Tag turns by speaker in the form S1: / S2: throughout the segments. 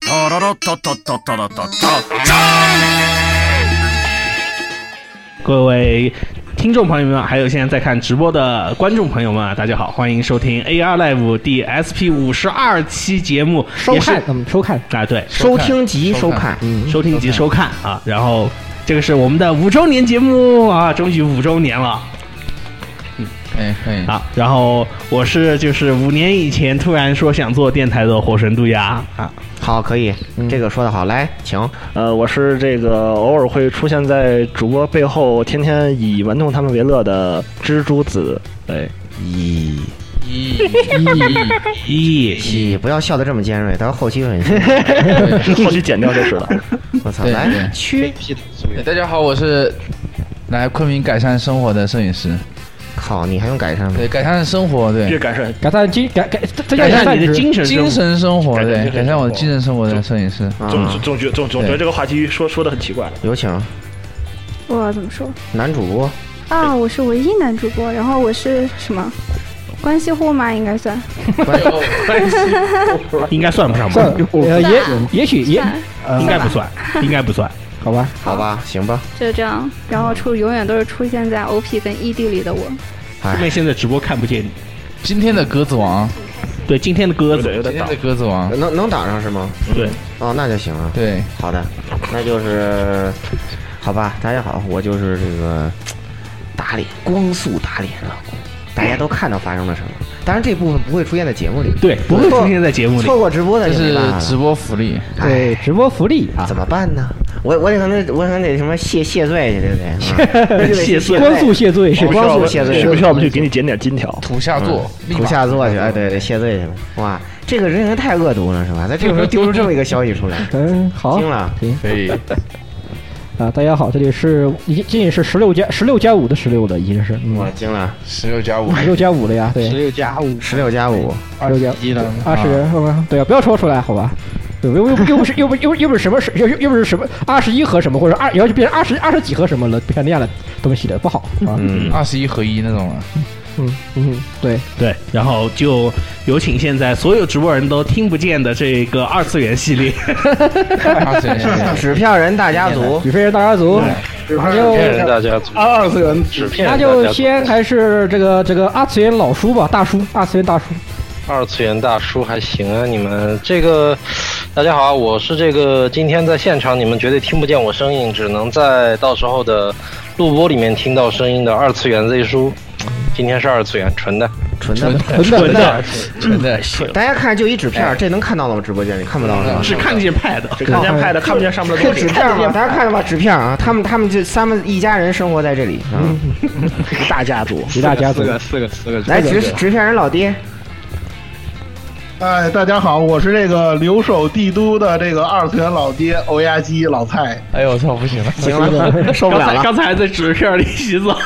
S1: とろろととととろとと。
S2: 各位听众朋友们，还有现在在看直播的观众朋友们啊，大家好，欢迎收听 AR Live 第 SP 五十二期节目，
S3: 收
S2: 也是
S3: 看，嗯，收看，
S2: 啊，对，
S3: 收听及收
S4: 收
S3: 看
S4: 看，
S3: 嗯，
S2: 收听及收看啊，然后这个是我们的五周年节目啊，终于五周年了
S4: 哎哎，
S2: 啊，然后我是就是五年以前突然说想做电台的火神杜鸦啊，
S3: 好，可以，这个说的好，来，请，
S5: 呃，我是这个偶尔会出现在主播背后，天天以玩弄他们为乐的蜘蛛子。哎，
S3: 咦
S4: 一一
S2: 咦，
S3: 咦，不要笑的这么尖锐，到时候后期 会很，
S5: 后期剪掉就是了。
S3: 我操，
S4: 对
S3: 来
S4: 对，
S3: 去，
S4: 哎大家好，我是来昆明改善生活的摄影师。
S3: 靠，你还用改善吗？
S4: 对，改善生活，
S5: 越
S4: 对，
S5: 改善
S6: 改善精改改，这这
S2: 改
S6: 叫
S2: 善你的
S6: 值
S2: 精神生活
S4: 精神生活，
S5: 改
S4: 对，
S5: 善
S4: 改善我精神生活的摄影师。
S5: 总
S3: 啊，
S5: 总觉总总觉得这个话题说说的很奇怪。
S3: 有请
S7: 我怎么说
S3: 男主播，
S7: 啊？我是唯一男主播，然后我是什么关系户吗？应该算
S2: 应该算不 上吧
S6: 算，呃，也也 许也
S7: 算
S6: 呃
S2: 应该不算， 应该不算。
S6: 好吧，
S3: 好吧，行吧，
S7: 就这样。然后出永远都是出现在 OP 跟 ED 里的我。
S3: 哎
S2: 因为现在直播看不见你。
S4: 今天的鸽子王，
S2: 对，今天的鸽
S5: 有点
S2: 子，
S5: 有
S4: 今
S5: 点
S4: 天
S5: 倒
S4: 的。鸽子王，
S3: 能能打上是吗？
S2: 对，
S3: 哦，那就行了，
S4: 对，
S3: 好的，那就是，好吧，大家好，我就是这个打脸，光速打脸了，大家都看到发生了什么，当然这部分不会出现在节目里，
S2: 对，不会出现在节目里
S3: 错。过直播的
S4: 这
S3: 也没
S4: 是
S3: 办法
S4: 直播福利。
S6: 对直播福利啊，
S3: 怎么办呢？我我得可能我可能得什么谢谢罪去，对不对？啊那就得
S2: 谢罪
S6: 光 速谢罪
S3: 是
S6: 是
S5: 需
S3: 光
S5: 要
S3: 速
S5: 我
S3: 谢罪，
S5: 需不需要我们去给你剪点金条？
S4: 土下座，立
S3: 图
S4: 马
S3: 下坐去？哎，对对，谢罪去了。哇，这个人也太恶毒了，是吧？在这个时候丢出这么一个消息出来，
S6: 嗯好
S3: 惊了。
S6: 行
S4: 可 以，
S6: 啊，大家好，这里是已经仅仅是十六加十六加五的十六了，已经是嗯
S3: 我惊了，
S4: 十六加五，
S6: 十六加五了呀，对，
S8: 十六加五
S3: 十六加五，
S6: 十六加
S4: 一了，
S6: 二十
S4: 啊
S6: 人，好吧，对啊，不要说出来，好吧。对，又又又不是又不又又不是什么又又又不是什么二十一和什么，或者二，然后就变成二十二十几和什么了，变成那样的东西了，不好啊。
S3: 嗯，
S4: 二十一合一那种了。
S6: 嗯嗯，对，
S2: 对，然后就有请现在所有直播人都听不见的这个二次元系列。
S4: 二 十人，
S3: 纸片人大家族，
S6: 宇飞人大家族，哎那就
S8: 大家族，二次元纸片
S6: 那就先还是这个这个二次元老叔吧，大叔，二次元大叔，
S8: 二次元大叔还行啊，你们这个，大家好啊，我是这个今天在现场，你们绝对听不见我声音，只能在到时候的录播里面听到声音的二次元 Z 叔，今天是二次元纯的，
S3: 纯的。嗯
S6: 纯的纯的，
S4: 真的，
S3: 大家看，就一纸片，这能看到了吗？直播间里看不到了是吧。
S2: 只看见 Pad，
S5: 只看见派的，看不见上面的东
S3: 看纸
S5: 西。
S3: 片嘛，大家看了吧？纸片啊，他们他们这三们一家人生活在这里啊。
S5: 大家族，
S6: 一大家族，
S8: 四个四个
S3: 来，纸纸片人老爹，
S9: 哎，大家好，我是这个留守帝都的这个二次元老爹欧亚基老蔡。
S4: 哎呦我操，不行了，
S3: 行了，受不
S2: 刚
S3: 了
S2: 才
S3: 了。
S2: 刚才还在纸片里洗澡，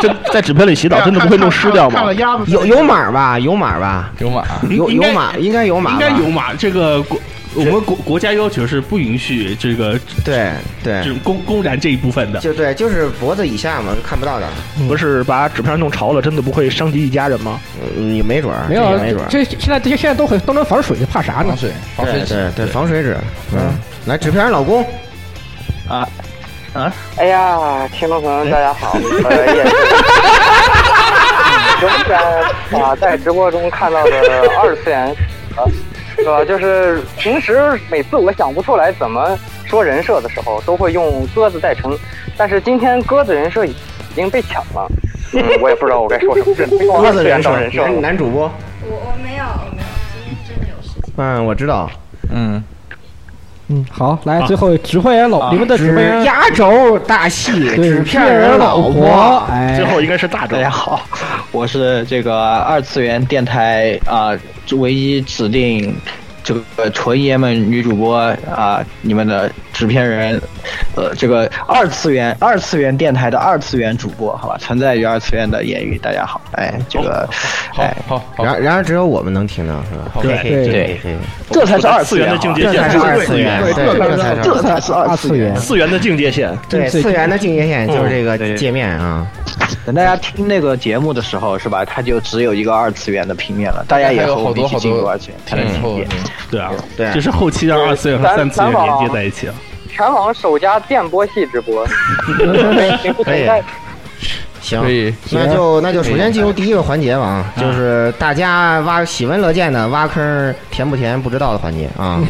S5: 这在纸片里洗澡真的不会弄湿掉
S9: 看
S5: 吗
S9: 了？鸭子
S3: 有有码吧？有码吧？
S4: 有马，
S3: 有
S2: 应该
S3: 有码，应该有码
S2: 应
S3: 吧，
S2: 该有码。这个国我们国国家要求是不允许这个
S3: 对对
S2: 这，种公公然这一部分的。
S3: 就对，就是脖子以下嘛，看不到的，
S5: 不是把纸片弄潮了，真的不会伤及一家人吗？
S3: 嗯，也没准儿，
S6: 没
S3: 这
S6: 有
S3: 也没准，儿。
S6: 呃这现在这些现在都很都能防水，怕啥呢
S4: 防？水，防水
S3: 对
S4: 纸
S3: 对，对，防水纸，嗯，来纸片人老公，啊
S10: 哎呀，听众朋友们，大家好，呃， 也是永远把在直播中看到的二次元，呃，是吧？就是平时每次我想不出来怎么说人设的时候，都会用鸽子代称，但是今天鸽子人设已经被抢了， 嗯，我也不知道我该说什么，用
S3: 鸽
S10: 二
S3: 子
S10: 次
S3: 人
S10: 元
S3: 设
S10: 当人设，
S3: 男男主播，
S7: 我我没有，我没有，今天真的有事情。
S3: 嗯，我知道，
S4: 嗯，
S6: 嗯，好，来最后指挥员
S3: 啊
S6: 老你们的指
S3: 纸
S6: 挥员，
S3: 压轴大戏，
S6: 对
S3: 纸片
S6: 人
S3: 人
S6: 老
S3: 老婆，
S6: 哎，
S5: 最后应该是大周
S8: 大。家好，我是这个二次元电台啊、唯一指定这个纯爷们女主播啊、你们的制片人，呃，这个二次元二次元电台的二次元主播，好吧，存在于二次元的言语。大家好，哎，这个，
S4: 好
S8: 哎，
S4: 好好
S3: 然，然而只有我们能听到，是吧？
S4: 对
S3: 嘿
S6: 对
S3: 嘿嘿
S8: 这才是二
S5: 次
S8: 次
S5: 元
S8: 元
S5: 的境界
S3: 这才
S5: 线，
S3: 是二次元，对，这才是
S8: 这才是
S6: 二
S8: 二
S6: 次元
S5: 次元的境界线。
S3: 对
S6: 对
S3: 次元的境界线就是这个界面啊。
S8: 等大家听那个节目的时候，是吧？它就只有一个二次元的平面了，大家也和我们一起进入二次元，才能体验。
S2: 嗯对啊，
S8: 对啊
S2: 就是后期让二次元和
S10: 咱
S2: 三次元
S10: 咱
S2: 连
S10: 往
S2: 接在一起啊了。
S10: 全网首家电波系直播， 对 不
S3: 可以
S10: 存在
S3: 行
S4: 可以，
S3: 那就那就首
S4: 可
S3: 先
S4: 以
S3: 进入第一个环节吧，啊，就是大家挖喜闻乐见的挖坑填不填不知道的环节啊。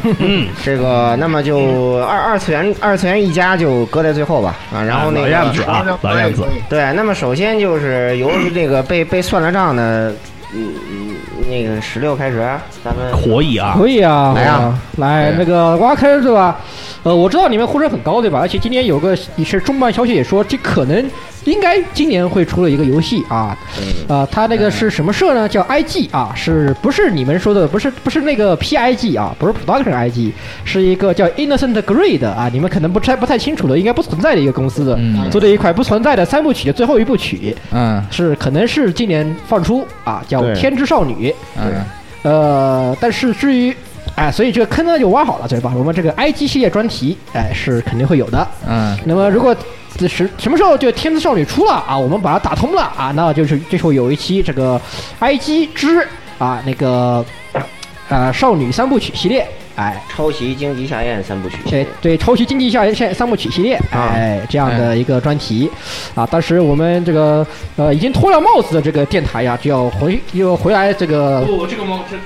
S3: 这个那么就二二次元二次元一家就搁在最后吧啊，然后那
S2: 老
S3: 个
S2: 样子啊，老样子，
S3: 对，那么首先就是由这个被被算了账的，嗯嗯，那个十六开始，咱们
S2: 可以啊，
S6: 可以啊，
S3: 来啊
S6: 来
S4: 对
S6: 那个挖坑对吧？呃，我知道你们呼声很高对吧？而且今天有个也是重磅消息，也说这可能应该今年会出了一个游戏啊，呃，它那个是什么社呢？叫 IG 啊，是不是你们说的？不是不是那个 PIG 啊，不是 Production IG，是一个叫 Innocent Grey 的啊，你们可能不太不太清楚的，应该不存在的一个公司的、
S4: 嗯
S6: 做的一款不存在的三部曲的最后一部曲，
S4: 嗯
S6: 是可能是今年放出啊，叫
S3: 对
S6: 《天之少女》。
S4: 嗯，
S6: 呃，但是至于，哎，所以这个坑呢就挖好了，对吧？我们这个 IG 系列专题，哎，是肯定会有的。
S4: 嗯，
S6: 那么如果这是什么时候这个天之少女出了啊，我们把它打通了啊，那就是这时候有一期这个 IG 之啊那个呃少女三部曲系列，哎，
S3: 抄袭《荆棘下宴》三部曲，
S6: 对对，抄袭经济下现三部曲系列，
S3: 啊
S6: 哎，这样的一个专题，啊，当时我们这个呃已经脱了帽子的这个电台呀、就要回又回来这个
S2: 不，这个帽这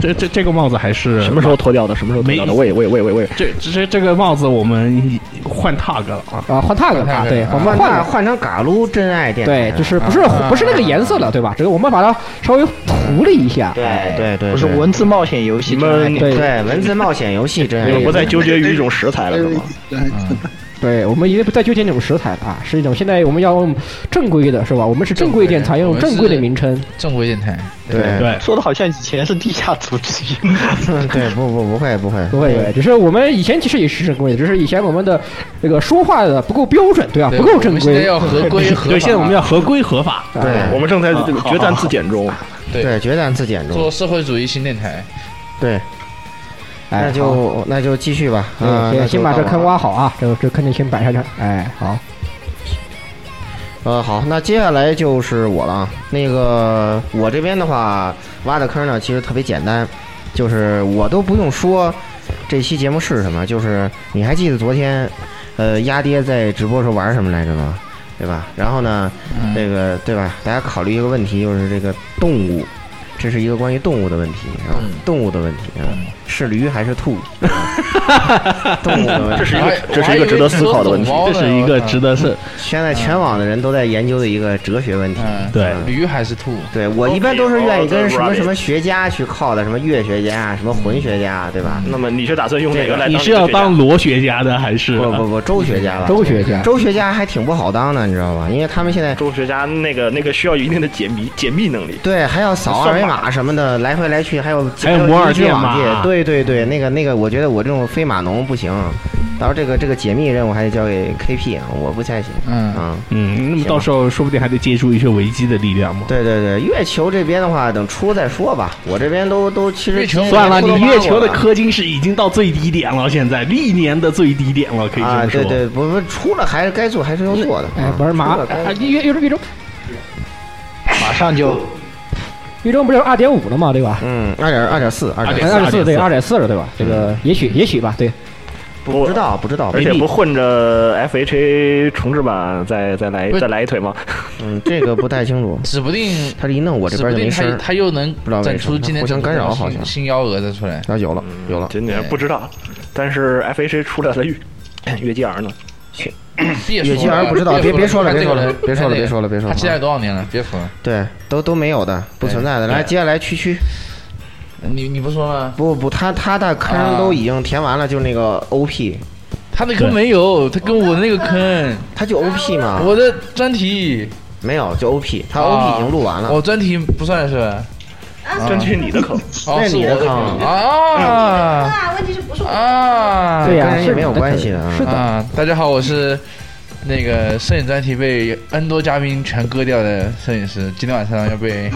S2: 这这这个帽子还是
S5: 什么时候脱掉的？什么时候脱掉的？
S2: 没
S5: 喂喂喂喂喂！
S2: 这这这这个帽子我们换 tag 了啊，
S6: 啊换 tag 了啊，
S4: tag
S6: 对，
S4: 了
S6: 我们
S3: 换
S6: 换
S3: 换
S6: 了。
S3: 换成嘎噜真爱电台
S6: 对
S3: 了，，啊
S6: 就是不是不是那个颜色了，对吧？这个我们把它稍微糊了一下，哎
S3: 对对对，
S8: 不是
S3: 对
S8: 文字冒险游戏，
S5: 你们
S6: 对
S3: 对文字冒险游戏真爱
S5: 你
S6: 哎
S3: 电台，
S5: 们不再纠结于一种食材了是吗？
S9: 哎
S6: 对，我们已经不再纠结那种食材了啊，是一种现在我们要用正规的，是吧？我们是正规电台，要用正规的名称，
S4: 正规电台，
S3: 对
S2: 对，
S8: 说的好像以前是地下组织一样。
S3: 对，不不不会不会
S6: 不会，不会，只是我们以前其实也是正规的，只是以前我们的这个说话的不够标准，对吧？
S4: 对
S6: 不够正
S4: 我们现在
S6: 规，
S4: 要合 规合法。
S2: 对，现在我们要合规合法，
S3: 对
S5: 我们正在这个决战自检中，
S3: 对，决战自检中
S4: 做，社会主义新电台。
S3: 对，
S6: 哎嗯
S3: 那就那就继续吧，啊，那
S6: 对，先
S3: 就
S6: 先把
S3: 到
S6: 这
S3: 我
S6: 坑
S3: 了
S6: 挖好啊，这这坑就先摆上这，哎，好，
S3: 呃，好，那接下来就是我了。啊。那个我这边的话，挖的坑呢，其实特别简单，就是我都不用说这期节目是什么，就是你还记得昨天，呃，鸭爹在直播时候玩什么来着吗？对吧？然后呢，这个对吧？大家考虑一个问题，就是这个动物，这是一个关于动物的问题啊，动物的问题啊，是驴还是兔？啊动物的问
S5: 这
S3: 题
S5: 是一个这是一个值得思考的问题。
S2: 这是一个值
S4: 得
S2: 得是，
S3: 嗯现在全网的人都在研究的一个哲学问题。
S4: 嗯，
S2: 对
S4: 驴还是兔？
S3: 对我一般都是愿意跟什么什么学家去靠的，什么乐学家、啊什么魂学家，对吧？
S5: 那么你是打算用哪个来？
S2: 嗯你是要当罗学家的还是？
S3: 不不不，周学家吧。
S6: 周学家，
S3: 周学家还挺不好当的，你知道吧？因为他们现在
S5: 中学家那个那个需要一定的解谜解密能力。
S3: 对还要扫二维码什么的，来回来去，还有
S2: 还有摩尔
S3: 电
S2: 电码
S3: 网界。对对对，那个那个，我觉得我这种非码农不行，到时候这个这个解密任务还得交给 KP，我不太行。
S4: 嗯
S3: 啊，
S2: 嗯，那么到时候说不定还得借助一些维基的力量嘛。
S3: 对对对，月球这边的话，等出再说吧。我这边都都其实
S4: 月球
S2: 算了，
S3: 都
S2: 你
S3: 挖
S2: 月
S3: 过
S2: 球的
S3: 了
S2: 氪金是已经到最低点了，现在历年的最低点了，可以这
S3: 啊，
S2: 么说。
S3: 对对，不不，出了还是该做还是要做的。
S6: 哎
S3: 啊，
S6: 不是马
S3: 出了，该
S6: 哎，月月中月中
S8: 马上就
S6: 月中不是二点五了嘛，对吧？
S3: 嗯，二点二点四，二点
S2: 2.4
S6: 二点四对，二点四了对吧？这
S3: 嗯
S6: 个也许也许吧，对，
S3: 不知道不知道，
S5: 而且不混着 FHA 重置版再再来
S4: 不是。
S5: 再来一腿吗？
S3: 嗯，这个不太清楚
S4: 指不定，
S3: 他这一弄，我这
S4: 指
S3: 边
S4: 不
S3: 就
S4: 定
S3: 没声
S4: 他
S3: 儿。
S4: 他又能
S3: 知道为
S4: 整
S3: 什么
S4: 出今天
S3: 互相
S4: 整
S3: 干扰
S4: 个
S3: 好
S4: 新
S3: 像
S4: 新幺蛾子出来。
S3: 啊，有了有了，
S5: 真的嗯不知道。但是 FHA 出来了月月 GR 呢？
S4: 别
S3: 月姬儿不知道，别别说了，别说了，别说了，别说
S4: 了。
S3: 了，别说
S4: 他期待
S3: 了。
S4: 多少年了？别说了，
S3: 对，都都没有的，不存在的。来，接下来区区，
S4: 哎你你不说吗？啊
S3: 不不，他他的坑都已经填完了，就那个 OP，
S4: 他那坑没有，他跟我那个坑，
S3: 他就 OP 嘛，
S4: 我的专题，
S3: 没有就 OP，他
S4: 啊
S3: OP 已经录完了。
S4: 我专题不算是，啊
S5: 真去你的坑！
S4: 哦，
S3: 那
S4: 是
S3: 你
S4: 我
S3: 的
S4: 的
S3: 坑
S4: 啊
S7: 啊，问题是不是我
S4: 啊！
S6: 对呀、
S3: 跟人也
S6: 是
S3: 没有
S6: 的
S3: 关系的啊
S6: 是的，
S4: 啊，大家好，我是那个摄影专题被 N 多嘉宾全割掉的摄影师，今天晚上要被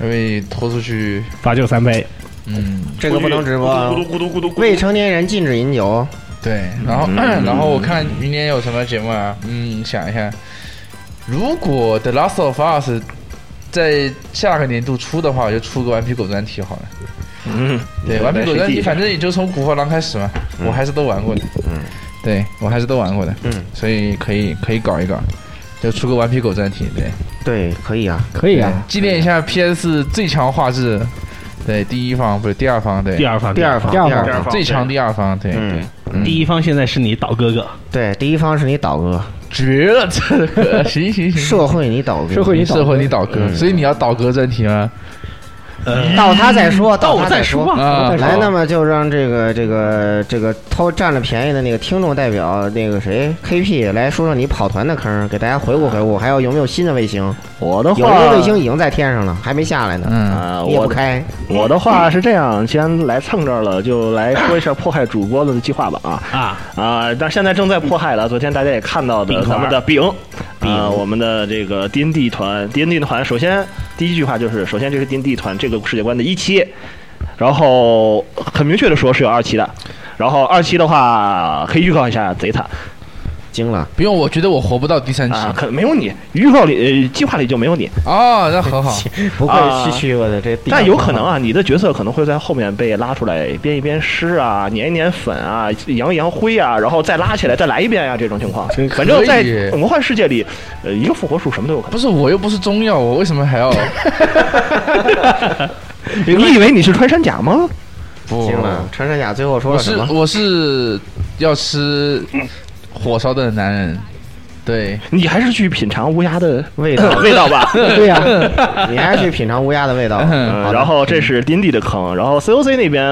S4: 要被拖出去，
S2: 罚酒三杯，
S4: 嗯，
S3: 这个不能直播 啊
S5: 咕。嘟咕嘟咕嘟咕嘟咕嘟。
S3: 未成年人禁止饮酒。嗯
S4: 对，然后嗯然后我看明年有什么节目啊，嗯，想一下，如果《The Last of Us》在下个年度出的话，我就出个顽皮狗专题好了。
S5: 嗯，
S4: 对，顽皮狗专题反正也就从《古惑狼》开始嘛，我还是都玩过的。
S3: 嗯，
S4: 对我还是都玩过的。
S3: 嗯，
S4: 所以可以可以搞一搞，就出个顽皮狗专题。对，
S3: 对，可以啊，
S6: 可以啊，
S4: 纪念一下 PS 最强画质。对，第一方不是第二方，对，
S2: 第二方第二方第二方第二方
S4: 最强第二方，对，对嗯
S2: 第一方现在是你倒哥哥，
S3: 嗯对，第一方是你倒哥，
S4: 绝了，这个 行行行，
S3: 社会你倒戈，
S4: 社会你倒戈，所以你要倒戈专题吗？
S5: 呃
S3: 到他再说，到他
S2: 我再
S3: 说
S2: 说啊我再
S3: 来，
S2: 说
S3: 那么就让这个这个这个偷占了便宜的那个听众代表那个谁 KP 来说说你跑团的坑，给大家回顾回顾，还有有没有新的卫星？
S5: 我的
S3: 有
S5: 话，
S3: 些卫星已经在天上了，还没下来呢。
S4: 嗯
S5: 啊，
S3: 你也
S5: 我
S3: 不开。
S5: 我的话是这样，既然来蹭这儿了，就来说一下迫害主播的计划吧啊
S2: 啊
S5: 啊！但现在正在迫害了，昨天大家也看到
S2: 饼
S5: 的，
S2: 团
S5: 咱们的饼啊，我们的这个 D N D 团，D N D 团，首先第一句话就是，首先这是 D N D 团这个世界观的一期，然后很明确的说是有二期的，然后二期的话可以预告一下，贼惨。
S3: 惊了！
S4: 不用，我觉得我活不到第三期
S5: 啊，可没有你预告里、呃计划里就没有你。
S4: 哦，那很好，
S3: 不愧
S5: 啊
S3: 是区我的这，
S5: 但有可能啊，你的角色可能会在后面被拉出来编一编诗啊，碾一碾粉啊，扬一扬灰啊，然后再拉起来再来一遍呀、这种情况
S4: 真。可
S5: 反
S4: 以
S5: 正，在魔幻世界里，呃，一个复活术什么都有可
S4: 不是我又不是中药，我为什么还要？
S5: 能。 你以为你是穿山甲吗？
S4: 不
S3: 惊了！穿山甲最后说
S4: 我
S3: 了什
S4: 是
S3: 么？
S4: 我是要吃火烧的男人，对，
S5: 你还是去品尝乌鸦的
S3: 味 道
S5: 味道 吧。
S6: 对呀，
S3: 你还是去品尝乌鸦的味道。
S5: 嗯
S3: 好的
S5: 然后这是 D N D 的坑，然后 C O C 那边，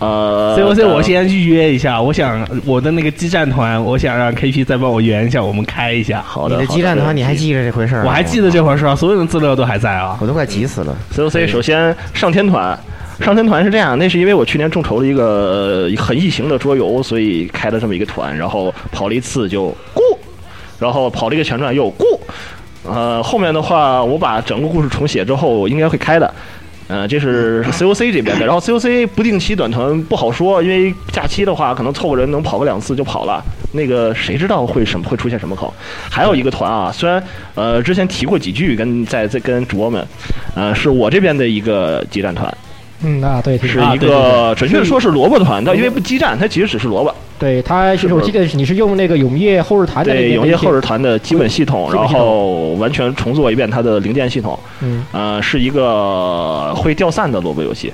S5: 呃
S2: COC 我先预约一下，我想我的那个激战团，我想让 KP 再帮我圆一下，我们开一下。
S5: 好
S3: 你
S5: 的
S3: 的激战团你还记着这回事儿？
S2: 我还记得这回事儿，所有的资料都还在啊。
S3: 我都快急死了。
S5: C O C 首先上天团，上天团是这样，那是因为我去年众筹了一个呃很异形的桌游，所以开了这么一个团，然后跑了一次就过，然后跑了一个前传又过，呃，后面的话我把整个故事重写之后应该会开的。呃，这是 COC 这边的，然后 COC 不定期短团不好说，因为假期的话可能凑个人能跑个两次就跑了，那个谁知道会什么会出现什么坑？还有一个团啊，虽然呃之前提过几句跟在在跟主播们，呃是我这边的一个激战团，
S6: 嗯啊，对，挺
S5: 是
S6: 好
S5: 一
S6: 对对对
S5: 个准确的说是萝卜团，但因为不激战，它其实只是萝卜。
S6: 对他，其实我记得你是用那个永夜后日谈的那
S5: 对
S6: 边
S5: 永
S6: 的
S5: 夜
S6: 一些
S5: 后日谈的基本系统，
S6: 基本
S5: 然
S6: 系统
S5: 后完全重做一遍它的零件系统，
S6: 嗯，
S5: 呃是一个会掉散的萝卜游戏。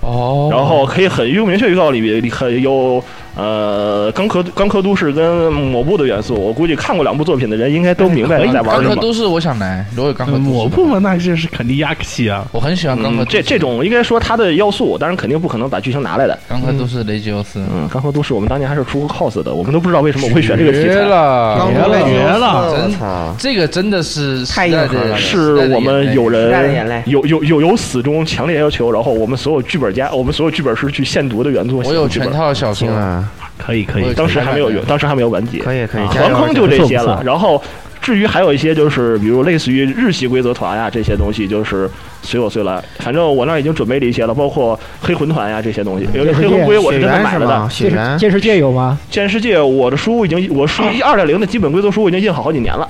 S4: 哦，
S5: 然后可以很用明确预告里里很有呃钢壳钢壳都市跟抹布的元素，我估计看过两部作品的人应该都明白你在玩
S4: 钢
S5: 什
S4: 壳
S5: 么。
S4: 都市我想来，如果有钢壳都市，
S2: 抹布嘛，那就是肯定亚克西啊。
S4: 我很喜欢钢壳
S5: 嗯
S4: 都，市
S5: 这这种应该说它的要素，当然肯定不可能把剧情拿来的。
S4: 钢壳都市雷吉欧斯，
S5: 嗯，钢壳都市我们当年还是出过 cos 的，我们都不知道为什么我会选这个题
S4: 绝
S5: 材。
S4: 了，
S3: 刚被
S2: 绝了
S3: 我
S4: 真
S3: 操！
S4: 这个真的是时代
S3: 太硬核
S4: 的，
S3: 了
S5: 是我们有
S3: 时代的眼
S5: 人
S3: 泪
S5: 有有有有死忠强烈要求，然后我们所有剧本家，我们所有剧本是去现读的原作。
S4: 我有
S5: 剧
S4: 全
S5: 本，
S4: 套小说
S3: 行，啊，
S2: 可以可
S4: 我有
S2: 以，
S5: 当时还没有，当时还没有完结。
S3: 可以可以，
S5: 啊
S3: 加油
S5: 环坑就这些
S2: 不错不
S5: 了。
S2: 错
S5: 然后至于还有一些就是，比如类似于日系规则团啊呀这些东西，就是随我随来。反正我那儿已经准备了一些了，包括黑魂团呀这些东西。因为
S6: 这是
S5: 黑魂龟我
S3: 雪
S5: 是真的
S3: 原
S5: 买
S3: 是
S5: 了
S3: 吗？
S5: 的。
S3: 雪原
S6: 剑世界有吗？
S5: 剑世界我的书已经我书一二点零的基本规则书我已经印好好几年 了。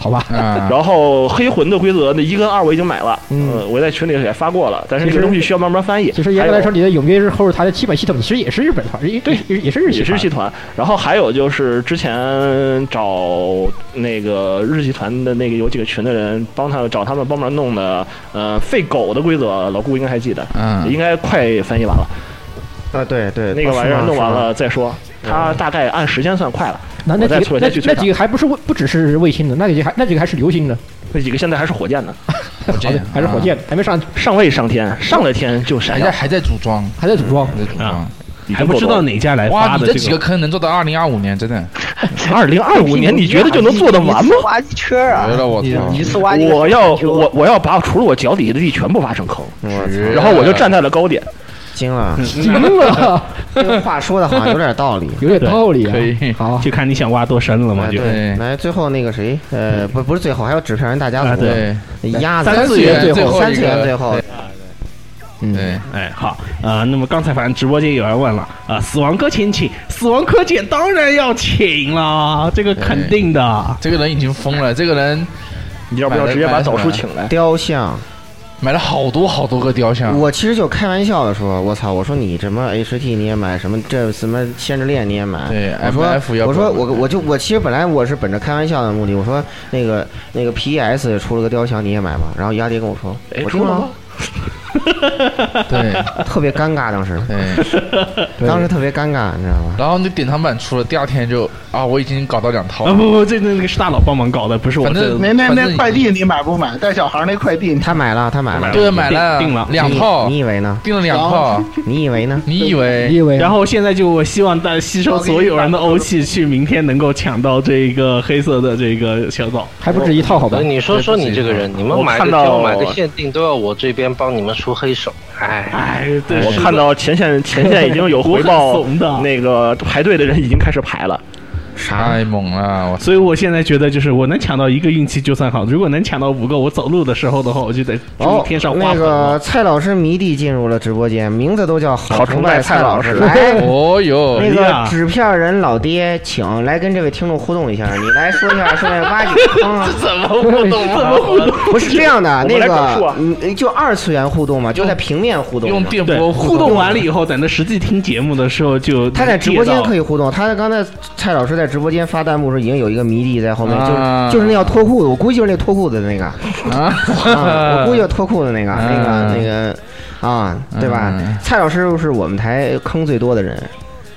S6: 好吧，
S4: 啊，
S5: 然后黑魂的规则那一跟二我已经买了，
S6: 嗯
S5: 呃我在群里也发过了，但是这
S6: 其
S5: 个
S6: 实
S5: 东西需要慢慢翻译。
S6: 其实严
S5: 还
S6: 格来
S5: 有
S6: 说，你的永夜日后日谈的基本系统其实也是日本团，也对，也是日系
S5: 也
S6: 团，
S5: 是系团，然后还有就是之前找那个日系团的那个有几个群的人帮他们找他们帮忙弄的，呃，废狗的规则，老顾应该还记得，
S4: 嗯
S5: 应该快翻译完了，
S3: 啊，对对，
S5: 那个
S3: 哦
S5: 玩意
S3: 是
S5: 儿
S3: 吗
S5: 弄完
S3: 是吗
S5: 了再说，他大概按时间算快了，
S6: 嗯那那
S5: 我再
S6: 几个
S5: 我
S6: 那
S5: 再去
S6: 那
S5: 催他
S6: 几个还不是卫不只是卫星的，那几个还那几个还是流星的，
S5: 那几个现在还是火箭呢，
S4: 火
S6: 好的
S4: 箭
S6: 还是火，
S4: 啊
S6: 箭还没上，
S5: 尚未上天，上了天就闪
S4: 还
S5: 耀
S4: 在，还在组装，
S6: 还在组装
S4: 还。在组装
S2: 啊，还不知道哪家来
S4: 哇，
S2: 发
S4: 你
S2: 的
S4: 这几
S2: 这
S4: 个
S2: 个。
S4: 坑能做到二零二五年，真的，
S5: 二零二五年你觉得就能做得完
S10: 一
S5: 吗
S10: 次？挖一圈儿
S4: 绝了
S10: 啊！
S4: 我操，
S10: 一次挖一个
S5: 我要
S10: 球
S5: 我我要把除了我脚底下的地全部挖成坑，
S4: 绝
S5: 然后我就站在了高点，
S3: 惊了，
S5: 嗯
S6: 惊了，
S3: 这个话 说的好像有点道理。
S6: 有点道理啊！
S4: 可以
S6: 好，
S2: 就看你想挖多深了嘛，
S3: 哎
S2: 就
S4: 对
S3: 来最后那个谁，呃，不不是最后，还有纸片人大家
S2: 啊
S3: 族，
S4: 对，
S3: 鸭子
S4: 三次元最后
S3: 三
S4: 一
S3: 次
S4: 个
S3: 元最后
S4: 对
S2: 对，哎，好，呃，那么刚才反正直播间有人问了，啊、死亡搁浅请，死亡搁浅当然要请了，这个肯定的。
S4: 这个人已经疯了，这个人
S5: 要不要直接把枣叔请来？
S3: 雕像，
S4: 买了好多好多个雕像。
S3: 我其实就开玩笑的说，我操，我说你什么 HT 你也买，什么这什么限制链你也买，
S4: 对
S3: 我说
S4: MF 要不
S3: 我说
S4: 要
S3: 我我就我其实本来我是本着开玩笑的目的，我说那个那个 PES 也出了个雕像你也买吗？然后丫爹跟我说，
S5: 哎
S3: 我
S5: 出了吗？
S4: 对，
S3: 特别尴尬当时，
S4: 对
S3: 当时特别尴尬，你知道吗？
S4: 然后那典藏版出了，第二天就啊，我已经搞到两套
S2: 啊
S4: 了。
S2: 不不，这那那个是大佬帮忙搞的，不是我
S4: 反
S2: 这
S4: 正
S9: 那那那快递你买不买？带小孩那快递你
S3: 他买了，他买了，
S4: 对，买了
S2: 定了
S4: 两套，
S3: 你你以为呢？
S4: 订了两套，
S3: 你以为呢？
S4: 你以
S6: 你
S4: 为
S6: 以为？
S2: 然后现在就我希望大家吸收所有人的欧气，去明天能够抢到这个黑色的这个小枣。
S6: 还不止一套，好吧
S11: 呃，？你说说你这个人，你们
S5: 我
S11: 买
S5: 看
S11: 个
S5: 到
S11: 胶买个限定都要我这边帮你们出黑手，哎，
S2: 哎，对，
S5: 我看到前 线前线已经有回
S2: 我
S5: 报
S2: 很怂的，
S5: 那个排队的人已经开始排了。
S4: 太猛了，我操！
S2: 所以我现在觉得，就是我能抢到一个运气就算好。如果能抢到五个，我走路的时候的话，我就得注
S3: 哦
S2: 意天上，花
S3: 那
S2: 粉了。
S3: 个蔡老师迷弟进入了直播间，名字都叫
S5: 好崇
S3: 崇
S5: 拜蔡
S3: 蔡
S5: 老
S3: 师。
S5: 师
S3: 来，
S4: 哦哟，
S3: 那
S2: 哎呀
S3: 个纸片人老爹，请来跟这位听众互动一下，你来说一下，顺便挖几个坑啊。
S5: 怎么互动？怎 么互动？
S3: 不是这样的，
S5: 我
S3: 那
S5: 们来讲述
S3: 个
S5: 啊
S3: 嗯，就二次元互动嘛，就在平面互动
S4: 用
S3: 嘛。
S4: 电
S2: 对，
S4: 波
S2: 互
S5: 啊
S2: 动
S4: 动
S2: 完了以后，等着实际听节目的时候就
S3: 他在直播间可
S2: 以。
S3: 以互动，他刚才蔡老师在直播间发弹幕的时候，已经有一个迷弟在后面，
S4: 啊
S3: 就是就是那要脱裤子，我估计就是那脱裤子的那个，啊我
S4: 啊
S3: 估计！就脱裤子那个，那
S4: 啊
S3: 个那个啊，对吧
S4: 嗯？
S3: 蔡老师又是我们台坑最多的人，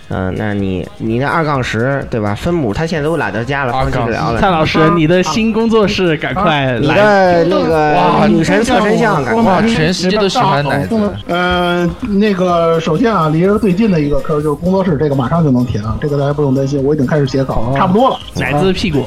S3: 嗯，那你你那二杠十对吧？分母他现在都懒得加了，
S4: 二
S3: 放弃
S4: 杠
S3: 不了啊
S2: 蔡
S3: 了。
S2: 老师，你的新工作室赶快
S3: 你
S2: 来！
S3: 的那个
S4: 哇
S3: 女神侧身像，赶快
S4: 哇，全世界都喜欢奶子，
S9: 呃，那个首先啊，离着最近的一个坑就是工作室，这个马上就能填啊，这个大家不用担心，我已经开始写稿，差不多了。哎
S2: 奶子屁股，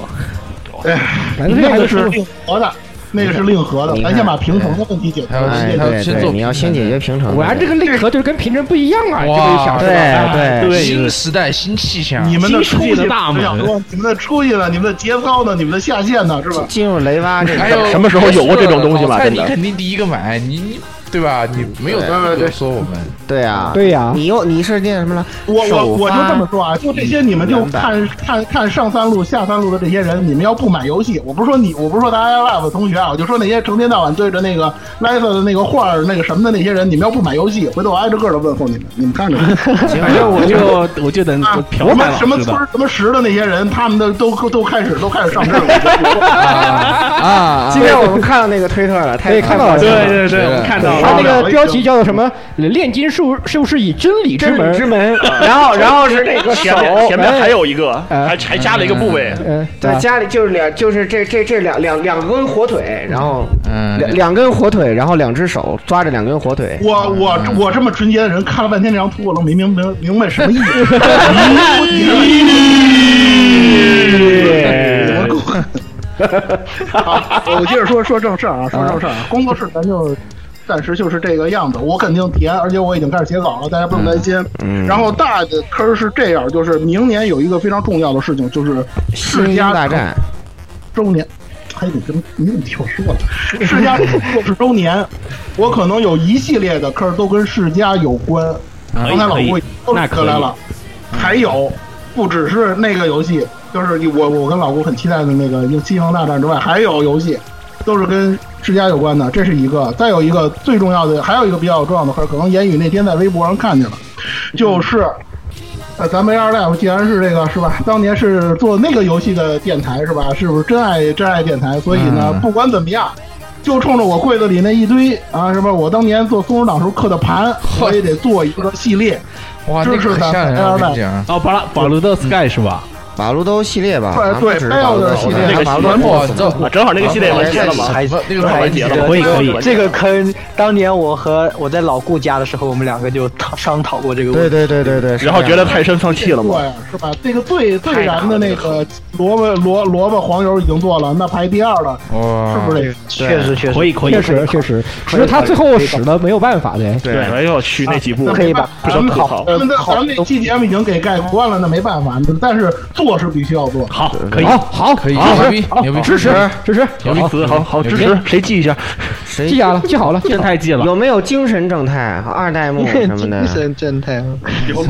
S6: 反正
S9: 那
S6: 还
S9: 个
S6: 有
S9: 是
S6: 是
S9: 令和的，那个是令和的
S3: 你，看
S9: 咱先把平衡的问题解决
S4: 还有
S9: 了。
S3: 哎，
S4: 还有
S3: 对
S4: 先做
S3: 对，你要先解决平衡。
S6: 果然这个内核就是跟平常不一样啊！这个一想
S4: 哇
S6: 是吧？哎
S3: 对对，
S2: 对
S4: 新时代新气象，
S9: 你们的
S2: 新世
S9: 出
S2: 界
S9: 息
S2: 的大门
S9: 我想说，你们的出息呢？你们的节操呢？你们的下限呢？是吧？
S3: 进入雷蛙这
S4: 还
S3: 个
S4: 有
S5: 什么时候有过这种东西吧
S4: 老蔡
S5: 真的
S4: 你肯定第一个买，你你对吧？你没有资格说我们
S3: 对啊，
S6: 对呀
S3: 你又你是那什么了？
S9: 我我
S3: 首
S9: 我就
S3: 发
S9: 这么说啊，就这些你们就
S3: 原版
S9: 看看看上三路下三路的这些人，你们要不买游戏，我不是说你，我不是说大家 live 同学啊，我就说那些成天到晚对着那个 live 的那个画儿那个什么的那些人，你们要不买游戏，回头我挨着个的问候你们，你们看着 吧。
S2: 反正我就我就等我嫖
S9: 什
S2: 蔡
S9: 么
S2: 老
S9: 什么
S2: 师
S9: 村
S2: 的。
S9: 儿什么石的那些人，他们的都都都开始都开始上阵了。
S4: 啊
S3: 今天我们看到那个推特了，
S6: 可
S3: 太
S6: 以看到了
S2: 对对对，我看到
S6: 它
S2: 了
S6: 那。个标题叫做什么？炼金术术士以真理之门
S3: 之门，啊然后然后是那个
S5: 前
S3: 手，
S5: 面前面还有一个，
S6: 哎
S5: 还还加了一个部位。
S6: 嗯，
S3: 对
S6: 吧
S3: 家里就是两就是这这这两两两根火腿，然后
S4: 嗯
S3: 两两根火腿，然后两只手抓着两根火腿，
S9: 我我我这么纯洁的人，看了半天这张图，我都没明明明白什么意思。我 好，我接着说说正事儿啊，说正事儿啊，工作室咱就。暂时就是这个样子，我肯定填，而且我已经开始写稿了，大家不用担心。
S3: 嗯嗯
S9: 然后大的坑儿是这样，就是明年有一个非常重要的事情，就是
S3: 世
S9: 世家
S3: 家大战，
S9: 周年。哎，你怎么你怎么听我说了？世家六十周年， 我可能有一系列的坑儿都跟世家有关。
S2: 可以
S9: 刚才老
S2: 哎可以
S9: 顾都
S2: 那
S9: 扯
S2: 可以
S9: 来了，还有不只是那个游戏，就是我我跟老顾很期待的那个《西方大战》之外，还有游戏都是跟世家有关的，这是一个。再有一个最重要的，还有一个比较重要的坑儿，可能言语那天在微博上看见了， 就是。呃，咱们二大夫既然是这个是吧？当年是做那个游戏的电台是吧？是不是真爱真爱电台？所以呢，
S4: 嗯
S9: 不管怎么样，就冲着我柜子里那一堆啊，是吧？我当年做松鼠党时候刻的盘，我也得做一个系列。
S4: 哇，那
S9: 这
S4: 个
S9: 是
S4: 可吓人了，啊我跟你
S9: 啊
S4: 讲，
S2: 哦，保罗保罗的 Sky 是吧？
S3: 法鲁兜系列吧，
S9: 对
S3: 啊不
S9: 对
S3: 只是
S9: 还有
S3: 法鲁兜
S9: 的
S3: 系
S9: 系
S3: 列，
S9: 列
S3: 还有法鲁兜
S9: 全部
S4: 哇，
S3: boss
S4: 你
S3: 嘛
S4: 知道
S5: 啊，正好那个系列完结了吗？
S11: 还
S4: 那个快完结了
S2: 可以可以
S11: 这个坑，当年我和我在老顾家的时候，我们两个就讨商讨过这个问题。
S3: 对对对对对，是
S5: 然后
S3: 这
S5: 觉
S3: 样
S5: 得太深放弃了
S9: 做
S5: 吗？
S9: 呀，是吧？这个最最燃的那个萝卜萝萝卜黄油已经做了，那排第二的是
S4: 哇
S9: 不，是这个？
S11: 确实确实
S2: 可以可以
S6: 确，实确实，只是他最后使了没有办法的。
S5: 对，哎呦我去那几部
S9: 那
S11: 可以吧
S9: 没
S5: 不
S9: 办
S5: 能
S9: 法咱
S5: 吐槽
S9: 们咱们的咱们这期节目已经给盖棺了，那没办法，但是做是必须要做。
S2: 好，可以。
S6: 好好
S4: 可以
S6: 好
S4: 牛逼
S6: 好
S4: 牛逼
S6: 支持支持，
S4: 牛逼
S5: 好好
S4: 牛
S5: 支
S4: 逼
S5: 持，谁记一下？
S3: 谁
S6: 记下了记好了
S2: 正太记了。
S3: 有没有精神正太、二代目什么的？
S11: 精神正太，
S4: 嗯
S5: 来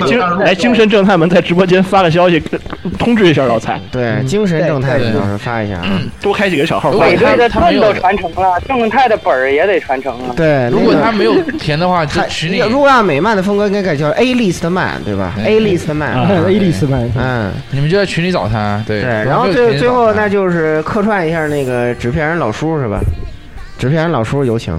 S5: 嗯精
S4: 哎
S5: 来精神正太们在直播间发个消息，通知一下老蔡。嗯
S3: 对，精神正太们到时候发一下啊。
S5: 多开几个小号。
S10: 鬼队的盾都传承了，正太的本儿也得传承啊。
S3: 对，
S10: 如果他没有
S4: 填的话，
S3: 就群里。如果按美漫的风格，应该改叫 A list man，对吧？A list man，A
S6: list man，
S3: 嗯，
S4: 你们就在群里找他，对。
S3: 对，然后最最后那就是客串一下那个纸片人老叔是吧？纸片人老叔有请。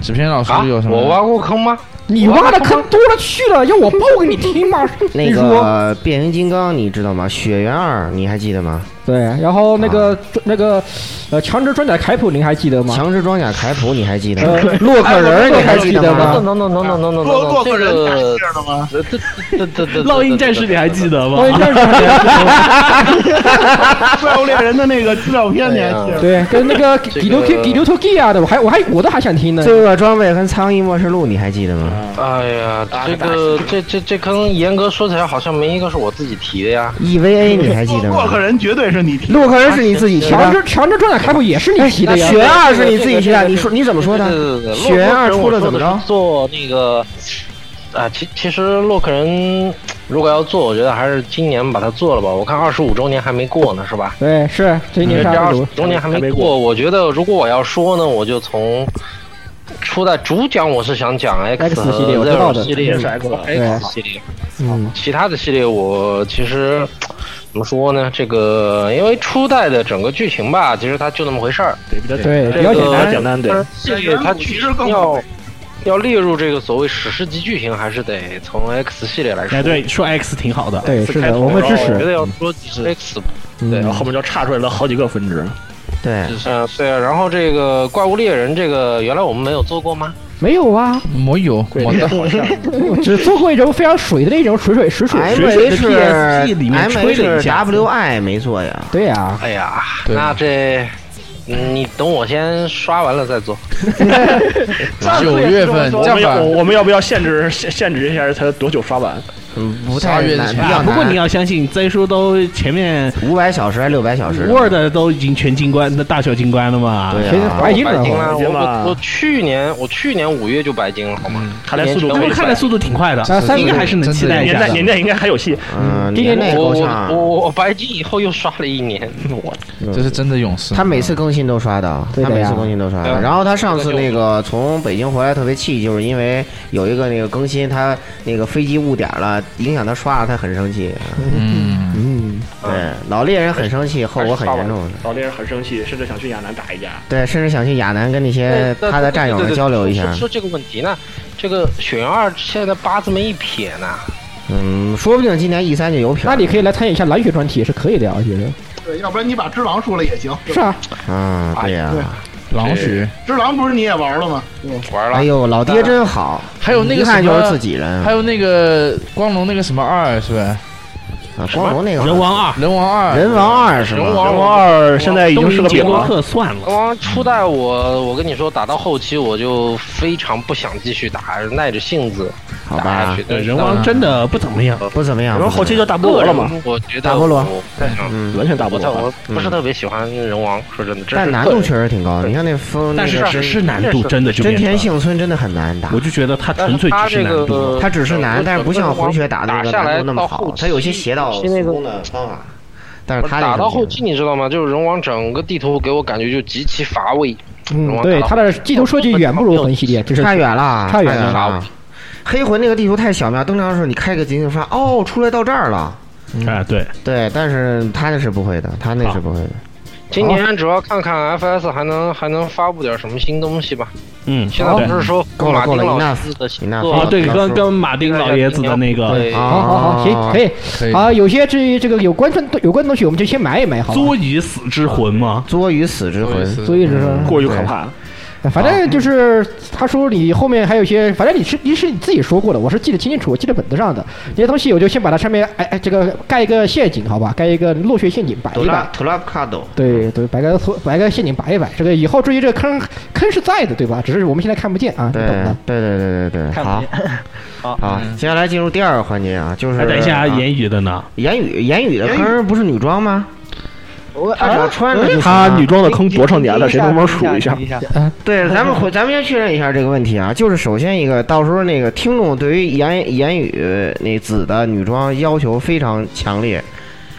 S4: 纸片人老叔
S6: 啊
S4: 有什么？
S12: 我挖过坑吗？
S6: 你挖的坑多了去了，要我报给你听吗？
S3: 那个变形金刚你知道吗？血缘二你还记得吗？
S6: 对，然后那个、啊、那个呃，强制装甲凯普您还记得吗？
S3: 强制装甲凯普你还记得
S6: 吗？
S3: 呃、
S6: 洛克人你还记得吗？
S11: 能能能能能能
S12: 洛克人
S11: 记
S12: 得吗？
S11: 这这这
S2: 烙印战士你还记得吗？
S6: 烙印战士你还记得吗？
S9: 怪物猎人的那个资料片你还
S4: 哎
S9: 记得？
S6: 对，跟那个底流 Q 底流 Q G 啊的，我还我还我都还想听呢。
S3: 罪恶装备跟苍蝇末世录你还记得吗？
S4: 啊
S12: 哎呀，这个这这这坑，严格说起来好像没一个是我自己提的呀。
S6: E
S3: EVA 你还记得吗？
S9: 洛克人绝对是你提，
S3: 洛克人是你自己提的。
S6: 强制强制装甲开普也是你提的呀。
S3: 血二是你自己提的，你说你怎么说的？血缘二出了怎么着？
S12: 做那个啊，其其实洛克人如果要做，我觉得还是今年把它做了吧。我看二十五周年还没过呢，是吧？
S6: 对，是今年
S12: 二十五周年还没过。嗯我觉得如果我要说呢，我就从。出的主讲我是想讲
S6: X
S12: 系
S6: 列，我知道的，
S12: 呃系列是 X 系列，嗯，其他的系列我其实怎么说呢？这个因为初代的整个剧情吧，其实它就那么回事儿，
S5: 对比较
S6: 对
S12: 比
S5: 较简单简单，对，
S12: 系列它其实要要列入这个所谓史诗级剧情，还是得从 X 系列来说。
S2: 哎，对，说 X 挺好的，
S6: 对，是的，我会支持。
S12: 我觉得要说 X，对，
S5: 嗯
S2: 嗯
S5: 后面就岔出来了好几个分支。
S3: 对，
S12: 嗯，对啊，然后这个怪物猎人这个原来我们没有做过吗？
S6: 没有啊，
S4: 没有，我的好像
S6: 只做过一种非常水的那种水水水
S3: 哎
S6: 水
S3: 水水的 P 里面吹了一下，WI 没做呀？
S6: 对呀，
S12: 哎呀，那这嗯你等我先刷完了再做。
S4: 九月份，
S5: 我们我们要不要限制限限制一下它多久刷完？嗯
S3: 不太难，
S2: 不过你要相信，再说都前面
S3: 五百小时还六百小时
S2: ，Word 都已经全进关，那大小进关了嘛？
S3: 对
S6: 啊，白金了，
S12: 我我去年我去年五月就白金了，好吗？
S5: 看来速度，
S2: 看来速度挺快的，应该还是能期待一下。
S5: 年代应该还有戏，
S3: 嗯，
S6: 今年
S12: 我我我我白金以后又刷了一年，我
S5: 嗯
S4: 这是真的勇士。啊
S3: 他每次更新都刷的，他每次更新都刷的。然后他上次那个从北京回来特别气，就是因为有一个那个更新，他那个飞机误点了。影响他刷了，他很生气。
S4: 嗯哎嗯，
S3: 对，老猎人很生气，后果很严重。
S5: 老猎人很生气，甚至想去亚南打一架。
S3: 对，甚至想去亚南跟那些他的哎战友们交流一下。
S12: 说这个问题呢，这个雪原二现在八字没一撇呢。
S3: 嗯，说不定今年 E 三就有撇。
S6: 那你可以来参与一下蓝血专题，也是可以的，啊我觉得。
S9: 对，要不然你把只狼输了也行。
S6: 是啊。
S3: 啊，
S4: 哎
S3: 对呀。
S4: 狼血，
S9: 只狼不是你也玩了吗？
S4: 嗯
S12: 玩了。
S3: 哎呦，老爹真好。
S4: 还有那个
S3: 看就是自己人。
S4: 还有那个光荣那个什么二是吧？
S3: 啊，光荣那个
S2: 人王二，
S4: 人王二，
S3: 人王二是吧？
S12: 人王
S5: 二现在已经是个饼
S2: 了。算了。
S12: 王初代我我跟你说，打到后期我就非常不想继续打，耐着性子
S3: 打下
S12: 去。对，
S2: 人王真的不怎么样，
S3: 不怎么样。
S5: 然后后期就大菠萝了嘛？
S12: 我觉得
S3: 大菠萝，
S12: 嗯，
S5: 完全大菠
S12: 萝。我不是特别喜欢人王，说真的。
S3: 嗯但难度确实挺高，你看那风，
S2: 但是只是难度真的就
S3: 真田幸村真的很难打。
S2: 我就觉得他纯粹只是难度，
S3: 他只
S12: 呃
S3: 是难，但是不像混血打那个难度那么好，他有些邪道
S12: 那个
S3: 的方法。但是他
S12: 打到后期，你知道吗？就是人王整个地图给我感觉就极其乏味。
S6: 嗯，对，他的地图设计远不如魂系列，这是
S3: 差远了，
S6: 差
S3: 远
S6: 了。
S3: 黑魂那个地图太小妙，登场的时候你开个井井发，哦，出来到这儿了。
S2: 啊，对
S3: 对，但是他那是不会的，他那是不会的。
S12: 今年主要看看 FS 还能还能发布点什么新东西吧。
S2: 嗯，
S12: 现在不是说
S3: 够了够了，
S12: 老
S3: 那
S12: 师的新
S3: 那
S12: 作
S2: 啊，对，跟跟马丁老爷子的那个
S12: 对
S6: 哎啊好好好，行，可以。
S4: 可以
S6: 啊，有些至于这个有关注有关的东西，我们就先买一买，好吧。
S2: 捉鱼死之魂吗？
S3: 捉鱼死之魂，
S6: 所以就是说
S5: 过于可怕了。
S6: 反正就是他说你后面还有一些，反正你是你是你自己说过的，我是记得清清楚，我记得本子上的这些东西，我就先把它上面哎哎这个盖一个陷阱，好吧，盖一个落穴陷阱摆
S3: 图
S6: 一
S3: 拉
S6: 摆。
S3: 图拉卡斗，
S6: 对对，摆个摆个陷阱摆一摆，这个以后至于这个坑坑是在的，对吧？只是我们现在看不见啊，你
S3: 对
S6: 懂的。
S3: 对对对对对，好，好，接下来进入第二个环节啊，就是
S2: 哎，等一下，言语的呢？
S3: 言语言语的坑不是女装吗？他
S5: 啊
S3: 只要穿着就行
S5: 他女装的坑多少年了？谁能帮我数一下？
S2: 嗯
S3: 对，咱们回，咱们先确认一下这个问题啊，就是首先一个，到时候那个听众对于言言语那子的女装要求非常强烈，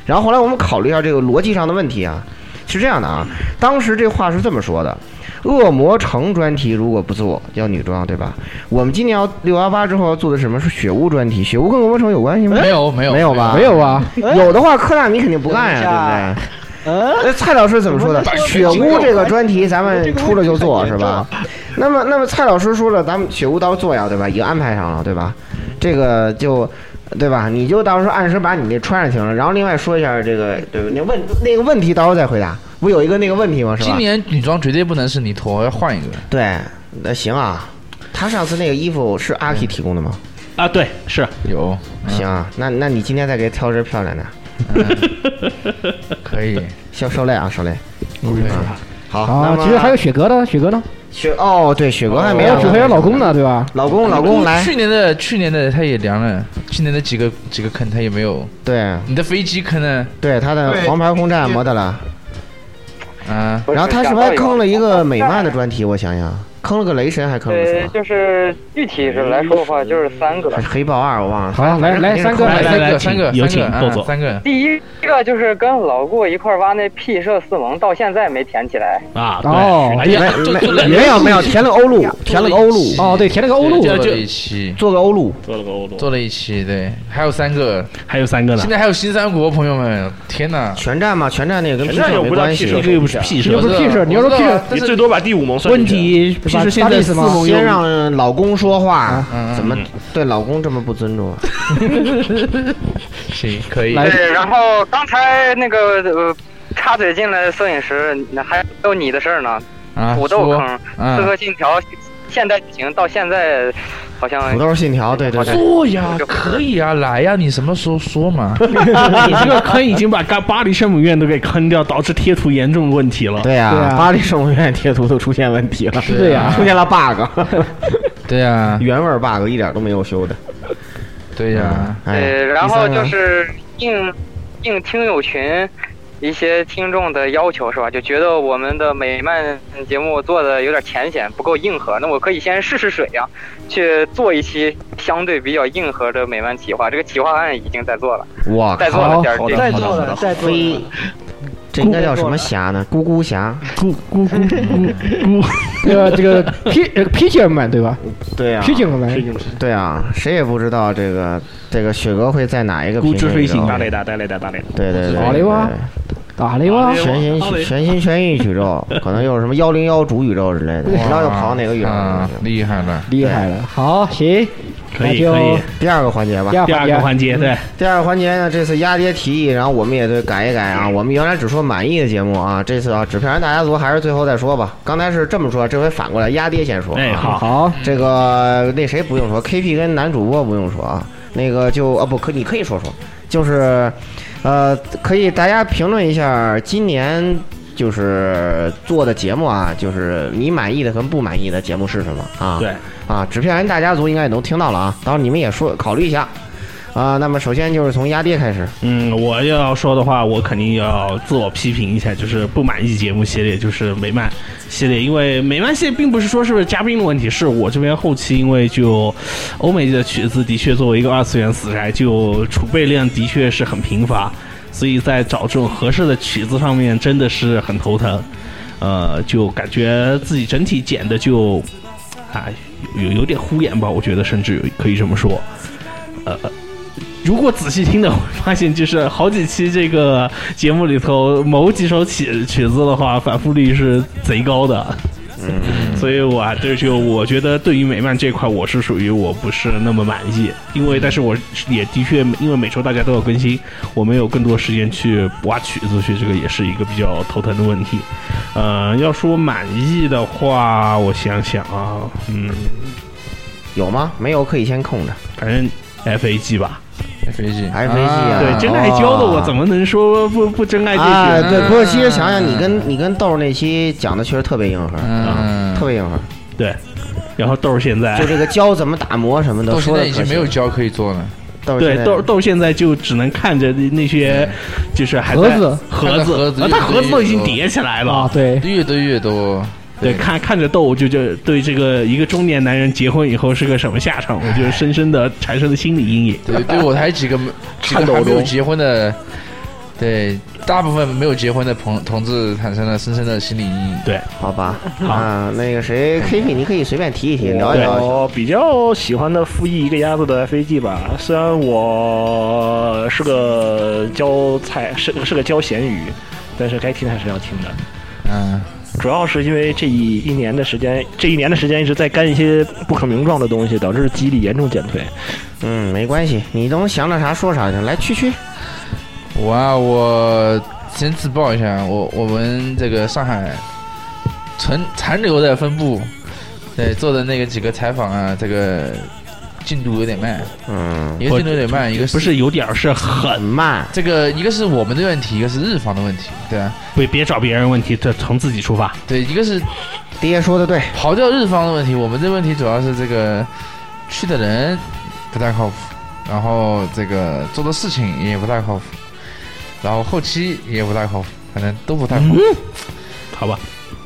S3: 然后后来我们考虑一下这个逻辑上的问题啊，是这样的啊，当时这话是这么说的。恶魔城专题如果不做叫女装对吧？我们今年要六幺八之后要做的是什么是雪屋专题？雪屋跟恶魔城有关系吗？
S4: 没有没有
S3: 没有吧？
S4: 没有啊
S3: 有的话，科大你肯定不干呀、对不对？那哎蔡老师怎嗯么说的？雪屋这个专题咱们出了就做是吧？那么，那么蔡老师说了，咱们雪屋到时候做呀，对吧？已经安排上了，对吧？这个就，对吧？你就到时候按时把你那穿上行了。然后另外说一下这个，对吧？那问那个问题到时候再回答。不有一个那个问题吗？是吧？
S4: 今年女装绝对不能是你脱，我要换一个。
S3: 对，那行啊。他上次那个衣服是阿 K 提供的吗？
S2: 啊，对，是
S4: 有。
S3: 行啊，那那你今天再给挑只漂亮的。
S4: 可以，
S3: 稍稍累啊，稍累。啊好，那
S6: 啊，
S3: 么
S6: 其实还有雪哥呢，雪哥呢？
S3: 雪哦，对，雪哥还没有
S6: 指挥老公呢，对吧？
S3: 老公，老公来。
S4: 去年的去年的他也凉了，去年的几个几个坑他也没有。
S3: 对，啊
S4: 你的飞机坑呢？
S3: 对，他的黄牌轰炸没得了。
S4: 啊，
S3: 然后他是不是还坑了一个美漫的专题？我想想，坑了个雷神，还坑了个什
S10: 对，
S3: 么？
S10: 就是具体是来说的话，就是三个
S3: 还。是黑豹二，我忘了。
S10: 好来来三个来来来
S4: 三个有请三个豆总三个
S10: 第一个就是跟老顾一块儿挖那 P 社四盟，到现在没填起来。
S2: 啊，
S6: 对
S3: 哦，
S6: 哎
S3: 没
S6: 呀就
S3: 没
S6: 就
S3: 没有没有，填了个欧陆，填了个欧陆。
S6: 哦，对，填了个欧陆，
S4: 做了一期，
S3: 做个欧陆，
S5: 做了个欧陆，
S4: 做了一期，对，还有三个，
S2: 还有三个呢
S4: 现在还有新三国，朋友们，天哪！
S3: 全站嘛，全站那个跟
S4: 全
S3: P
S4: 站
S3: 社
S4: 又
S3: 没
S4: 不叫
S3: 关
S4: P
S3: 系，
S4: 社这又不是 P 社这又不是 P 社你要说 P 社
S5: 你最多把第五盟算
S2: 问
S5: 进去。
S2: 题
S3: 对
S2: 是
S3: 吧
S2: 现在
S3: 大力
S2: 四
S3: 士嘛
S2: 盟
S3: 先让老公说话
S4: 嗯嗯，
S3: 怎么对老公这么不尊重啊？
S4: 行，可以
S10: 对，然后刚才那个呃，插嘴进来的摄影师，那还有你的事儿呢。
S4: 啊
S10: 土豆
S4: 说
S10: 坑，
S4: 嗯
S10: 刺客信条现代剧情到现在好像
S3: 土豆信条，对对对。
S4: 做呀，可以啊，来呀，你什么时候说嘛？
S2: 你这个坑已经把巴巴黎圣母院都给坑掉，导致贴图严重问题了。
S3: 对呀、巴黎圣母院贴图都出现问题了，
S2: 对呀
S3: 出现了 bug，
S4: 啊对呀、
S3: 原味 bug 一点都没有修的，
S4: 对呀、
S3: 哎
S10: 对，，然后
S3: 第
S10: 就
S3: 三个
S10: 是应应听友群一些听众的要求是吧？就觉得我们的美漫节目做的有点浅显，不够硬核。那我可以先试试水呀、去做一期相对比较硬核的美漫企划。这个企划案已经在做了，
S3: 哇
S10: 在座
S3: 靠
S10: 的点儿，
S3: 好的好的好的非这应该叫什么侠呢？咕咕侠，
S2: 咕咕咕咕 咕，
S6: 这个这个 P 呃 P 姐们对吧？
S3: 对啊，
S6: P 姐们，
S3: 对啊，谁也不知道这个这个雪哥会在哪一个
S2: 估
S3: 平
S2: 值
S3: 行
S2: 飞
S3: 宇
S2: 行
S4: 啊
S3: 宙，
S2: 打雷达，打雷达，打雷达。
S3: 对对对，
S6: 打雷哇，打雷哇，
S3: 全新全新全域宇宙，可能又是什么幺零幺主宇宙之类的，不知道又跑哪个宇宙了。
S4: 啊，厉害了！
S6: 厉害了，好，行，
S2: 可以
S6: 那就
S2: 可以
S3: 第二个环节吧，
S2: 第二个环节，对，
S3: 第二个环节呢，这次压爹提议，然后我们也对改一改啊。我们原来只说满意的节目啊，这次啊，纸片人大家族还是最后再说吧。刚才是这么说，这回反过来压爹先说、啊。
S2: 哎好
S6: 好，
S3: 这个那谁不用
S2: 嗯
S3: 说，KP 跟男主播不用说啊，那个就啊不可你可以说说，就是呃，可以大家评论一下今年。就是做的节目啊，就是你满意的和不满意的节目是什么啊？
S2: 对
S3: 啊，纸片人大家族应该也能听到了啊，到时候你们也说考虑一下啊。那么首先就是从压爹开始，
S2: 嗯，我要说的话，我肯定要自我批评一下，就是不满意节目系列，就是美漫系列，因为美漫系列并不是说是不是嘉宾的问题，是我这边后期因为就欧美的曲子的确作为一个二次元死宅，就储备量的确是很贫乏，所以在找这种合适的曲子上面真的是很头疼，呃，就感觉自己整体剪的就啊有有点敷衍吧，我觉得甚至有可以这么说，呃。如果仔细听的，会发现就是好几期这个节目里头，某几首曲曲子的话，反复率是贼高的。所以我啊，这就我觉得对于美漫这块，我是属于我不是那么满意，因为但是我也的确因为每周大家都要更新，我没有更多时间去挖曲子去，这个也是一个比较头疼的问题。呃，要说满意的话，我想想啊，嗯，
S3: 有吗？没有可以先空着，
S2: 反正 F A G 吧。
S4: F A G
S3: F A G 啊，
S2: 对，真爱教的我怎么能说不不真爱这
S3: 啊，
S2: 些呢？
S3: 对，
S4: 嗯
S3: 不过其实想想，你跟你跟豆儿那期讲的确实特别硬核，啊
S4: 嗯
S3: 特别硬核。
S2: 对，然后豆儿现在
S3: 就这个胶怎么打磨什么的，
S4: 到现
S3: 说
S4: 在
S3: 的
S4: 已经没有胶可以做了。
S3: 豆
S2: 对
S3: 现在
S2: 豆豆现在就只能看着那那些就是还在
S4: 盒子
S2: 盒子
S4: 看着盒子
S2: 啊
S4: 越
S2: 它
S4: 堆
S2: 盒子
S4: 越
S2: 都已经
S4: 多
S2: 叠起来了
S4: 啊
S6: 对，
S2: 越堆越多。对，看看着豆，就就对这个一个中年男人结婚以后是个什么下场，我就深深的产生了心理阴影。
S4: 对，对我还几个没几个
S2: 颤抖
S4: 还没有
S2: 中
S4: 结婚的，对，大部分没有结婚的朋同志产生了深深的心理阴影。
S2: 对，
S3: 好吧，啊，那个谁，K P，你可以随便提一提，聊一聊。
S5: 我比较喜欢的复议一个鸭子的 FAG 吧，虽然我是个教菜，是是个教闲鱼，但是该听还是要听的。
S4: 嗯，
S5: 主要是因为这一一年的时间，这一年的时间一直在干一些不可名状的东西，导致记忆力严重减退。
S3: 嗯，没关系，你能想到啥说啥去。来，去去，
S4: 我啊，我先自曝一下，我我们这个上海存残留的分部，对做的那个几个采访啊，这个进度有点慢，
S3: 嗯
S4: 一个进度有点慢，一个
S2: 不是有点儿是很
S3: 慢。
S4: 这个一个是我们的问题，一个是日方的问题，对啊，
S2: 别别找别人问题，这从自己出发。
S4: 对，一个是
S3: 爹说的对，
S4: 刨掉日方的问题，我们这问题主要是这个去的人不太靠谱，然后这个做的事情也不太靠谱，然后后期也不太靠谱，反正都不太靠谱。
S2: 嗯好吧，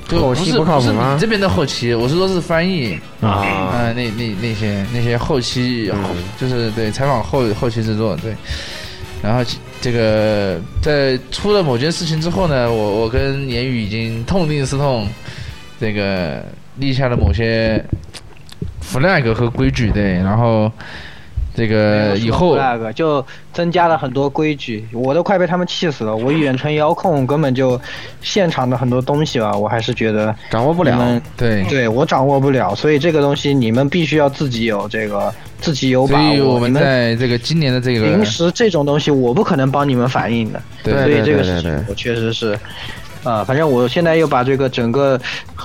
S4: 就
S2: 后
S4: 不
S2: 期
S4: 是
S2: 不靠谱
S4: 是你
S2: 吗
S4: 这边的后期，我是说是翻译
S2: 啊
S4: 呃那那那些那些后期，
S11: 嗯
S4: 就是对采访后后期制作对。然后这个在出了某件事情之后呢，我我跟言语已经痛定思痛，这个立下了某些 flag 和规矩对，然后这个呃以后
S11: flag 就增加了很多规矩，我都快被他们气死了。我远程遥控根本就现场的很多东西吧，我还是觉得
S3: 掌握不
S4: 了对
S11: 对我掌握不了，所以这个东西你们必须要自己有这个自己有把
S4: 所以
S11: 握。
S4: 我们
S11: 你
S4: 在这个今年的这个
S11: 临时这种东西，我不可能帮你们反应的，
S4: 对
S11: 所以
S4: 对
S11: 这个
S4: 对
S11: 事
S4: 对
S11: 情我确实是。啊、反正我现在又把这个整个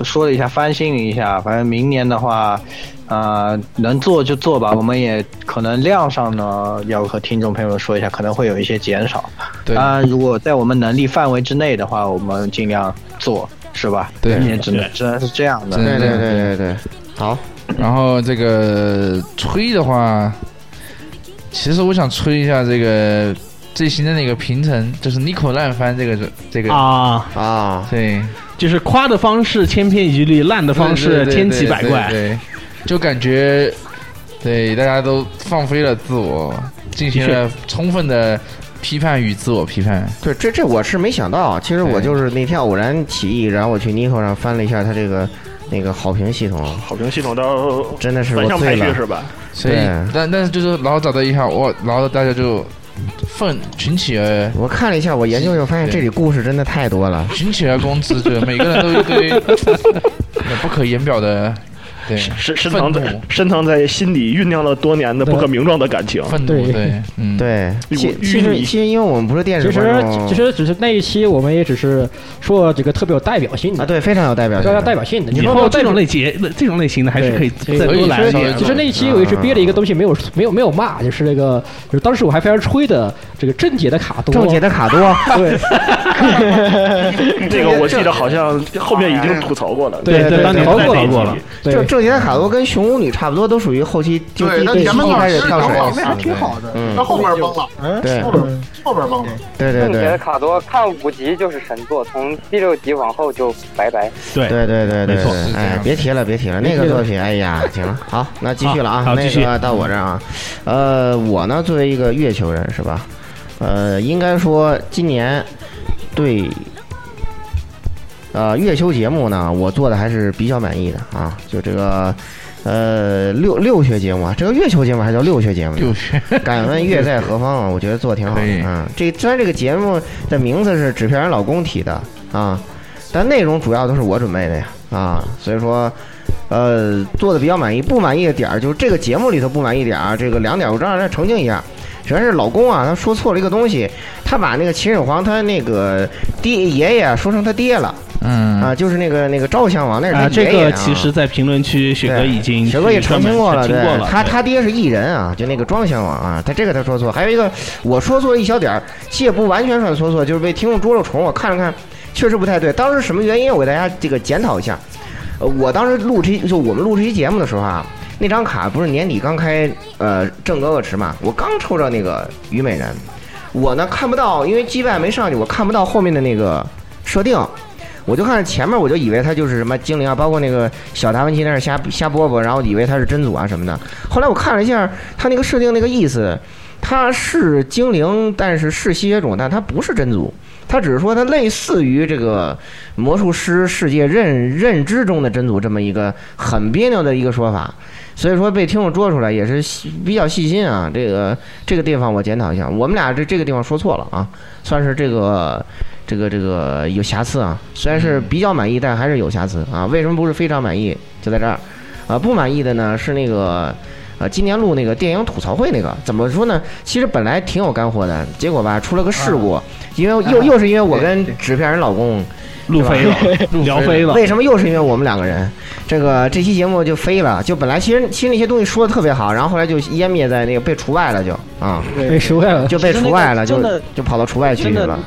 S11: 说了一下，翻新了一下。反正明年的话，呃，能做就做吧。我们也可能量上呢，要和听众朋友们说一下，可能会有一些减少。
S4: 对
S11: 当然，如果在我们能力范围之内的话，我们尽量做，是吧？
S4: 对
S11: 明年只能
S4: 对
S11: 只能是这样的。
S4: 只能这样对对
S3: 对对，好。
S4: 然后这个吹的话，其实我想吹一下这个最新的那个平成，就是 Nico 烂番这个这个
S2: 啊
S3: 啊，
S4: 对，
S2: 就是夸的方式千篇一律，烂的方式
S4: 对对对
S2: 千奇百怪。
S4: 对对对就感觉对大家都放飞了自我，进行了
S3: 的
S4: 充分的批判与自我批判。
S3: 对，这这我是没想到，啊其实我就是那天偶然起意，然后我去 Nico 上翻了一下他这个那个好评系统，
S5: 好评系统到
S3: 真的是
S5: 反
S3: 我
S5: 向
S3: 醉
S5: 排序
S3: 了
S5: 是吧？
S4: 所以
S3: 对，
S4: 但但是就是老找到一下，我然后大家就奋群起而
S3: 我看了一下，我研究就发现这里故事真的太多了。
S4: 群起而攻之，对，每个人都一堆那不可言表的，对，
S5: 深深
S4: 愤
S5: 藏
S4: 怒，
S5: 在深藏在心里酝酿了多年的不可名状的感情，
S4: 愤怒，对，嗯，
S3: 对，其
S5: 我
S3: 其
S5: 淤
S3: 实
S5: 泥
S3: 其实因为我们不是电视
S6: 其实
S3: 观众，
S6: 其实只是那一期我们也只是说这个特别有代表性的
S3: 啊，对，非常有代
S2: 哎
S3: 表
S6: 比
S3: 性
S6: 较
S3: 的
S6: 有代表性的。你
S2: 以
S6: 说
S2: 后
S6: 有代
S2: 这
S6: 表
S2: 种类节这种类型的还是可以
S6: 对
S2: 再多来一
S6: 其
S2: 点
S6: 实
S2: 的。
S6: 其实那一期我一
S2: 嗯
S6: 直憋了一个东西，没有没有没有骂，就是那个，就是当时我还非常吹的这个正解的卡多，
S3: 正解的卡多，
S6: 对，
S5: 这个我记得好像后面已经吐槽过了，
S6: 对
S3: 对
S5: 当年在
S3: 对吐槽
S5: 那一
S3: 过
S5: 集
S3: 了
S5: 里
S6: 对
S3: 就正杰卡多跟熊巫女差不多，都属于后期就
S9: 对
S3: 第
S9: 那
S3: 第
S9: 前面
S3: 一
S9: 老
S3: 开始
S9: 师
S3: 跳
S9: 等
S3: 水啊
S9: 会儿为啥，挺好的
S3: 嗯
S9: 那，后面崩了，
S3: 对
S9: 哎后边后边崩了。
S3: 对对
S10: 圣杰
S3: 对
S10: 卡多看五集就是神作，从第六集往后就拜拜。
S2: 对
S3: 对对对
S2: 没错
S3: 对
S2: 是这样
S3: 哎，别提了，别提了，那
S10: 别
S3: 个
S10: 提了
S3: 作品，哎呀，行了，好，那继续了啊，
S2: 好好继
S3: 那
S2: 续
S3: 个到我这儿啊，呃，我呢作为一个月球人是吧？呃，应该说今年对呃，月球节目呢，我做的还是比较满意的啊。就这个，呃，六六学节目啊，这个月球节目还叫六学节目呢。
S4: 六 学，
S3: 敢问月在何方 啊？我觉得做的挺好的
S4: 可以
S3: 啊。这虽然这个节目的名字是纸片人老公起的啊，但内容主要都是我准备的呀啊，所以说。呃，做的比较满意，不满意的点儿就是这个节目里头不满意点儿，这个两点儿我让大家澄清一下。首先是老公啊，他说错了一个东西，他把那个秦始皇他那个爹爷爷啊说成他爹了，
S4: 嗯
S3: 啊，就是那个那个赵襄王，那是他
S2: 啊，这
S3: 爷爷
S2: 个
S3: 啊
S2: 其实，在评论区雪哥已经
S3: 小哥也澄清过了，
S2: 专门澄清过
S3: 对
S2: 了。
S3: 他他爹是异人啊，就那个庄襄王啊，他这个他说错，还有一个我说错了一小点儿，其实也不完全算说错，就是被听众捉了虫，我看了看，确实不太对。当时什么原因，我给大家这个检讨一下。呃，我当时录这就我们录这期节目的时候啊，那张卡不是年底刚开，呃，正哥哥池嘛，我刚抽着那个虞美人，我呢看不到，因为击败没上去，我看不到后面的那个设定，我就看前面，我就以为他就是什么精灵啊，包括那个小达芬奇在那儿瞎瞎饽饽，然后以为他是真祖啊什么的。后来我看了一下他那个设定那个意思，他是精灵，但是是吸血种，但他不是真祖。他只是说，他类似于这个魔术师世界认认知中的真祖这么一个很别扭的一个说法，所以说被听众捉出来也是细比较细心啊。这个这个地方我检讨一下，我们俩这这个地方说错了啊，算是这个这个这个有瑕疵啊。虽然是比较满意，但还是有瑕疵啊。为什么不是非常满意？就在这儿啊，不满意的呢是那个。呃，今年录那个电影吐槽会那个，怎么说呢？其实本来挺有干货的，结果吧出了个事故，因为又又是因为我跟纸片人老公
S2: 路飞了
S3: 是吧
S2: 聊飞了
S3: 为什么又是因为我们两个人？这个这期节目就飞了，就本来其实其实那些东西说的特别好，然后后来就湮灭在那个被除外了就，啊，
S6: 被除外了，
S3: 就被除外了，就
S11: 真的
S3: 就跑到除外区
S11: 真
S3: 去
S11: 的
S3: 了。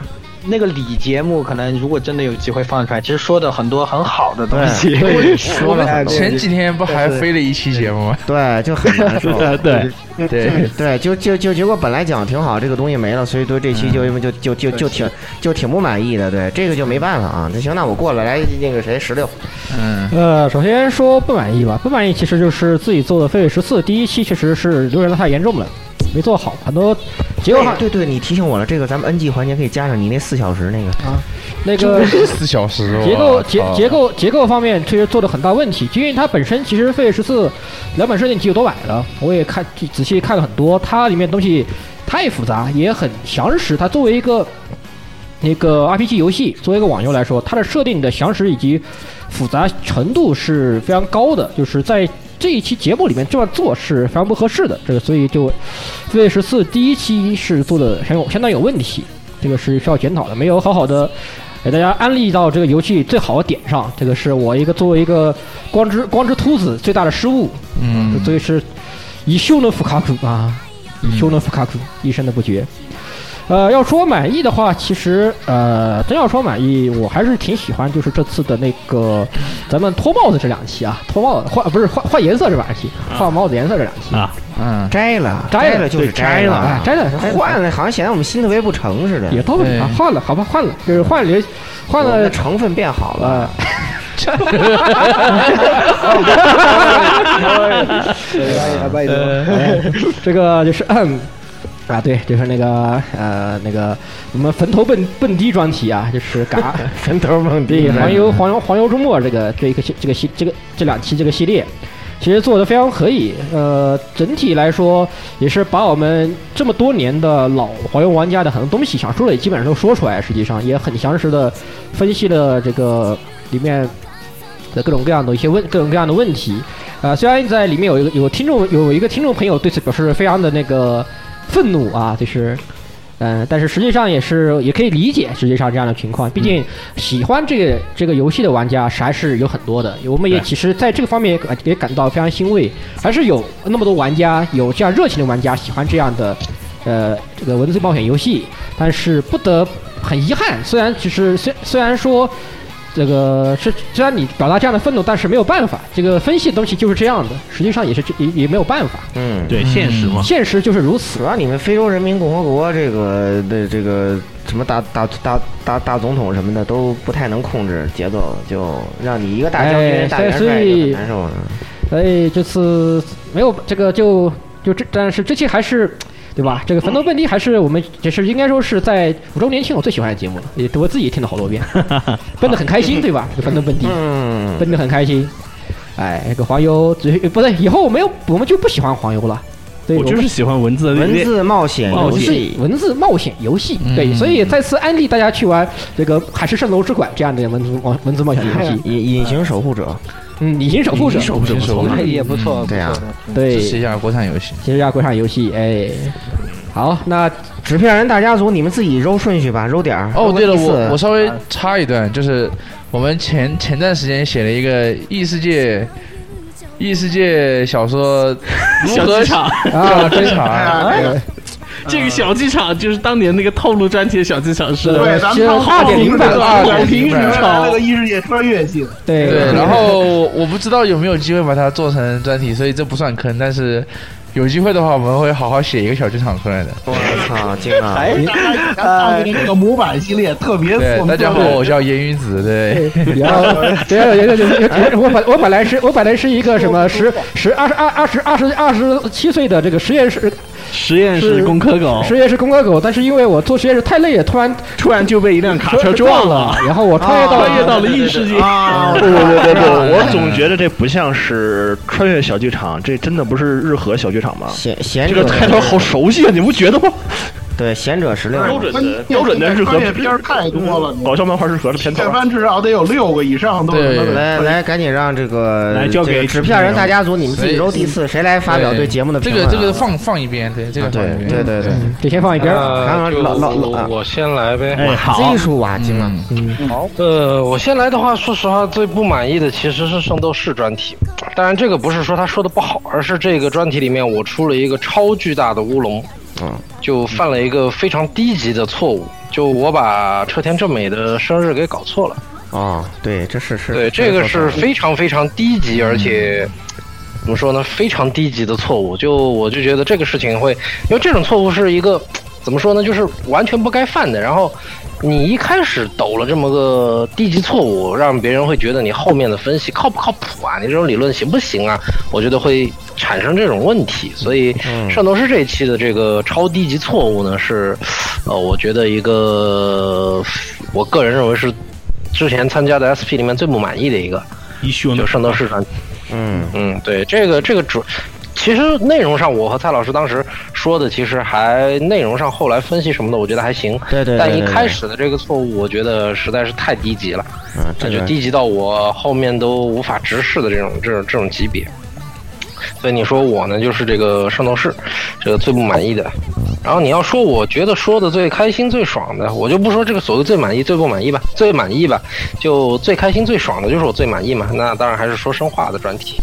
S11: 那个李节目，可能如果真的有机会放出来，其实说的很多很好的东西。
S4: 对
S11: 我
S4: 我
S11: 们
S4: 们前几天不还飞了一期节目吗？。
S3: 对，就很难受
S4: 对对
S3: 对，就就就结果本来讲挺好，这个东西没了，所以对这期就就就就就挺就挺不满意的。对，这个就没办法啊。那行，那我过了，来那个谁石榴，
S4: 嗯，
S6: 呃，首先说不满意吧，不满意其实就是自己做的《飞跃十四》第一期确实是流量太严重了，没做好，很多结果
S3: 对哎对对，你提醒我了，这个咱们 NG 环节可以加上你那四小时那个
S6: 啊，那 个
S4: 四小时啊
S6: 结构
S4: 我
S6: 结
S4: 操
S6: 结构结构方面确实做的很大问题，因为它本身其实《飞跃十四》两本设定集我都买了，我也看仔细看了很多，它里面东西太复杂，也很详实。它作为一个那个 RPG 游戏，作为一个网游来说，它的设定的详实以及复杂程度是非常高的，就是在。这一期节目里面这么做是非常不合适的，这个所以就《飞跃十四》第一期是做的很有相当有问题，这个是需要检讨的，没有好好的给大家安利到这个游戏最好的点上，这个是我一个作为一个光之光之秃子最大的失误。
S4: 嗯，
S6: 所以是以修能福卡库啊，以修能福卡库，一生的不绝。呃，要说满意的话，其实呃，真要说满意，我还是挺喜欢，就是这次的那个咱们脱帽子这两期啊，脱帽子换不是换换颜色这两期，
S3: 啊
S6: 换帽子颜色这两期
S2: 啊，
S4: 嗯，
S3: 摘了
S6: 摘
S3: 了就是
S6: 对摘
S3: 了
S6: 哎
S3: 啊，
S6: 摘了
S3: 换了，好像显得我们心特别不诚似的。
S6: 也都是啊，换了，好吧，换了，就是换了，换
S3: 哎我们的
S6: 了
S3: 成分变好了。
S6: 呃这个就是。嗯啊，对，就是那个呃，那个我们坟头蹦蹦迪专题啊，就是嘎
S3: 坟头蹦
S6: 迪黄油黄油黄油周末这个这一个系这个系这个这两期这个系列，其实做的非常可以。呃，整体来说也是把我们这么多年的老黄油玩家的很多东西想说的也基本上都说出来，实际上也很详实的分析了这个里面的各种各样的一些问各种各样的问题。呃，虽然在里面有一个有听众有一个听众朋友对此表示非常的那个愤怒啊，就是。嗯，但是实际上也是也可以理解，实际上这样的情况，毕竟喜欢这个这个游戏的玩家是还是有很多的。我们也
S2: 对
S6: 其实在这个方面也感也感到非常欣慰，还是有那么多玩家有这样热情的玩家喜欢这样的呃这个文字冒险游戏，但是不得很遗憾，虽然其实虽虽然说这个是虽然你表达这样的愤怒，但是没有办法，这个分析的东西就是这样的，实际上也是这也也没有办法。
S3: 嗯，
S2: 对现实嘛
S6: 现实就是如此。
S3: 主要你们非洲人民共和国这个的这个什么大大大大大总统什么的都不太能控制节奏，就让你一个大将军、
S6: 哎
S3: 大元
S6: 所
S3: 帅就很
S6: 以
S3: 难受了。
S6: 所以这次没有这个就就这，但是这期还是。对吧？这个《坟头蹦迪》还是我们，也是应该说是在五周年庆我最喜欢的节目了，也我自己也听了好多遍，蹦得很开心，对吧？这个《坟头蹦迪》，
S3: 嗯，
S6: 蹦得很开心。哎，这个黄油，只不对，以后我没有，我们就不喜欢黄油了。对，
S2: 我就是喜欢文字的
S3: 文字冒险
S6: 文
S3: 游戏
S6: 字，文字冒险游戏，对，
S3: 嗯
S6: 所以再次安利大家去玩这个《海市蜃楼之馆》这样的文字冒文字冒险游戏。
S3: 隐隐形守护者，
S6: 嗯，隐形守护者，
S4: 隐形守护者不错那个也不错嗯
S3: 对呀、
S6: 对，
S4: 支持一下国产游戏。
S6: 其实要国产游戏，哎，好，那
S3: 纸片人大家族，你们自己揉顺序吧，揉点儿。
S4: 哦，对了，
S3: 揉个第四
S4: 我我稍微插一段，就是我们前前段时间写了一个异世界。异世界小说如
S2: 小
S4: 何
S2: 剧场
S4: 小剧场
S2: 啊
S4: 哎
S2: 对这个小剧场就是当年那个套路专题的小剧场是，
S9: 对，咱们
S2: 好评
S9: 版
S2: 好
S9: 平
S2: 评
S9: 时
S2: 如潮
S9: 那个异世界穿越系的，
S6: 对
S4: 对，然后我不知道有没有机会把它做成专题，所以这不算坑。但是有机会的话，我们会好好写一个小剧场出来的。
S3: 我操，惊了！
S9: 哎，
S12: 嗯
S9: 当年那个模板系列特别讽
S4: 对，
S9: 刺
S4: 大家好，我叫严云子，对，
S6: 然后，然后，然后，我本我本来是我本来是一个什么十十二十二二十二十二十七岁的这个实验室
S2: 实验室工科狗，
S6: 实验室工科狗，但是因为我做实验室太累了，突然
S2: 突然就被一辆卡车撞了，
S6: 然后我穿越到
S2: 穿越到了异世界。
S4: 啊
S5: 不不不不不，我总觉得这不像是穿越小剧场，这真的不是日和小剧场吗？
S3: 贤贤
S5: 这个开头好熟悉啊，你不觉得吗？
S3: 对，贤者时令
S5: 标准的标准的日和
S9: 穿越片儿太多了，
S5: 搞笑漫画日和的片头
S9: 这。番至少得有六个以上都是他们
S3: 来来，赶紧让这个
S2: 来交给
S3: 这个纸片人大家族，你们自己揉第
S4: 所
S3: 四，谁来发表对节目的
S4: 这
S3: 评
S4: 个
S3: 论啊？
S4: 这个放放一边，对这个放一边，
S3: 对对对，
S6: 这先放一边。
S3: 刚刚
S12: 就
S3: 老老老
S12: 我我先来呗。
S3: 技术瓦精了，嗯，
S12: 好，呃，我先来的话，说实话，最不满意的其实是《圣斗士》专题。当然，这个不是说他说的不好，而是这个专题里面我出了一个超巨大的乌龙，
S3: 嗯
S12: 就犯了一个非常低级的错误，就我把车田正美的生日给搞错了。
S3: 啊，对，这是是，
S12: 对，这个是非常非常低级，而且怎么说呢，非常低级的错误。就我就觉得这个事情会，因为这种错误是一个怎么说呢，就是完全不该犯的。然后你一开始抖了这么个低级错误，让别人会觉得你后面的分析靠不靠谱啊？你这种理论行不行啊？我觉得会产生这种问题。所以圣斗士这一期的这个超低级错误呢，是呃，我觉得一个我个人认为是。之前参加的 SP 里面最不满意的一个，就圣斗士传奇。
S3: 嗯
S12: 嗯，对，这个这个主，其实内容上我和蔡老师当时说的，其实还内容上后来分析什么的，我觉得还行。
S3: 对对对
S12: 但一
S3: 对对
S12: 开始的这个错误，我觉得实在是太低级了，
S3: 啊，这
S12: 那
S3: 个
S12: 就低级到我后面都无法直视的这种这种这种级别。所以你说我呢，就是这个圣斗士，这个最不满意的。然后你要说我觉得说的最开心、最爽的，我就不说这个所谓最满意、最不满意吧，最满意吧，就最开心、最爽的就是我最满意嘛。那当然还是说生化的专题。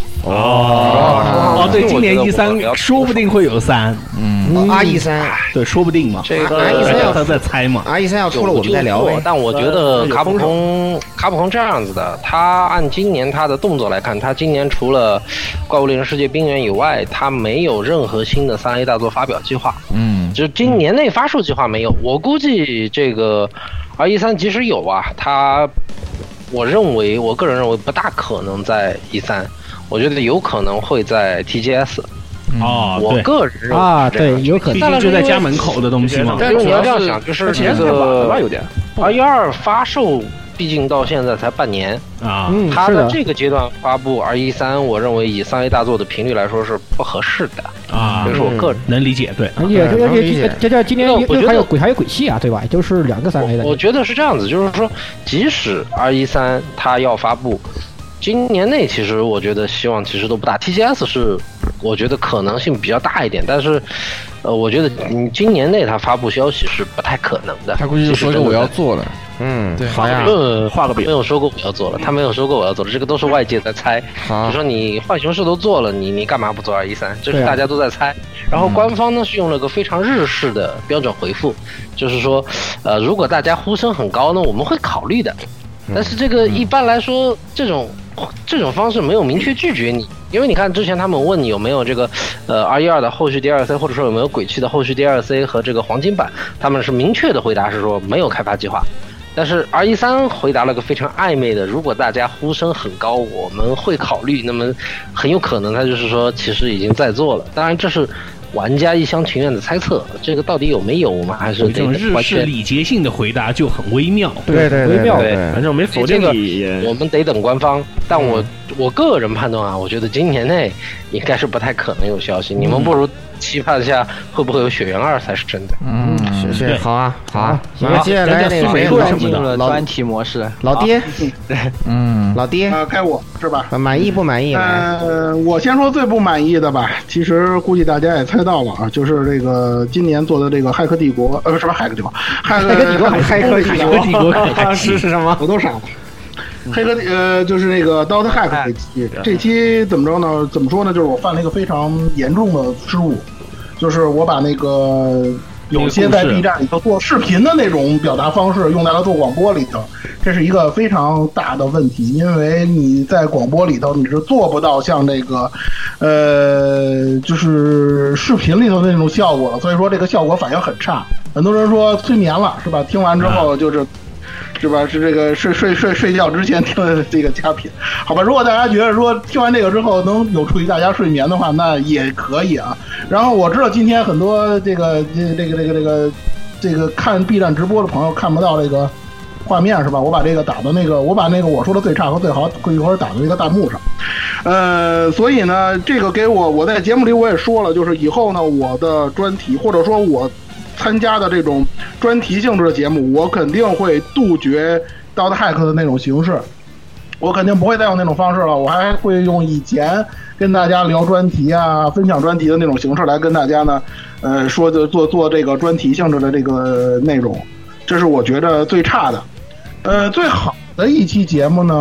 S2: 哦哦，对，今年一三说不定会有三，
S12: 哦
S3: 嗯，阿 E 三，
S2: 对，说不定嘛，
S12: 这个
S2: 大
S12: 阿 E 三
S2: 家
S12: 要
S2: 他在猜嘛，
S3: 阿 E 三要出了
S12: 有
S3: 我们再聊
S12: 纠
S3: 呗呃
S12: 错。但我觉得卡普空卡普空这样子的，他按今年他的动作来看，他今年除了《怪物猎人世界：冰原》以外，他没有任何新的三 A 大作发表计划。
S4: 嗯，
S12: 就今年内发售计划没有。我估计这个 R 一三即使有啊，它我认为我个人认为不大可能在一三，我觉得有可能会在 TGS。
S2: 哦，
S12: 我
S2: 对
S12: 个人认为
S6: 啊，
S12: 是这样
S6: 对，有可
S2: 毕
S6: 能。
S2: 竟就在家门口的东西嘛，
S12: 但是你要这样想，就是
S5: 前
S12: 这
S5: 太晚了
S12: 个
S5: 吧，有点。
S12: R 一二发售，毕竟到现在才半年，
S2: 啊，
S6: 嗯，
S12: 它
S6: 是
S12: 的
S6: 的，
S12: 这个阶段发布 R 一三，我认为以三 A 大作的频率来说是不合适的，
S2: 啊
S12: 这，是我个人。
S2: 能理解，对，
S6: 而且
S3: 对能
S6: 而
S3: 理
S6: 且
S3: 解
S6: 这这这今年
S12: 那我觉
S6: 又
S12: 得
S6: 还有鬼还有鬼泣啊，对吧？就是两个三 A 的
S12: 我。我觉得是这样子，就是说，即使 R 一三它要发布，今年内其实我觉得希望其实都不大。TGS 是我觉得可能性比较大一点，但是，呃，我觉得你今年内它发布消息是不太可能的。
S4: 他估计就说
S12: 是
S4: 个我要做了，
S3: 嗯，
S4: 对
S3: 好呀，
S12: 呃，
S5: 画个饼
S12: 没有说过我要做了，他没有说过我要做了，这个都是外界在猜。
S3: 好
S12: 就说你浣熊市都做了，你你干嘛不做二一三？这
S6: 对
S12: 是
S6: 啊
S12: 大家都在猜。然后官方呢是用了个非常日式的标准回复，就是说，呃，如果大家呼声很高呢，我们会考虑的。但是这个一般来说，这种这种方式没有明确拒绝你，因为你看之前他们问你有没有这个呃 R 一二的后续 DLC，或者说有没有鬼泣的后续 DLC 和这个黄金版，他们是明确的回答是说没有开发计划。但是 R 一三回答了个非常暧昧的，如果大家呼声很高，我们会考虑。那么很有可能他就是说，其实已经在做了。当然这是玩家一厢情愿的猜测，这个到底有没有，我们还是
S2: 有一
S12: 得
S2: 种日
S12: 完
S2: 式
S12: 全
S2: 礼节性的回答就很微妙，
S3: 对对对
S6: 微妙
S3: 对
S5: 反
S3: 对，
S5: 正没否定
S12: 这个
S5: 你也，
S12: 我们得等官方。但我、我个人判断啊，我觉得今年内应该是不太可能有消息。你们不如期盼一下会不会有《血缘二》才是真的。
S3: 是是，
S2: 对
S3: 嗯好啊好啊，
S2: 行
S3: 那接下来那
S2: 咱
S3: 个
S2: 再
S3: 谁
S2: 说
S8: 突 然进
S2: 一说
S3: 老
S8: 入了专题模式。啊
S3: 老爹
S4: 嗯，
S3: 老爹
S9: 啊，该我是吧？
S3: 满意不满意？来
S9: 呃，我先说最不满意的吧，其实估计大家也猜到了啊，就是这个今年做的这个《骇客帝国》，呃，什么《骇客帝国》，骇客帝国，
S3: 骇客帝国，
S9: 帝国，
S3: 是是什么？
S9: 我都傻了。黑客帝呃，就是那个 Dota Hack 这期，这期怎么着呢？怎么说呢？就是我犯了一个非常严重的失误，就是我把那个有些在 B 站里头做视频的那种表达方式用在了做广播里头，这是一个非常大的问题，因为你在广播里头你是做不到像这个，呃，就是视频里头的那种效果，所以说这个效果反应很差。很多人说催眠了是吧？听完之后就是。是吧？是这个睡睡睡睡觉之前听的这个佳品，好吧？如果大家觉得说听完这个之后能有助于大家睡眠的话，那也可以啊。然后我知道今天很多这个这这个这个这个这个看 B 站直播的朋友看不到这个画面是吧？我把这个打到那个我把那个我说的最差和最好一会儿打到那个弹幕上。呃，所以呢，这个给我我在节目里我也说了，就是以后呢我的专题或者说我参加的这种专题性质的节目，我肯定会杜绝 Dota Hack 的那种形式，我肯定不会再用那种方式了，我还会用以前跟大家聊专题啊、分享专题的那种形式来跟大家呢，呃，说的做做这个专题性质的这个内容，这是我觉得最差的。呃，最好的一期节目呢，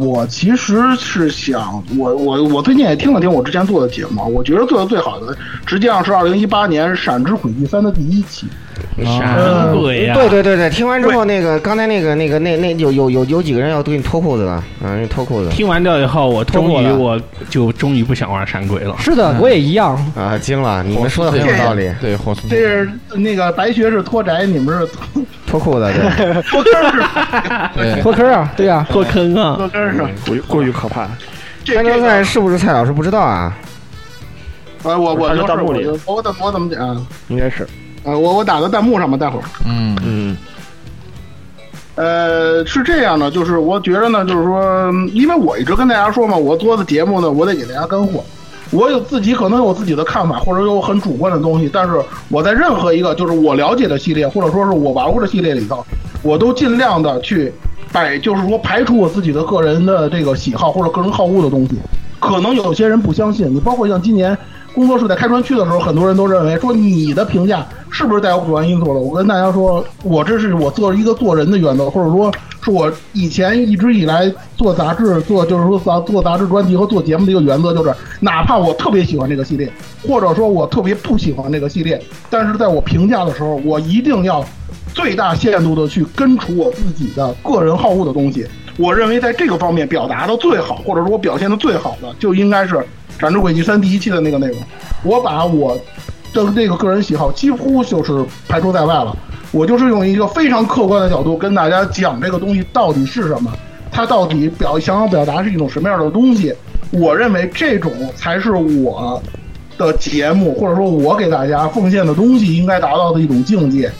S9: 我其实是想，我我我最近也听了听我之前做的节目，啊我觉得做的最好的，实际上是二零一八年《闪之轨迹三》的第一期。呃
S3: 嗯对对对对，听完之后，那个刚才那个那个那那有有有有几个人要对你脱裤子了，嗯，脱裤子。
S2: 听完掉以后，我
S3: 通
S2: 终
S3: 过
S2: 于
S3: 了
S2: 我就终于不想玩闪鬼了。哎
S12: 是的，我也一样
S3: 啊，惊了！你们说的很有道理。
S13: 对，火速
S9: 这是那个白学是脱宅，你们是脱
S3: 脱裤子，对，
S9: 脱坑 是
S13: 对
S12: 脱坑啊，对啊，
S2: 脱坑啊，
S9: 脱坑是吧？
S5: 过于过于可怕。
S3: 三周赛是不是蔡老师不知道啊？
S9: 呃，我我
S5: 看
S9: 就是
S5: 着弹幕
S9: 我
S5: 里
S9: 就我怎么我怎么讲？啊
S5: 应该是，
S9: 呃，我我打到弹幕上吧，待会儿。
S13: 嗯
S5: 嗯，
S9: 呃，是这样的，就是我觉得呢，就是说，嗯因为我一直跟大家说嘛，我做的节目呢，我得给大家干货。我有自己可能有自己的看法，或者有很主观的东西，但是我在任何一个就是我了解的系列，或者说是我玩过的系列里头，我都尽量的去摆，就是说排除我自己的个人的这个喜好或者个人好恶的东西。可能有些人不相信，你包括像今年工作室在开专区的时候，很多人都认为说你的评价是不是带有主观因素了？我跟大家说，我这是我做一个做人的原则，或者说是我以前一直以来做杂志、做就是说杂做杂志专题和做节目的一个原则，就是哪怕我特别喜欢这个系列，或者说我特别不喜欢这个系列，但是在我评价的时候，我一定要最大限度的去根除我自己的个人好恶的东西。我认为在这个方面表达的最好，或者说我表现的最好的，就应该是《展翅轨迹三》第一期的那个内容。我把我的这个个人喜好几乎就是排除在外了。我就是用一个非常客观的角度跟大家讲这个东西到底是什么，它到底表想要表达是一种什么样的东西。我认为这种才是我的节目，或者说我给大家奉献的东西应该达到的一种境界。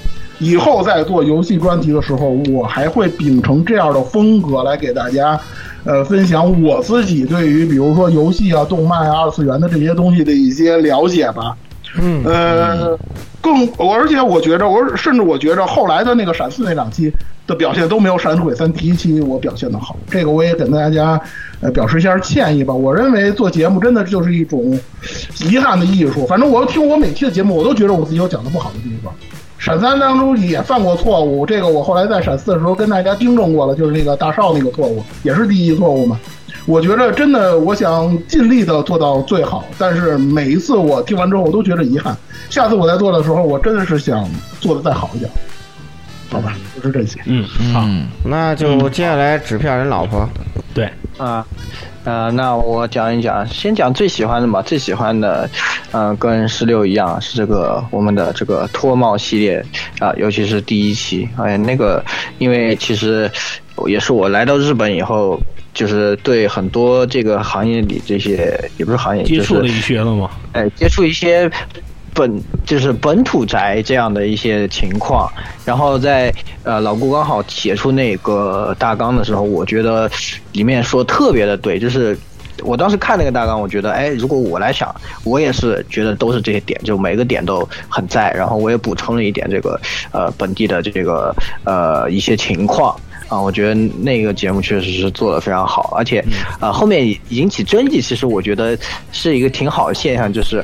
S9: 以后在做游戏专题的时候，我还会秉承这样的风格来给大家，呃，分享我自己对于比如说游戏啊、动漫啊、二次元的这些东西的一些了解吧。
S12: 嗯，
S9: 呃，更我而且我觉着，我甚至我觉着后来的那个闪四那两期的表现都没有《闪鬼三》第一期我表现的好，这个我也跟大家呃表示一下歉意吧。我认为做节目真的就是一种遗憾的艺术，反正我听我每期的节目，我都觉得我自己有讲的不好的地方。闪三当中也犯过错误，这个我后来在闪四的时候跟大家纠正过了，就是那个大少那个错误，也是第一错误嘛。我觉得真的，我想尽力的做到最好，但是每一次我听完之后，我都觉得遗憾。下次我再做的时候，我真的是想做的再好一点，好吧？就是这些。
S2: 嗯，
S13: 好，
S3: 那就接下来纸片人老婆，
S2: 对，
S8: 啊，呃，那我讲一讲，先讲最喜欢的吧。最喜欢的，嗯、跟十六一样，是这个我们的这个脱帽系列啊、尤其是第一期，哎，那个，因为其实也是我来到日本以后，就是对很多这个行业里这些，也不是行业，
S2: 接触
S8: 就
S2: 了
S8: 是
S2: 一些了吗？
S8: 哎，接触一些本就是本土宅这样的一些情况，然后在呃老顾刚好写出那个大纲的时候，我觉得里面说特别的对，就是。我当时看那个大纲，我觉得，哎，如果我来想，我也是觉得都是这些点，就每个点都很在。然后我也补充了一点这个，呃，本地的这个呃一些情况，啊，我觉得那个节目确实是做的非常好，而且啊、呃后面引起争议，其实我觉得是一个挺好的现象，就是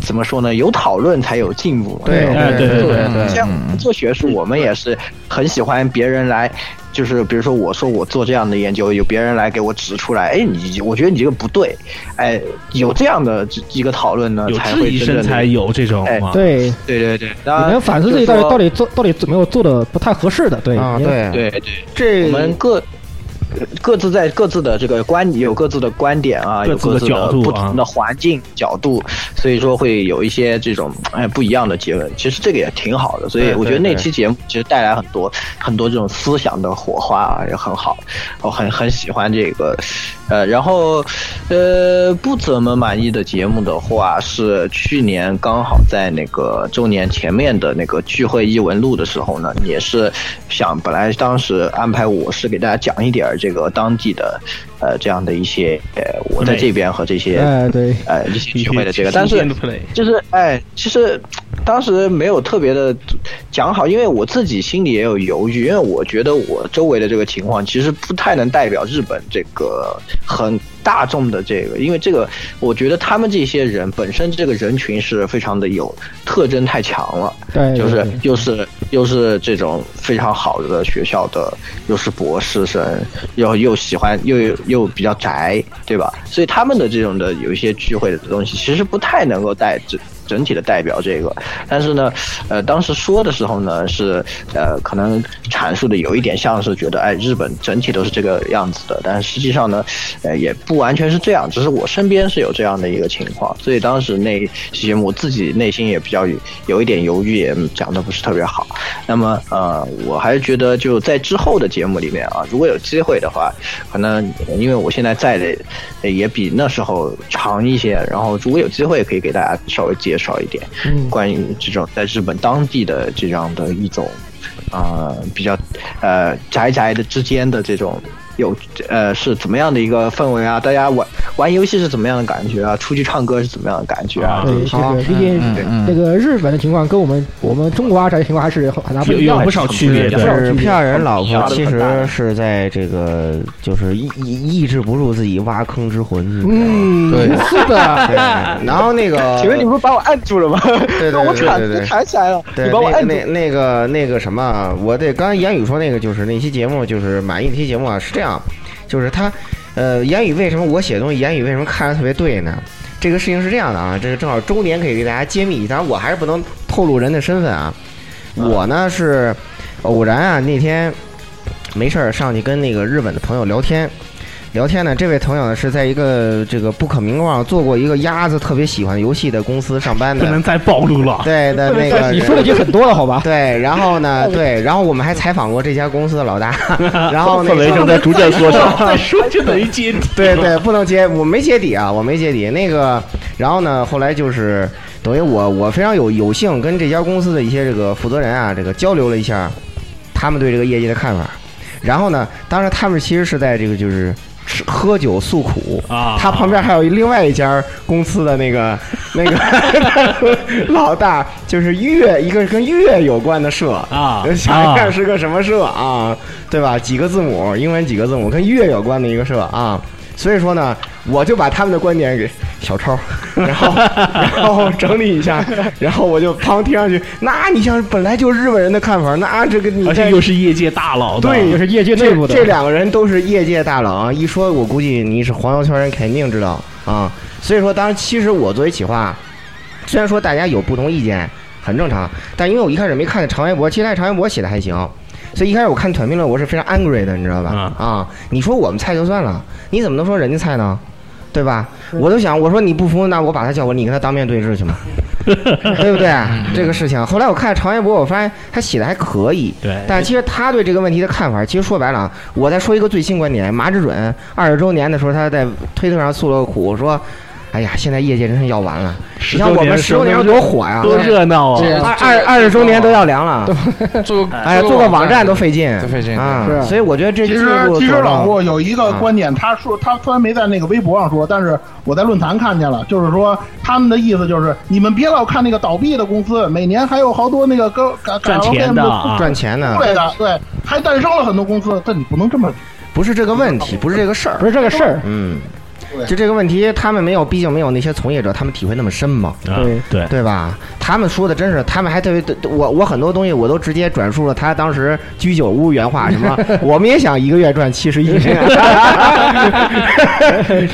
S8: 怎么说呢？有讨论才有进步。
S3: 对
S8: 吧
S3: 对对
S8: 做
S3: 对对
S8: 像我们做学术，我们也是很喜欢别人来，就是比如说我说我做这样的研究，有别人来给我指出来，哎，你我觉得你这个不对，哎，有这样的一个讨论呢，
S2: 有
S8: 才
S2: 质
S8: 会
S2: 疑
S8: 真
S2: 声
S8: 正的
S2: 才有这种
S8: 哎
S2: 嘛。
S6: 对
S8: 对对对，当然
S6: 你能反思自己到底到底做到底怎么有做的不太合适的，对
S3: 啊
S6: 你要
S3: 对
S8: 对对，
S3: 这
S8: 我们各各自在各自的这个观有各自的观点啊，有
S2: 各
S8: 各自
S2: 自的角
S8: 的
S2: 度啊
S8: 不同的环境角度，所以说会有一些这种哎不一样的结论。其实这个也挺好的，所以
S3: 对
S8: 我觉得
S3: 对
S8: 那
S3: 对
S8: 期节目其实带来很多很多这种思想的火花啊，也很好，我很很喜欢这个。呃，然后呃不怎么满意的节目的话，是去年刚好在那个周年前面的那个聚会异闻录的时候呢，也是想本来当时安排我是给大家讲一点儿这个当地的呃这样的一些呃我在这边和这些
S6: 哎对
S8: 呃一些聚会的这个，
S2: 一些
S8: 但
S2: 新
S8: 是
S2: 鲜的 play
S8: 就是哎，其实当时没有特别的讲好，因为我自己心里也有犹豫，因为我觉得我周围的这个情况其实不太能代表日本这个很大众的这个，因为这个我觉得他们这些人本身这个人群是非常的有特征太强了，
S6: 对
S8: 就是
S6: 对对
S8: 又是又是这种非常好的学校的，又是博士生，又又喜欢又又又比较宅，对吧？所以他们的这种的有一些聚会的东西，其实不太能够代整整体的代表这个。但是呢，呃，当时说的时候呢，是呃，可能阐述的有一点像是觉得，哎，日本整体都是这个样子的，但实际上呢，呃，也不完全是这样，只是我身边是有这样的一个情况，所以当时那期节目我自己内心也比较有一点犹豫，也讲的不是特别好。那么呃，我还是觉得就在之后的节目里面啊，如果有机会的话，可能因为我现在在的呃也比那时候长一些，然后如果有机会可以给大家稍微介绍一点
S6: 嗯
S8: 关于这种在日本当地的这样的一种呃比较呃宅宅的之间的这种有呃是怎么样的一个氛围啊？大家玩玩游戏是怎么样的感觉啊？出去唱歌是怎么样的感觉啊？
S6: 对，这个毕竟这个日本的情况跟我们我们中国阿宅的情况还是有很哎大不一样的，有不少
S3: 就是
S6: 区别嗯
S3: 漂亮人老婆其实是在这个，就是抑抑抑制不住自己挖坑之魂。
S6: 嗯
S3: 对
S6: 是的
S3: 对然后那个，
S8: 请问你不是把我按住了吗？
S3: 对对
S8: 我
S3: 对
S8: 铲
S3: 对对
S8: 我铲起来了，
S3: 对，
S8: 你把我
S3: 那
S8: 按住。
S3: 那那个那个什么啊，我对刚才言语说那个就是那期节目，就是满意那期节目啊，是这样，就是他，呃，言语为什么我写东西，言语为什么看着特别对呢？这个事情是这样的啊，这个正好周年可以给大家揭秘，当然我还是不能透露人的身份啊。
S8: 嗯
S3: 我呢是偶然啊，那天没事儿上去跟那个日本的朋友聊天，聊天呢，这位朋友呢是在一个这个不可名状做过一个鸭子特别喜欢游戏的公司上班的，
S2: 不能再暴露了。
S3: 对的那个，
S6: 你说的已经很多了，好吧？哦
S3: 对，然后呢，对，然后我们还采访过这家公司的老 大，
S2: 啊
S3: 然后那
S5: 氛围
S3: 个
S5: 正在逐渐缩 小
S2: 再说就等于揭底。
S3: 对对，不能揭，我没揭底啊，我没揭底。那个，然后呢，后来就是等于我我非常有有幸跟这家公司的一些这个负责人啊，这个交流了一下他们对这个业绩的看法。然后呢，当时他们其实是在这个就是。吃喝酒诉苦
S2: 啊
S3: 他旁边还有一另外一家公司的那个那 个老大，就是乐一个跟乐有关的社
S2: 啊
S3: 想一
S2: 啊
S3: 看是个什么社啊，对吧？几个字母，英文几个字母，跟乐有关的一个社啊。所以说呢，我就把他们的观点给小超，然 后然后整理一下，然后我就旁听上去。那你像本来就日本人的看法，那这个你
S2: 而
S3: 这
S2: 且又是业界大 佬的，
S3: 对，
S6: 又是业界内部的
S3: 这。这两个人都是业界大佬啊！一说，我估计你是黄油圈人肯定知道啊。所以说，当然，其实我作为企划，虽然说大家有不同意见很正常，但因为我一开始没看见长微博，其实看见长微博写的还行。所以一开始我看短评论，我是非常 angry 的，你知道吧？啊，你说我们菜就算了，你怎么能说人家菜呢？对吧？我都想，我说你不服，那我把他叫过来，你跟他当面 对质去嘛，对不对？这个事情。后来我看长微博，我发现他写的还可以，
S2: 对
S3: 但其实他对这个问题的看法，其实说白了啊，我再说一个最新观点：马志准二十周年的时候，他在推特上诉了个苦，说。哎呀，现在业界真是要完了！
S2: 10
S3: 你看我们十周
S2: 周年
S3: 年
S2: 的时候
S3: 多火呀，
S2: 多热闹啊
S3: 二二二十周年都要凉了，
S4: 做
S3: 哎呀，做个网站都费劲，
S4: 都费劲
S3: 啊
S6: 是！
S3: 所以我觉得这
S9: 其
S3: 进
S9: 实
S3: 步
S9: 其实
S3: 走嗯
S9: 老
S3: 到
S9: 顾有一个观点，他说他虽然没在那个微博上说，但是我在论坛看见了，就是说他们的意思就是你们别老看那个倒闭的公司，每年还有好多那个高改改
S2: 赚
S9: 革
S2: 钱
S9: 变
S2: 的
S9: 的
S2: 啊
S3: 赚钱呢，
S9: 对的，对，还诞生了很多公司，但你不能这么
S3: 不是这个问题，不是这个事儿
S6: 不，是这个事儿，
S3: 嗯，就这个问题，他们没有，毕竟没有那些从业者，他们体会那么深嘛。
S2: 啊对
S3: 对吧？他们说的真是，他们还特别，我我很多东西我都直接转述了他当时居酒屋原话，什 么我们也想一个月赚七十亿，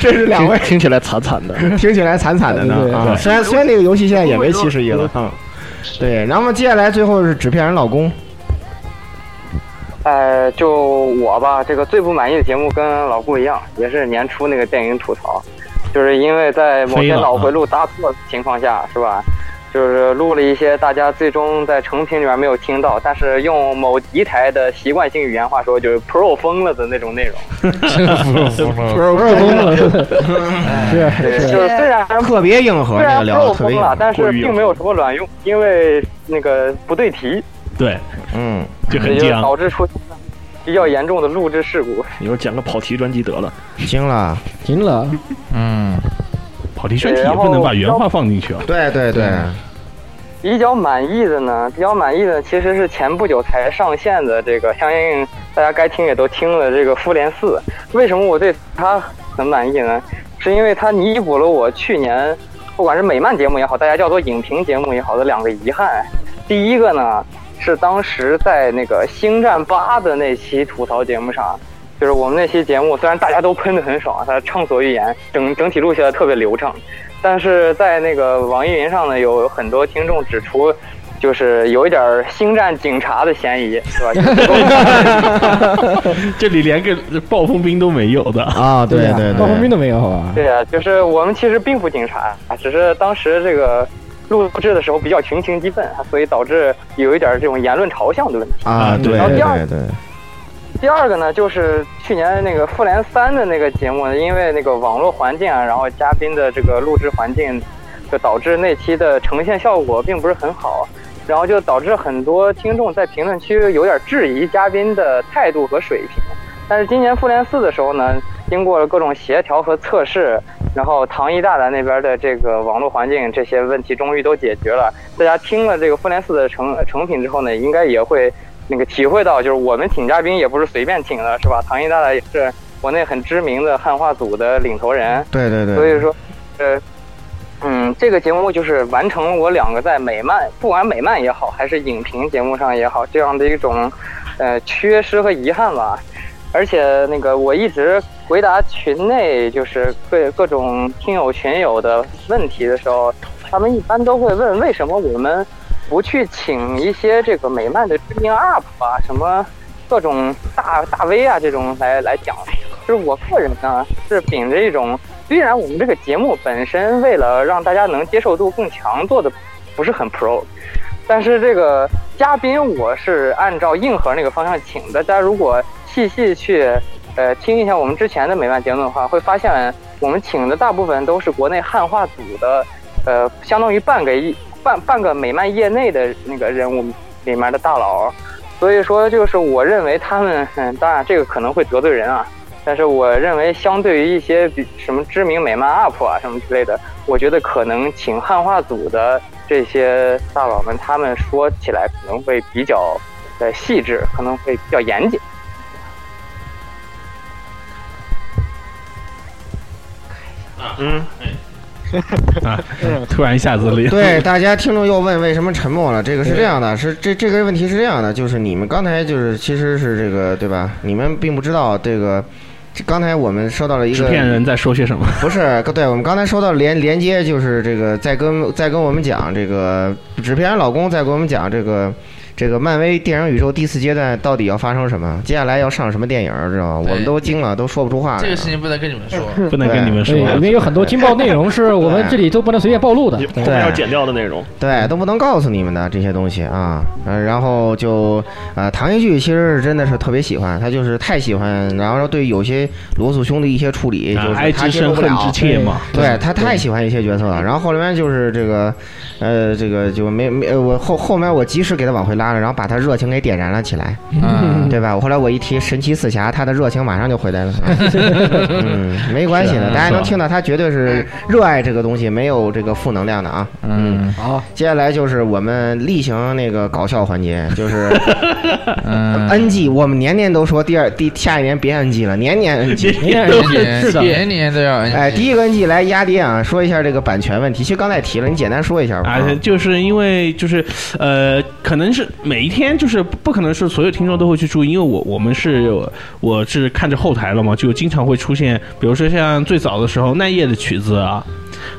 S3: 这是两位
S5: 听起来惨惨的，
S3: 听起来惨惨的呢
S5: 对对
S3: 啊！
S5: 对
S3: 虽然虽然那个游戏现在也没七十亿了，嗯，对。然后接下来最后是纸片人老公，
S10: 呃，就我吧，这个最不满意的节目跟老顾一样，也是年初那个电影吐槽，就是因为在某
S14: 飞
S10: 些
S14: 了
S10: 脑回路搭错的情况下，是吧？就是录了一些大家最终在成品里面没有听到，但是用某一台的习惯性语言话说，就是 Pro 疯了的那种内容。
S3: 不是哎
S10: 疯了
S3: 是
S10: 是就是虽然
S3: 特别硬核
S10: 虽
S3: 那个
S10: 然
S3: 聊的
S10: Pro
S3: 特别
S10: 疯
S3: 硬
S10: 了
S3: 核，，
S10: 但啊是并没有什么卵用，因为那个不对题，
S2: 对，
S3: 嗯，
S10: 这
S5: 就很
S10: 就
S5: 犟。
S10: 导致出现了比较严重的录制事故。
S5: 一会儿讲个跑题专辑得了。
S3: 惊了，
S6: 惊了，
S4: 嗯，
S2: 跑题专题也不能把原话放进去啊。
S3: 对对对，
S10: 比较满意的呢，比较满意的其实是前不久才上线的这个，相应大家该听也都听了这个《复联四》。为什么我对它很满意呢？是因为它弥补了我去年不管是美漫节目也好，大家叫做影评节目也好的两个遗憾。第一个呢是当时在那个《星战八》的那期吐槽节目上，就是我们那期节目虽然大家都喷得很爽，它畅所欲言，整整体录下来特别流畅。但是在那个网易云上呢，有很多听众指出，就是有一点儿星战警察的嫌疑，是吧？
S2: 这里连个暴风兵都没有的
S3: 啊！
S6: 对呀暴风兵都没有，好吧？
S10: 对呀、就是我们其实并不警察，啊只是当时这个录制的时候比较群情激愤，啊所以导致有一点儿这种言论朝向的问题。
S3: 啊，对
S10: 然后 第二
S3: 对对。
S10: 第二个呢，就是去年那个《复联三》的那个节目呢，因为那个网络环境啊，然后嘉宾的这个录制环境，就导致那期的呈现效果并不是很好，然后就导致很多听众在评论区有点质疑嘉宾的态度和水平。但是今年《复联四》的时候呢，经过了各种协调和测试，然后唐医大大那边的这个网络环境这些问题终于都解决了。大家听了这个《复联四》的成成品之后呢，应该也会那个体会到，就是我们请嘉宾也不是随便请的，是吧？唐医大大也是国内很知名的汉化组的领头人，
S3: 对对对，
S10: 所以说，呃，嗯，这个节目就是完成了我两个在美漫，不管美漫也好，还是影评节目上也好，这样的一种呃缺失和遗憾吧。而且那个我一直回答群内就是各各种听友群友的问题的时候，他们一般都会问为什么我们不去请一些这个美漫的知名 UP 啊，什么各种大大 V 啊这种来来讲。就是我个人呢是秉着一种，虽然我们这个节目本身为了让大家能接受度更强，做的不是很 pro，但是这个嘉宾我是按照硬核那个方向请的，大家如果细细去呃听一下我们之前的美漫节目的话，会发现我们请的大部分都是国内汉化组的，呃，相当于半个一半半个美漫业内的那个人物里面的大佬，所以说就是我认为他们，嗯，当然这个可能会得罪人啊。但是我认为，相对于一些比什么知名美漫 UP 啊什么之类的，我觉得可能请汉化组的这些大佬们，他们说起来可能会比较呃细致，可能会比较严谨。
S5: 嗯，
S2: 啊，
S3: 嗯
S2: 突然一下子里
S3: 对，大家听众又问为什么沉默了？这个是这样的，是这这个问题是这样的，就是你们刚才就是其实是这个对吧？你们并不知道这个，这刚才我们收到了一个
S2: 纸片人在说些什么？
S3: 不是，对我们刚才收到连连接，就是这个在跟在跟我们讲这个纸片人老公在跟我们讲这个这个漫威电影宇宙第四阶段到底要发生什么，接下来要上什么电影，知道吗？我们都惊了，都说不出话来
S4: 这
S3: 了
S4: 个。事 情不能跟你们说，
S6: 对里面有很多劲爆内 容是我们这里都不能随便暴露的。对
S3: 对
S5: 要剪掉的内容。
S3: 对，都不能告诉你们的这些东西啊。呃，然后就呃，唐一剧其实是真的是特别喜欢，他就是太喜欢，然后对有些罗素兄弟一些处理，
S2: 啊
S3: 就是
S2: 爱
S3: 他
S2: 之
S3: 接
S2: 深
S3: 受不
S2: 恨
S3: 了
S2: 之切嘛
S3: 对
S2: 对
S3: 他太喜欢一些角色了。然后后面就是这个，呃，这个就没没呃我后后面我及时给他往回拉发了，然后把他热情给点燃了起来，
S4: 嗯
S3: 对吧？我后来我一提神奇四侠，他的热情马上就回来了。 嗯， 没关系
S4: 是
S3: 的，
S4: 啊
S3: 大家能
S4: 是啊
S3: 听到他绝对是热爱这个东西，没有这个负能量的啊。
S4: 嗯，
S3: 好，接下来就是我们例行那个搞笑环节，就是
S4: 嗯
S3: NG，我们年年都说第二第下一年别 NG 了，年年 NG，
S4: 年年 NG 是的年 年都要 NG
S3: 哎，第一个 NG 来压爹啊，说一下这个版权问题，其实刚才提了，你简单说一下吧。
S2: 啊，就是因为就是呃，可能是每一天就是不可能是所有听众都会去注意，因为我我们是我是看着后台了嘛，就经常会出现，比如说像最早的时候奈叶的曲子啊，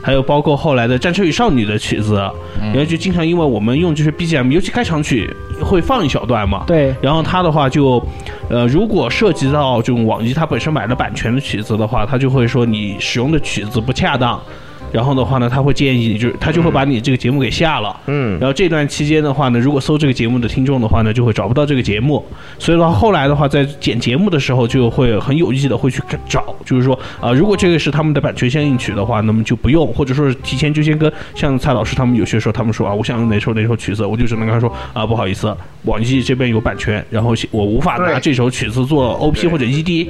S2: 还有包括后来的《战车与少女》的曲子，啊然后就经常因为我们用就是 BGM，尤其开场曲会放一小段嘛，
S6: 对，
S2: 然后它的话就呃，如果涉及到这种网易它本身买了版权的曲子的话，它就会说你使用的曲子不恰当。然后的话呢，他会建议你，就是他就会把你这个节目给下了。
S3: 嗯
S2: 然后这段期间的话呢，如果搜这个节目的听众的话呢，就会找不到这个节目。所以的话，后来的话，在剪节目的时候就会很有意的会去找，就是说啊、如果这个是他们的版权相应曲的话，那么就不用，或者说是提前就先跟像蔡老师他们有些时候他们说啊，我想用哪首哪首曲子，我就只能跟他说啊，不好意思，网易这边有版权，然后我无法拿这首曲子做 OP 或者 ED。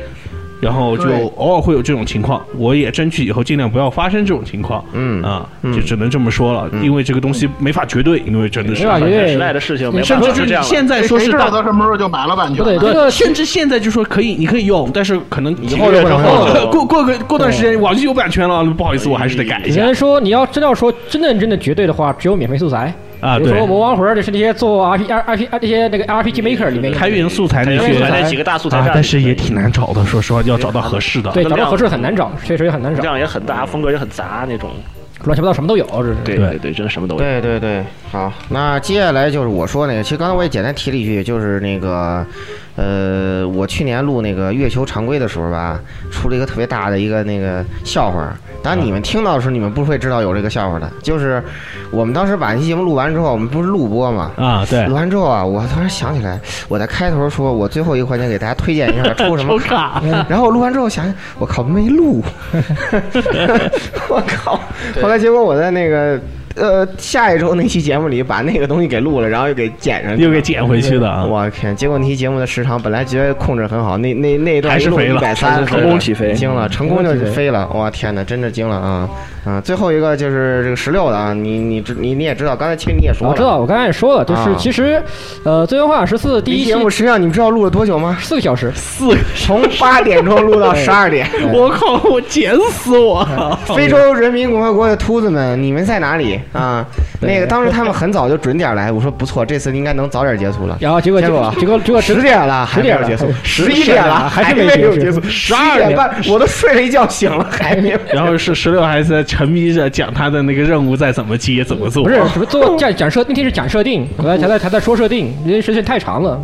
S2: 然后就
S9: 对
S2: 偶尔会有这种情况，我也争取以后尽量不要发生这种情况。嗯啊，就只能这么说了，因为这个东西没法绝对，因为真的是
S5: 没法绝对反正时代的事情没办法
S2: 甚至
S5: 就
S2: 就
S5: 这样
S2: 是
S5: 了
S2: 现在说
S3: 哎
S9: 谁
S2: 是
S9: 知
S2: 大
S9: 道他什么时候就买了嗯版权？
S2: 对对，甚至现在就说可以，你可以用，但是可能
S9: 后就不能用了
S2: 过过个过段时间网易有版权了，不好意思，我还是得改一
S6: 有
S2: 下。
S6: 人说你要真要说真正真的绝对的话，只有免费素材
S2: 啊
S6: 比如
S2: 对
S6: 说魔王魂儿就是那些做 R P R R P 这些那个 R P G Maker 里面
S2: 开源素材那
S6: 开源
S2: 些
S6: 素材那
S5: 几个大素材
S2: 啊
S5: 站
S2: 但是也挺难找的，说实话，要找到合适的。
S6: 对找到合适很难找，确实也很难找，
S5: 量也很大，风格也很杂那种。
S6: 乱七八糟什么都有，这是
S5: 对对对，真的什么都有。
S3: 对对对，好，那接下来就是我说那个，其实刚才我也简单提了一句，就是那个，呃，我去年录那个月球常规的时候吧，出了一个特别大的一个那个笑话，当
S5: 啊
S3: 然你们听到的时候，你们不会知道有这个笑话的，就是我们当时把那期节目录完之后，我们不是录播嘛，
S2: 啊对
S3: 录完之后啊，我突然想起来，我在开头说我最后一个环节给大家推荐一下抽 什么
S2: 抽卡
S3: 嗯 然后我录完之后想想，我靠没录，我靠，后来结果我在那个。呃，下一周那期节目里把那个东西给录了，然后又给剪上去 了，
S2: 又给剪回去的啊
S3: 我天！结果那期节目的时长本来觉得控制很好，那那那一段
S2: 还是肥了
S3: 一百三，
S5: 成功起飞
S3: 惊了，成功就飞了！哇天哪，真的惊了啊！啊，最后一个就是这个十六的啊，你你知你你也知道，刚才其实你也说了，
S6: 我知道，我刚才也说了，就是
S3: 啊
S6: 其实，呃，《最终幻想十四》第一
S3: 离
S6: 期
S3: 节目实际上你们知道录了多久吗？
S6: 四个小时，
S2: 四
S3: 从八点钟录 到十二点。
S2: 我靠，我剪死我！
S3: 非洲人民共和国的秃子们，你们在哪里啊？那个当时他们很早就准点来，我说不错，这次应该能早点结束了。
S6: 然后结果
S3: 结果
S6: 结果结果
S3: 十点了，
S6: 十点
S3: 还
S6: 了哎
S3: 没有结束，
S6: 十
S3: 一点了
S6: 还是
S3: 没
S6: 没结束
S3: 结束，十二点半我都睡了一觉醒 了，还没有。
S2: 然后是十六还在沉迷着讲他的那个任务再怎么接怎么做，
S6: 不是什么做讲讲设，那天是讲设定， 我才在才在说设定，因为时间太长了。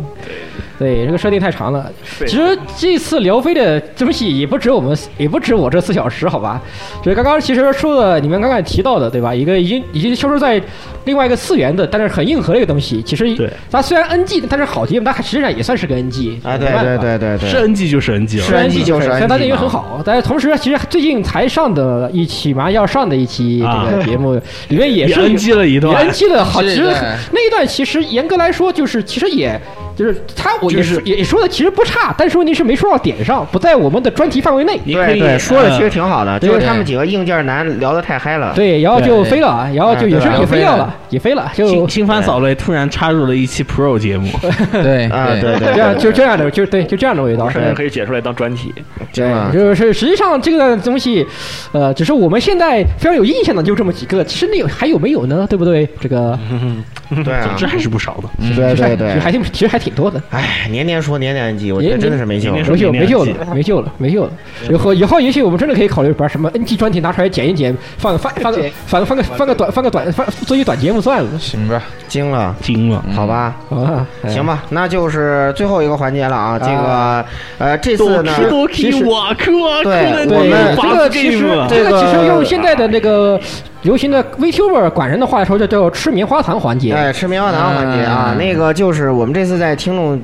S6: 对，这个设定太长了。其实这次聊飞的东西也不止我们，也不止我这四小时，好吧？就是刚刚其实说了，你们刚刚也提到的，对吧？一个已经已经消失在另外一个次元的，但是很硬核的一个东西。其实它虽然 NG，但是好节目，它实际上也算是个 NG
S3: 啊，
S6: 没
S3: 对
S6: 办
S3: 对
S6: 法
S3: 对对对，
S2: 是 NG 就是 NG 了，
S3: 是 NG 就是
S6: 所以
S3: NG，
S6: 它那个
S3: 嘛
S6: 很好，但是同时其实最近才上的一期，马上要上的一期
S2: 啊
S6: 这个 节目里面也是
S2: 也 NG 了一段
S6: 也 NG 了好，
S2: 是
S6: 其实
S2: 的
S6: 那一段其实严格来说就是其实也就是他我也
S2: 就是是
S6: 也也说的其实不差，但是问题是没说到点上，不在我们的专题范围内。
S3: 对
S2: 嗯
S3: 对，说的其实挺好的，
S6: 对
S3: 就是他们几个硬件男聊得太嗨
S2: 啊
S3: 了。
S6: 对，然后就飞了，然后就
S3: 哎
S6: 也是也飞掉了
S3: 了。，
S6: 也飞了，就
S2: 新番扫雷突然插入了一期 Pro 节 目，
S4: 对
S3: 啊对对对
S6: 这样就这样啊的，就对，就这样的味道。
S5: 甚至可以解出来当专题。
S3: 对，
S6: 就是实际上这个东西，呃，只是我们现在非常有印象的就这么几个，其实那有还有没有呢？对不对？这个，嗯
S3: 对啊
S2: 总之还是不少的。
S3: 对对
S6: 其
S3: 对
S6: 实，还挺，其实还挺多的。
S3: 哎，年年说年年 NG，我觉得
S6: 年
S3: 真的是没救了，
S6: 没救，没救了，没救了，没救了。以后以后，也许我们真的可以考虑把什么 NG 专题拿出来剪一剪，放个放放个放个放个放个短放个短放做一短节目算了。
S4: 行吧，
S3: 惊了，
S2: 惊了，嗯
S3: 好吧。
S6: 啊，哎
S3: 行，吧，那就是最后一个环节了啊！这个，呃，这次呢，
S2: 其实我克
S3: 对
S6: 对
S3: 我们
S6: 这个其实这个其实用现在的那个流行的 VTuber 管人的话哎说，就叫吃棉花糖环节。
S3: 哎，吃棉花糖环节啊，
S4: 嗯
S3: 那个就是我们这次在听众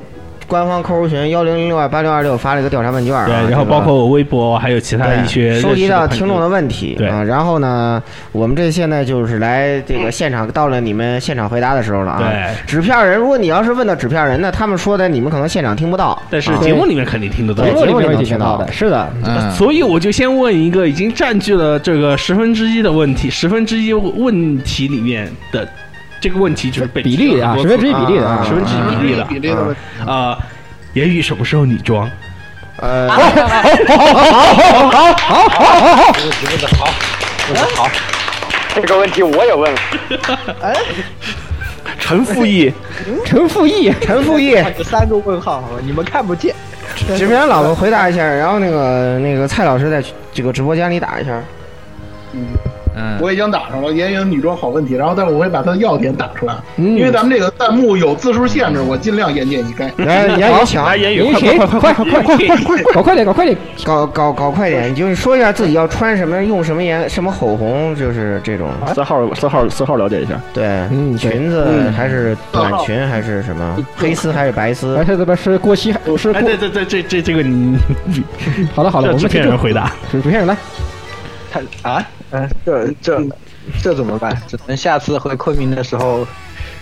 S3: 官方客户群幺零零六二八六二六发了一个调查问卷啊，
S2: 对，然后
S3: 这个
S2: 包括我微博还有其他一些
S3: 对收集到
S2: 到
S3: 听众的问题
S2: 对
S3: 啊，然后呢，我们这现在就是来这个现场，到了你们现场回答的时候了啊。
S2: 对，
S3: 纸片人，如果你要是问到纸片人呢，他们说的你们可能现场听不到，
S2: 但是
S3: 啊
S2: 节目里面肯定听得嗯到
S3: 对
S2: 节目
S3: 节目
S2: 里
S3: 里
S2: 面
S3: 能
S2: 听
S3: 听
S2: 到
S3: 到
S2: 的
S3: 的，是的，
S2: 所以我就先问一个已经占据了这个十分之一的问题，十分之一问题里面的这个问题就是被
S6: 比例的啊
S2: 提到了
S6: 10%比例的啊
S2: 十分之一比例的
S6: 10%比例的问
S2: 啊啊，言语什么时候你装？
S3: 呃，
S2: 好
S10: 好好好好好
S12: 问的好，问的好，
S10: 这个问题我也问了。
S11: 哎，
S5: 陈复义，
S6: 陈复义，
S3: 陈 复义，
S11: 有三个问号，你们看不见。
S3: 纸片人老婆回答一下，然后那个那个蔡老师在这个直播间里打一下。
S4: 嗯
S9: 我已经打上了言语女装好问题，然后但是我会把它的要点打出来，因为咱们这个弹幕有字数限制，我尽量言简意赅。
S3: 来，你
S9: 好
S3: 言语强，
S9: 来言语
S3: 快
S9: 快
S3: 快
S9: 快
S3: 快快
S9: 快快
S3: 快
S9: 快
S3: 快，
S6: 搞快点，搞快点，
S3: 搞搞搞快点！你就是说一下自己要穿什么，用什么颜，什么口红，就是这种。
S5: 四号四号四号了解一下。
S3: 对，裙子
S5: 嗯
S3: 还是短裙还是什么？黑丝还是白丝？
S6: 而且这边是过膝，是过
S2: 哎，对对对，这这这个你，
S6: 好了好了，
S2: 这
S6: 我们
S2: 制片人
S6: 听众
S2: 回答，
S6: 纸片人来，
S11: 他啊，嗯，这这这怎么办？只能下次回昆明的时候，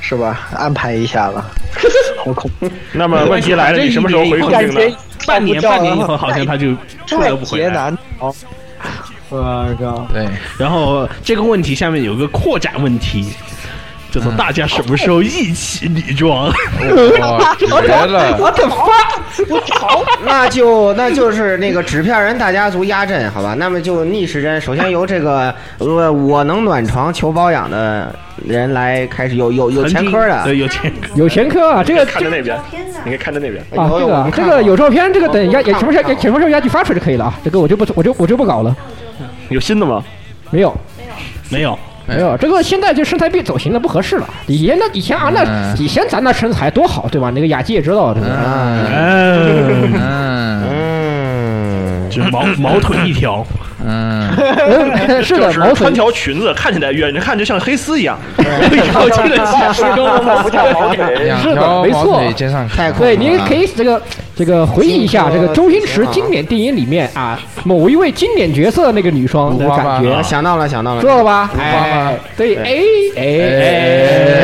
S11: 是吧？安排一下 了。好恐怖。
S5: 那么问题来了，你什么时候回昆明呢？
S2: 半年
S8: 啊
S2: 半年以后好像他就出来都不回来
S11: 太劫难逃。
S6: ，Oh
S11: 我靠！
S4: 对，
S2: 然后这个问题下面有个扩展问题，叫
S6: 嗯
S2: 做大家什么时候一起女装？
S4: 我觉得
S3: 我的妈！我操！那就那就是那个纸片人大家族压阵，好吧？那么就逆时针，首先由这个呃我能暖床求包养的人来开始，有有有前科的，
S2: 对，有前
S6: 有 前科啊，这个
S5: 看着那边，你可以看着那边。
S6: 啊，这个这个有照片，这个等压什么时候什么时候压去发出来就可以了啊，这个我就不我就我就不搞了，
S5: 有新的吗？
S6: 没有。
S2: 没有，
S6: 没有，这个现在就身材变走形了，不合适了。以前那以前啊，那以前咱那身材多好，对吧？那个雅集也知道，对吧？
S2: 嗯
S3: 嗯，
S2: 就毛毛腿一 条，
S6: 嗯， 是
S5: 就
S6: 的，
S5: 是
S6: 毛
S5: 穿
S6: 腿。
S5: 条裙子，看起来远着看就像黑丝 一样，然后进了 现实中，我操
S4: 两
S6: 是的，
S4: 条
S6: 没
S4: 毛
S6: 错
S4: 腿接上，
S3: 太
S6: 对，您可以这个这个回忆一下这个周星驰经典电影里面啊，某一位经典角色的那个女装的感觉，
S3: 想到了，想到了，
S6: 知道了吧？
S3: 哎
S6: 哎，对，哎
S3: 哎
S6: 哎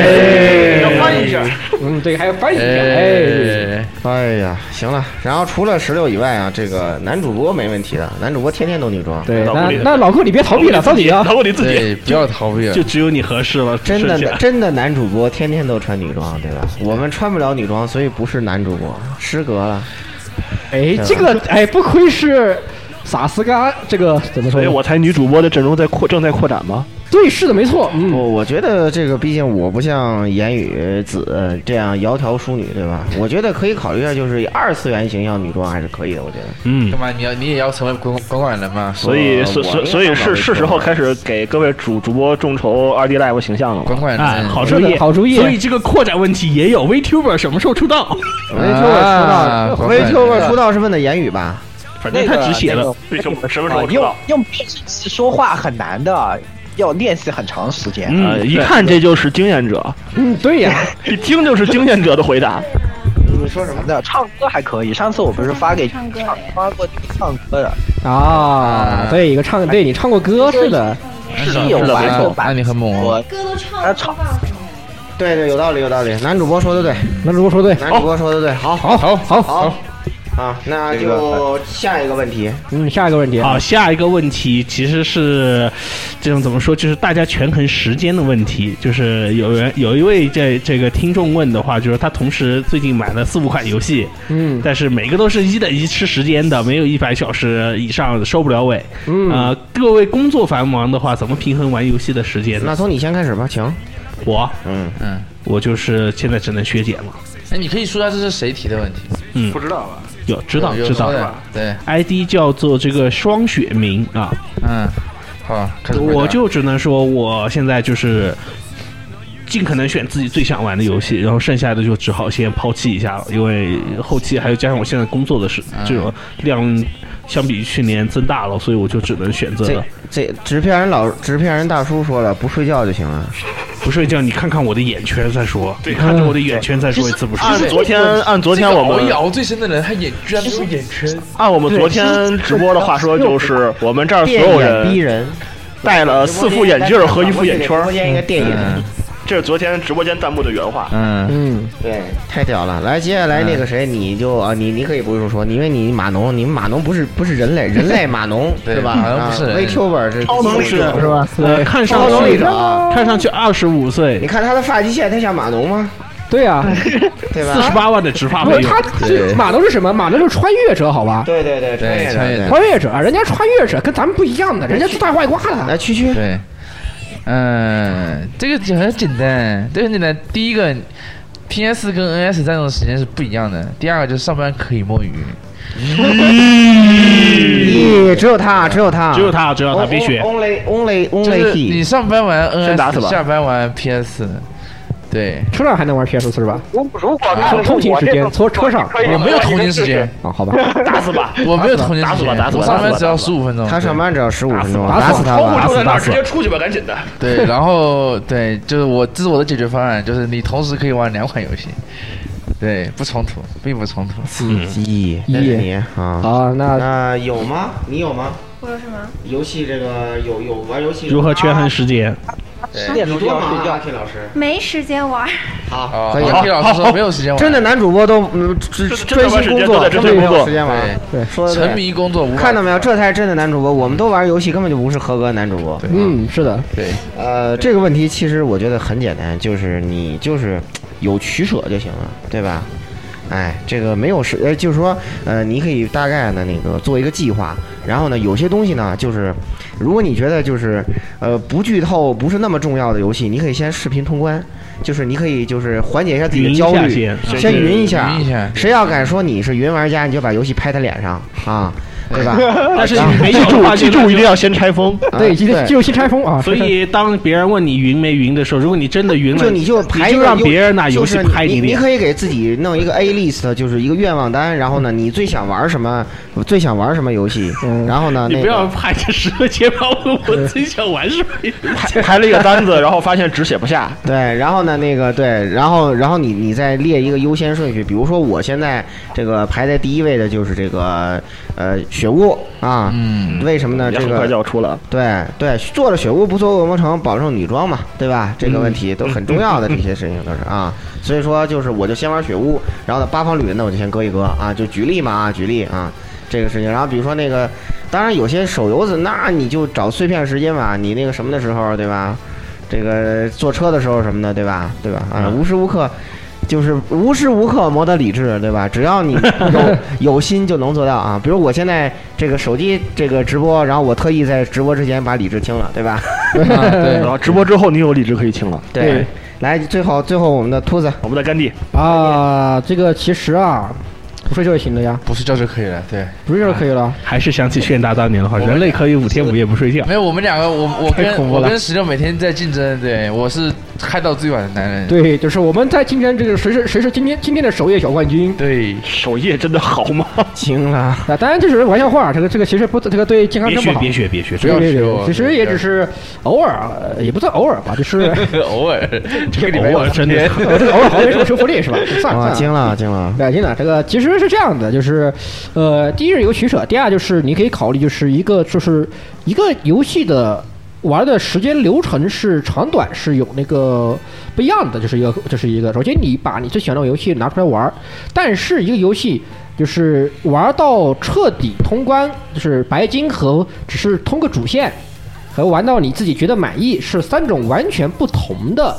S6: 哎，
S3: 要翻译一下，
S6: 嗯，对，还要翻译一下，哎。
S3: 哎呀，行了，然后除了石榴以外啊，这个男主播没问题的，男主播天天都女装。
S6: 对那那老寇，你别逃避了，到底啊，
S5: 过你自
S4: 己，不要逃避了
S2: 就只有你合适了。
S3: 真的
S2: 剩下
S3: 真的男主播天天都穿女装，对吧？ 我们穿不了女装，所以不是男主播，失格了。
S6: 哎
S3: 对，吧
S6: 这个哎，不愧是萨斯嘎，这个怎么
S5: 所
S6: 说
S5: 以
S6: 呢？
S5: 哎我才女主播的阵容在扩正在扩展吗？
S6: 对，是的，没错，嗯，
S3: 我我觉得这个，毕竟我不像言语子这样窈窕淑女，对吧？我觉得可以考虑一下，就是二次元形象女装还是可以的，我觉得。
S2: 嗯
S4: 干，嘛？你要你也要成为管管管人吗？
S5: 所以，所
S3: 我
S5: 所
S3: 我
S5: 所以是
S3: 我
S5: 是时候开始给各位主主播众筹二 D Live 形象了
S4: 管
S5: 吗？
S4: 管
S2: 哎，
S3: 嗯
S4: 人，
S2: 好主
S6: 是
S2: 意，
S6: 的好主意
S2: 所以这个扩展问题也有 VTuber 什么时候出道？
S4: 啊管管
S3: 回
S4: 人
S3: Q 个出道是问的言语吧？
S2: 反正他只写
S11: 那
S2: 了
S11: 个，
S5: 为什么什么时
S11: 啊
S5: 候出
S11: 用
S5: 道？
S11: 用变声器说话很难的，要练习很长时间。
S5: 嗯，一看这就是经验者，
S6: 嗯，对呀，
S5: 一听就是 经验者的回答。
S11: 你说什么的？唱歌还可以，上次我不是发给
S7: 唱歌
S11: 发过唱歌的，
S6: 啊，对，一个唱，对你唱过歌，是的，
S5: 是的，
S11: 有
S5: 是的，
S11: 玩
S5: 没
S11: 过
S5: 错。
S4: 那你很猛哦。
S11: 我
S14: 歌都唱
S11: 他
S14: 了，
S11: 唱
S3: 哎对对，有道理有道理，男主播说的对，
S6: 男主播说对，哦
S3: 男主播说的对，好，
S6: 好，好，好，
S3: 好，啊，那就下一个问题，
S6: 嗯，下一个问题，
S2: 好，下一个问题其实是这种怎么说，就是大家权衡时间的问题。就是有人有一位这这个听众问的话，就是他同时最近买了四五款游戏，
S6: 嗯，
S2: 但是每个都是一等一吃时间的，没有一百小时以上收不了尾。
S6: 嗯
S2: 呃，各位工作繁忙的话，怎么平衡玩游戏的时间呢？
S3: 那从你先开始吧，请，
S2: 我
S3: 嗯，
S4: 嗯，
S2: 我就是现在只能削减了。
S4: 哎，你可以说一下这是谁提的问题？
S2: 嗯，
S5: 知道啊吧？
S2: 有知道
S4: 有
S2: 知道
S4: 有的对，
S2: ，ID 叫做这个双雪明啊，
S4: 嗯，好，开始回答
S2: 我就只能说，我现在就是尽可能选自己最想玩的游戏，然后剩下的就只好先抛弃一下了，因为后期还有加上我现在工作的事，这种量相比于去年增大了，所以我就只能选择
S3: 这这纸片人老纸片人大叔说了，不睡觉就行了，
S2: 不睡觉，你看看我的眼圈再说，你看着我的眼圈再说一次不睡觉。
S5: 按昨天，按昨天
S4: 这个
S5: 我们
S4: 熬夜熬最深的人，他眼居然没有眼圈。
S5: 按我们昨天直播的话说， 就是我们这儿所有
S3: 电眼逼人
S5: 戴了四副眼镜儿和一副眼圈儿。
S3: 直播间应该电眼嗯
S5: 这是昨天直播间弹幕的原话。
S3: 嗯嗯，对，太屌了！来，接下来
S4: 嗯
S3: 那个谁，你就啊，你你可以不用说，因为你码农，你们码农不是不是人类，人类 码农
S4: 对
S3: 吧？
S4: 码农
S3: 啊
S4: 不是人
S3: VTuber 这
S9: 超能力者是吧
S2: 呃，看上
S3: 超能力
S2: 去
S3: 者啊，
S2: 看上去二十五岁
S3: 你，看他的发际线，他像码农吗？
S6: 对啊，
S3: 对吧？
S2: 四十八万的直发
S6: 不
S2: 没
S6: 是
S2: 有
S6: 他。
S2: 对
S6: 这马啊都是什么？马都是穿越者，好吧？
S3: 对对对，
S4: 对
S3: 穿
S4: 穿越者
S6: 穿越者，人家穿越者跟咱们不一样的，人家是大外挂的。
S3: 来，区区，
S4: 对，嗯，这个很简单，这个很简单。第一个，PS 跟 NS 占用的时间是不一样的。第二个就是上班可以摸鱼。
S3: 咦，只有他，只有他，
S2: 只有他只有他必须
S3: Only only
S4: 就是
S3: only
S4: 你
S3: he。
S4: 上班玩
S5: 先打死
S4: NS，
S5: 吧
S4: 下班玩 PS，对，
S6: 车上还能玩 PS 四吧？
S10: 如如果看
S6: 从
S10: 的是
S6: 通勤
S10: 我
S6: 时
S10: 这
S6: 间，
S10: 种
S6: 从车上
S10: 可以
S4: 我没有通勤时间，
S3: 啊，好吧，
S5: 打死吧，
S4: 我没有通勤
S5: 打
S4: 时
S5: 死吧，
S4: 间
S5: 打，死吧，
S4: 我上班
S5: 打死
S4: 只
S5: 吧
S4: 要十五分钟。
S3: 他上班只要十五分钟，
S6: 打死
S3: 打死他
S5: 窗户
S3: 吧！
S5: 就在那
S2: 打
S5: 儿，
S2: 死
S5: 直接出去吧，赶紧的。
S4: 对，然后对，就是我这是我的解决方案，就是你同时可以玩两款游戏，对，不冲突，并不冲突。
S3: 咦，那是你
S2: 嗯
S3: 啊？
S6: 啊，那
S3: 那有吗？你有吗？
S7: 我有什么？
S3: 游戏这个有有玩游戏
S2: 如何权衡时间？
S3: 十点多忙啊？K 老师，
S7: 没时间玩儿，
S4: 好
S3: 可以
S4: ，K 老师说没有时间玩，
S3: 真的男主播都嗯只
S5: 这是真的
S3: 专
S5: 玩
S3: 心
S5: 时
S3: 工
S5: 间
S3: 作，
S5: 都在
S3: 根
S5: 这
S3: 本没
S5: 工
S3: 有
S5: 作
S3: 时间玩。
S4: 对，
S3: 说的
S4: 沉迷工作无法
S3: 看到没有，这才是真的男主播。我们都玩游戏，根本就不是合格的男主播。
S6: 嗯，是的，
S4: 对，
S3: 呃，这个问题其实我觉得很简单，就是你就是有取舍就行了，对吧？哎，这个没有时，呃，就是说，呃，你可以大概的那个做一个计划，然后呢，有些东西呢，就是如果你觉得就是呃不剧透不是那么重要的游戏，你可以先视频通关，就是你可以就是缓解一下自己
S2: 匀
S3: 的
S2: 一
S3: 焦
S2: 下
S3: 虑，
S2: 先
S3: 先
S2: 对
S3: 匀一下，
S4: 匀一下
S3: 谁要敢说你是云玩家，你就把游戏拍他脸上 啊，对吧？
S2: 但是
S3: 然后
S2: 没
S5: 记
S2: 有的
S5: 住，
S2: 话，
S5: 记
S2: 就
S5: 住一定要先拆封。
S3: 啊
S6: 对，进入进入新拆封啊。
S2: 所以，当别人问你云没云的时候，如果你真的云了，
S3: 就你就排一
S2: 就
S3: 个
S2: 让
S3: 优
S2: 别人拿游戏
S3: 就是
S2: 拍
S3: 你
S2: 脸。
S3: 可以给自己弄一个 A list，就是一个愿望单，然后呢，你最想玩什么，最想玩什么游戏，
S5: 嗯
S3: 然后呢，
S2: 你
S3: 那
S2: 不要
S3: 个
S2: 拍这十个睫毛，我最想玩什么 游戏？
S5: 排了一个单子，然后发现只写不下，
S3: 对，然后呢，那个对，然后然后你你再列一个优先顺序，比如说我现在这个排在第一位的就是这个呃雪屋啊，
S4: 嗯
S3: 为什么呢？
S5: 也
S3: 这
S5: 很快就
S3: 个
S5: 要出了。
S3: 对对，做了雪屋不做恶魔城，保证女装嘛，对吧？这个问题都很重要的，这些事情都是啊。所以说，就是我就先玩雪屋，然后呢，八方旅人呢我就先搁一搁啊，就举例嘛啊，举例啊，这个事情。然后比如说那个，当然有些手游子，那你就找碎片时间嘛，你那个什么的时候，对吧？这个坐车的时候什么的，对吧？对吧？啊，无时无刻。就是无时无刻磨得理智，对吧？只要你有有心就能做到啊！比如我现在这个手机这个直播，然后我特意在直播之前把理智清了，对吧？
S5: 啊 然后直播之后，你有理智可以清了。
S3: 啊
S6: 嗯
S3: 对，来，最后最后我们的秃子，
S5: 我们的甘地，
S6: 啊，这个其实啊，不睡觉就行了呀，
S4: 不睡觉就可以了。对，
S6: 不睡觉就可以了。
S2: 还是想起炫大当年的话，
S4: 我
S2: 人类可以五天五夜不睡觉。
S4: 没有我们两个，我我
S6: 太
S4: 跟
S6: 恐怖
S4: 我
S6: 了
S4: 跟石榴每天在竞争，对我是开到最晚的男人。
S6: 对，就是我们在今天这个谁是谁是今天今天的首页小冠军
S4: 对，
S5: 首页真的好吗？
S3: 行了，
S6: 啊！当然这只是玩笑话，这个这个其实不这个对健康
S2: 别
S6: 真不
S2: 学，
S6: 好。
S2: 别学，别学！
S4: 不要
S6: 对对
S4: 学
S6: 对
S4: 我
S6: 其实也只是偶尔，呃也不算偶尔吧，就是
S4: 偶尔这个礼拜
S2: 偶尔真的
S4: 天
S2: 是，
S6: 我这 个偶尔好像没什么收福利是吧？算了
S3: 啊，
S6: 算
S3: 惊
S6: 了。
S3: 了惊了，
S6: 对，真的，这个其实是这样的，就是，呃，第一是有取舍，第二就是你可以考虑，就是一个就是一个游戏的玩的时间流程是长短是有那个不一样的，就是一个就是一个，首先你把你最喜欢的游戏拿出来玩儿，但是一个游戏就是玩到彻底通关，就是白金和只是通个主线和玩到你自己觉得满意是三种完全不同的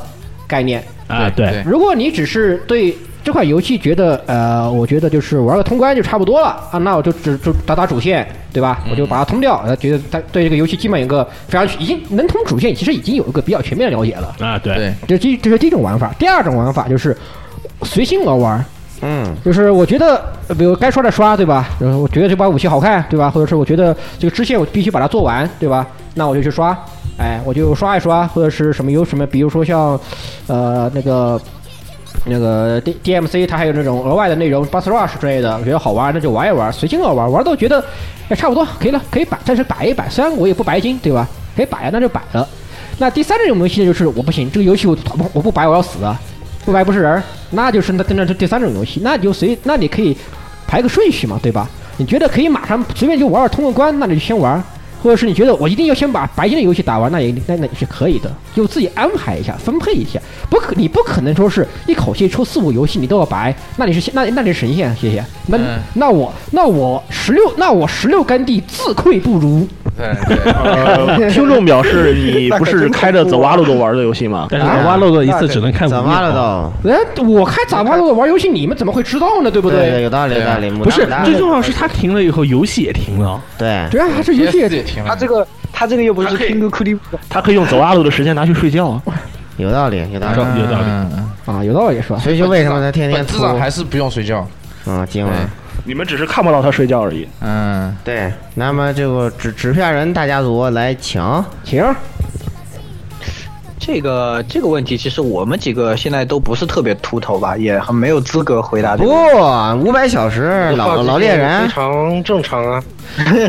S6: 概念。
S2: 啊，对，
S6: 如果你只是对这款游戏觉得，呃，我觉得就是玩个通关就差不多了啊，那我就只就打打主线，对吧？我就把它通掉，呃，觉得它对这个游戏基本有个非常已经能通主线，其实已经有一个比较全面的了解了。
S2: 啊，对
S4: 对，
S6: 这这这是第一种玩法，第二种玩法就是随心而玩，
S3: 嗯，
S6: 就是我觉得，呃比如该刷的刷，对吧？然后我觉得这把武器好看，对吧？或者是我觉得这个支线我必须把它做完，对吧？那我就去刷，哎，我就刷一刷，或者是什么有什么，比如说像，呃，那个。那个 D D M C 它还有那种额外的内容，Bus Rush 之类的，我觉得好玩，那就玩一玩，随心而玩，玩到觉得哎差不多可以了，可以摆，暂时摆一摆，虽然我也不白金，对吧？可以摆，那就摆了。那第三种游戏呢，就是我不行，这个游戏我打不我不白我要死啊，不白不是人儿，那就是那那这第三种游戏，那你就随那你可以排个顺序嘛，对吧？你觉得可以马上随便就玩儿通个关，那你就先玩儿。或者是你觉得我一定要先把白天的游戏打完，那也那那也是可以的，就自己安排一下，分配一下。不可你不可能说是一口气出四五游戏你都要白，那你是那那你是神仙，谢谢。那、
S4: 嗯
S6: 那我那我十六那我十六甘地自愧不如。
S5: 呃听众表 示你不是开着走挖路都玩的游戏吗？
S2: 但是走挖路的一次只能看五
S5: 走
S2: 面
S5: 挖路
S3: 的
S6: 哎，我开咋巴的玩游戏，你们怎么会知道呢？对不啊
S3: 对对有道理有道
S5: 啊
S3: 理
S2: 不是
S3: 牡丹牡丹
S2: 最重要的是他停了以后，游戏也停了。
S3: 对
S6: 对啊，他这游戏也
S4: 停
S8: 他这个他这个又不是 King c l i
S5: 他可以用走挖路的时间拿去睡觉啊。
S3: 有道理，有道理，
S5: 有道理。
S6: 啊，有道理是吧？
S3: 所以就为什么他天天
S4: 本质上
S3: 吐
S4: 还是不用睡觉。
S3: 啊，今晚。
S5: 你们只是看不到他睡觉而已。
S4: 嗯，
S3: 对。那么这个纸纸片人大家族来请
S6: 请，
S8: 这个这个问题，其实我们几个现在都不是特别秃头吧，也很没有资格回答这
S3: 不
S8: 个。
S3: 五百小时
S8: 我
S3: 老
S8: 靠
S3: 老
S8: 这
S3: 猎
S8: 些
S3: 人啊
S12: 非，常正常啊，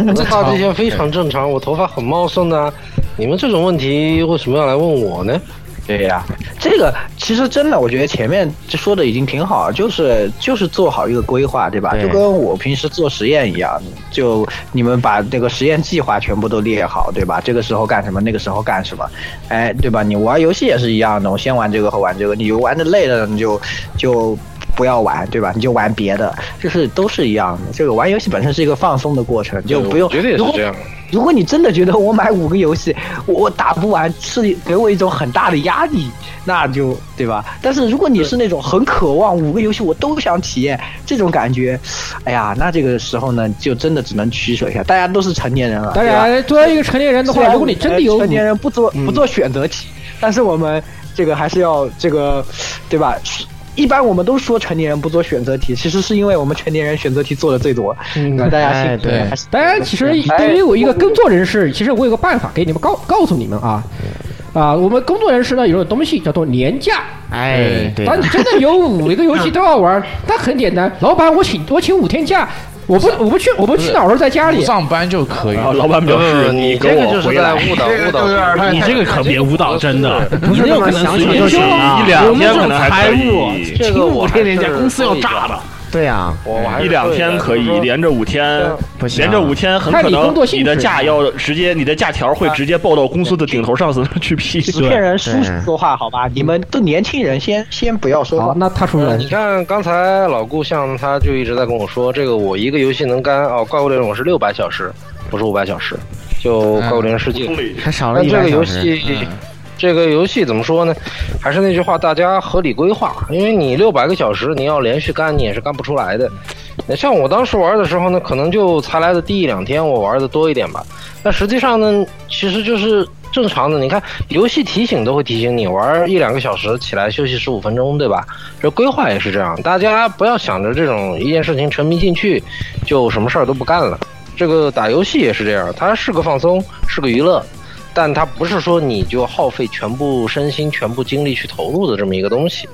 S12: 我的发际线非常正常，我头发很茂盛的啊。你们这种问题为什么要来问我呢？
S8: 对呀、这个其实真的，我觉得前面就说的已经挺好，就是就是做好一个规划，对吧？
S3: 对
S8: 就跟我平时做实验一样，就你们把这个实验计划全部都列好，对吧？这个时候干什么，那个时候干什么，哎，对吧？你玩游戏也是一样的，我先玩这个后玩这个，你玩的累了，你就就。不要玩，对吧？你就玩别的，就是都是一样的。这个玩游戏本身是一个放松的过程，就不用。
S12: 对我觉得也是
S8: 如果
S12: 这样
S8: 如果你真的觉得我买五个游戏我我打不完，是给我一种很大的压力，那就对吧？但是如果你是那种很渴望五个游戏我都想体验这种感觉，哎呀，那这个时候呢，就真的只能取舍一下。大家都是成年人了，
S6: 当
S8: 对吧
S6: 然，作为一个成年人的
S8: 虽
S6: 话，
S8: 然
S6: 如果你真的有
S8: 我们成年人不做
S6: 嗯
S8: 不做选择题，但是我们这个还是要这个，对吧？一般我们都说成年人不做选择题，其实是因为我们成年人选择题做的最多，
S6: 嗯
S8: 啊大家心里
S3: 对
S8: 还是
S6: 当然，其实
S8: 哎
S6: 对于我一个工作人士，其实我有个办法给你们告告诉你们啊，啊，我们工作人士呢有种东西叫做年假。
S3: 哎，对，
S6: 当你真的有五个游戏都要玩，那很简单，老板我请我请五天假，我不我不去我不去哪儿都在家里
S4: 不。上班就可以。
S5: 然后老
S2: 啊
S5: 板表示你给
S12: 这个
S5: 我
S12: 就是
S5: 回来
S12: 在。误导误导
S9: 这个就有点太
S12: 别人。
S2: 你这个可别舞蹈，真的，你
S3: 是
S2: 有
S3: 这么
S2: 可能
S3: 想
S2: 随
S3: 起
S2: 便
S3: 就
S2: 休
S3: 行啊
S2: 一
S5: 一两
S2: 两这
S5: 天可
S2: 种
S5: 能
S2: 财
S5: 还可
S2: 务
S5: 以，
S12: 这
S2: 请
S12: 个我
S2: 五
S12: 还
S2: 天连假，
S12: 是
S2: 公司要
S12: 同意的
S2: 炸了。
S3: 对呀，
S12: 我我还是
S5: 一两
S12: 对的
S5: 天可
S12: 就
S5: 以，
S12: 是说
S5: 连着五天
S3: 不，行
S5: 连
S3: 啊
S5: 着五天很
S6: 看
S5: 可
S6: 你
S5: 能
S6: 工作性
S5: 你
S6: 质
S5: 的假要直接，你的假条会直接报到公司的顶头上司那儿去批。
S8: 纸片人叔叔
S3: 对
S8: 说话好吧？你们都年轻人先先不要说
S6: 好
S8: 话，。
S6: 那他说了
S12: 呃你，看刚才老顾像他就一直在跟我说，这个我一个游戏能干哦，怪物猎人我是六百小时，不是五百小时，就怪物猎人世界。
S3: 还少了
S12: 但
S3: 一
S12: 这
S3: 百
S12: 个
S3: 小
S12: 游
S3: 时。嗯
S12: 戏，这个游戏怎么说呢？还是那句话，大家合理规划，因为你六百个小时，你要连续干，你也是干不出来的。那像我当时玩的时候呢，可能就才来的第一两天，我玩的多一点吧。但实际上呢，其实就是正常的。你看，游戏提醒都会提醒你玩一两个小时，起来休息十五分钟，对吧？这规划也是这样，大家不要想着这种一件事情沉迷进去，就什么事儿都不干了。这个打游戏也是这样，它是个放松，是个娱乐，但它不是说你就耗费全部身心、全部精力去投入的这么一个东西。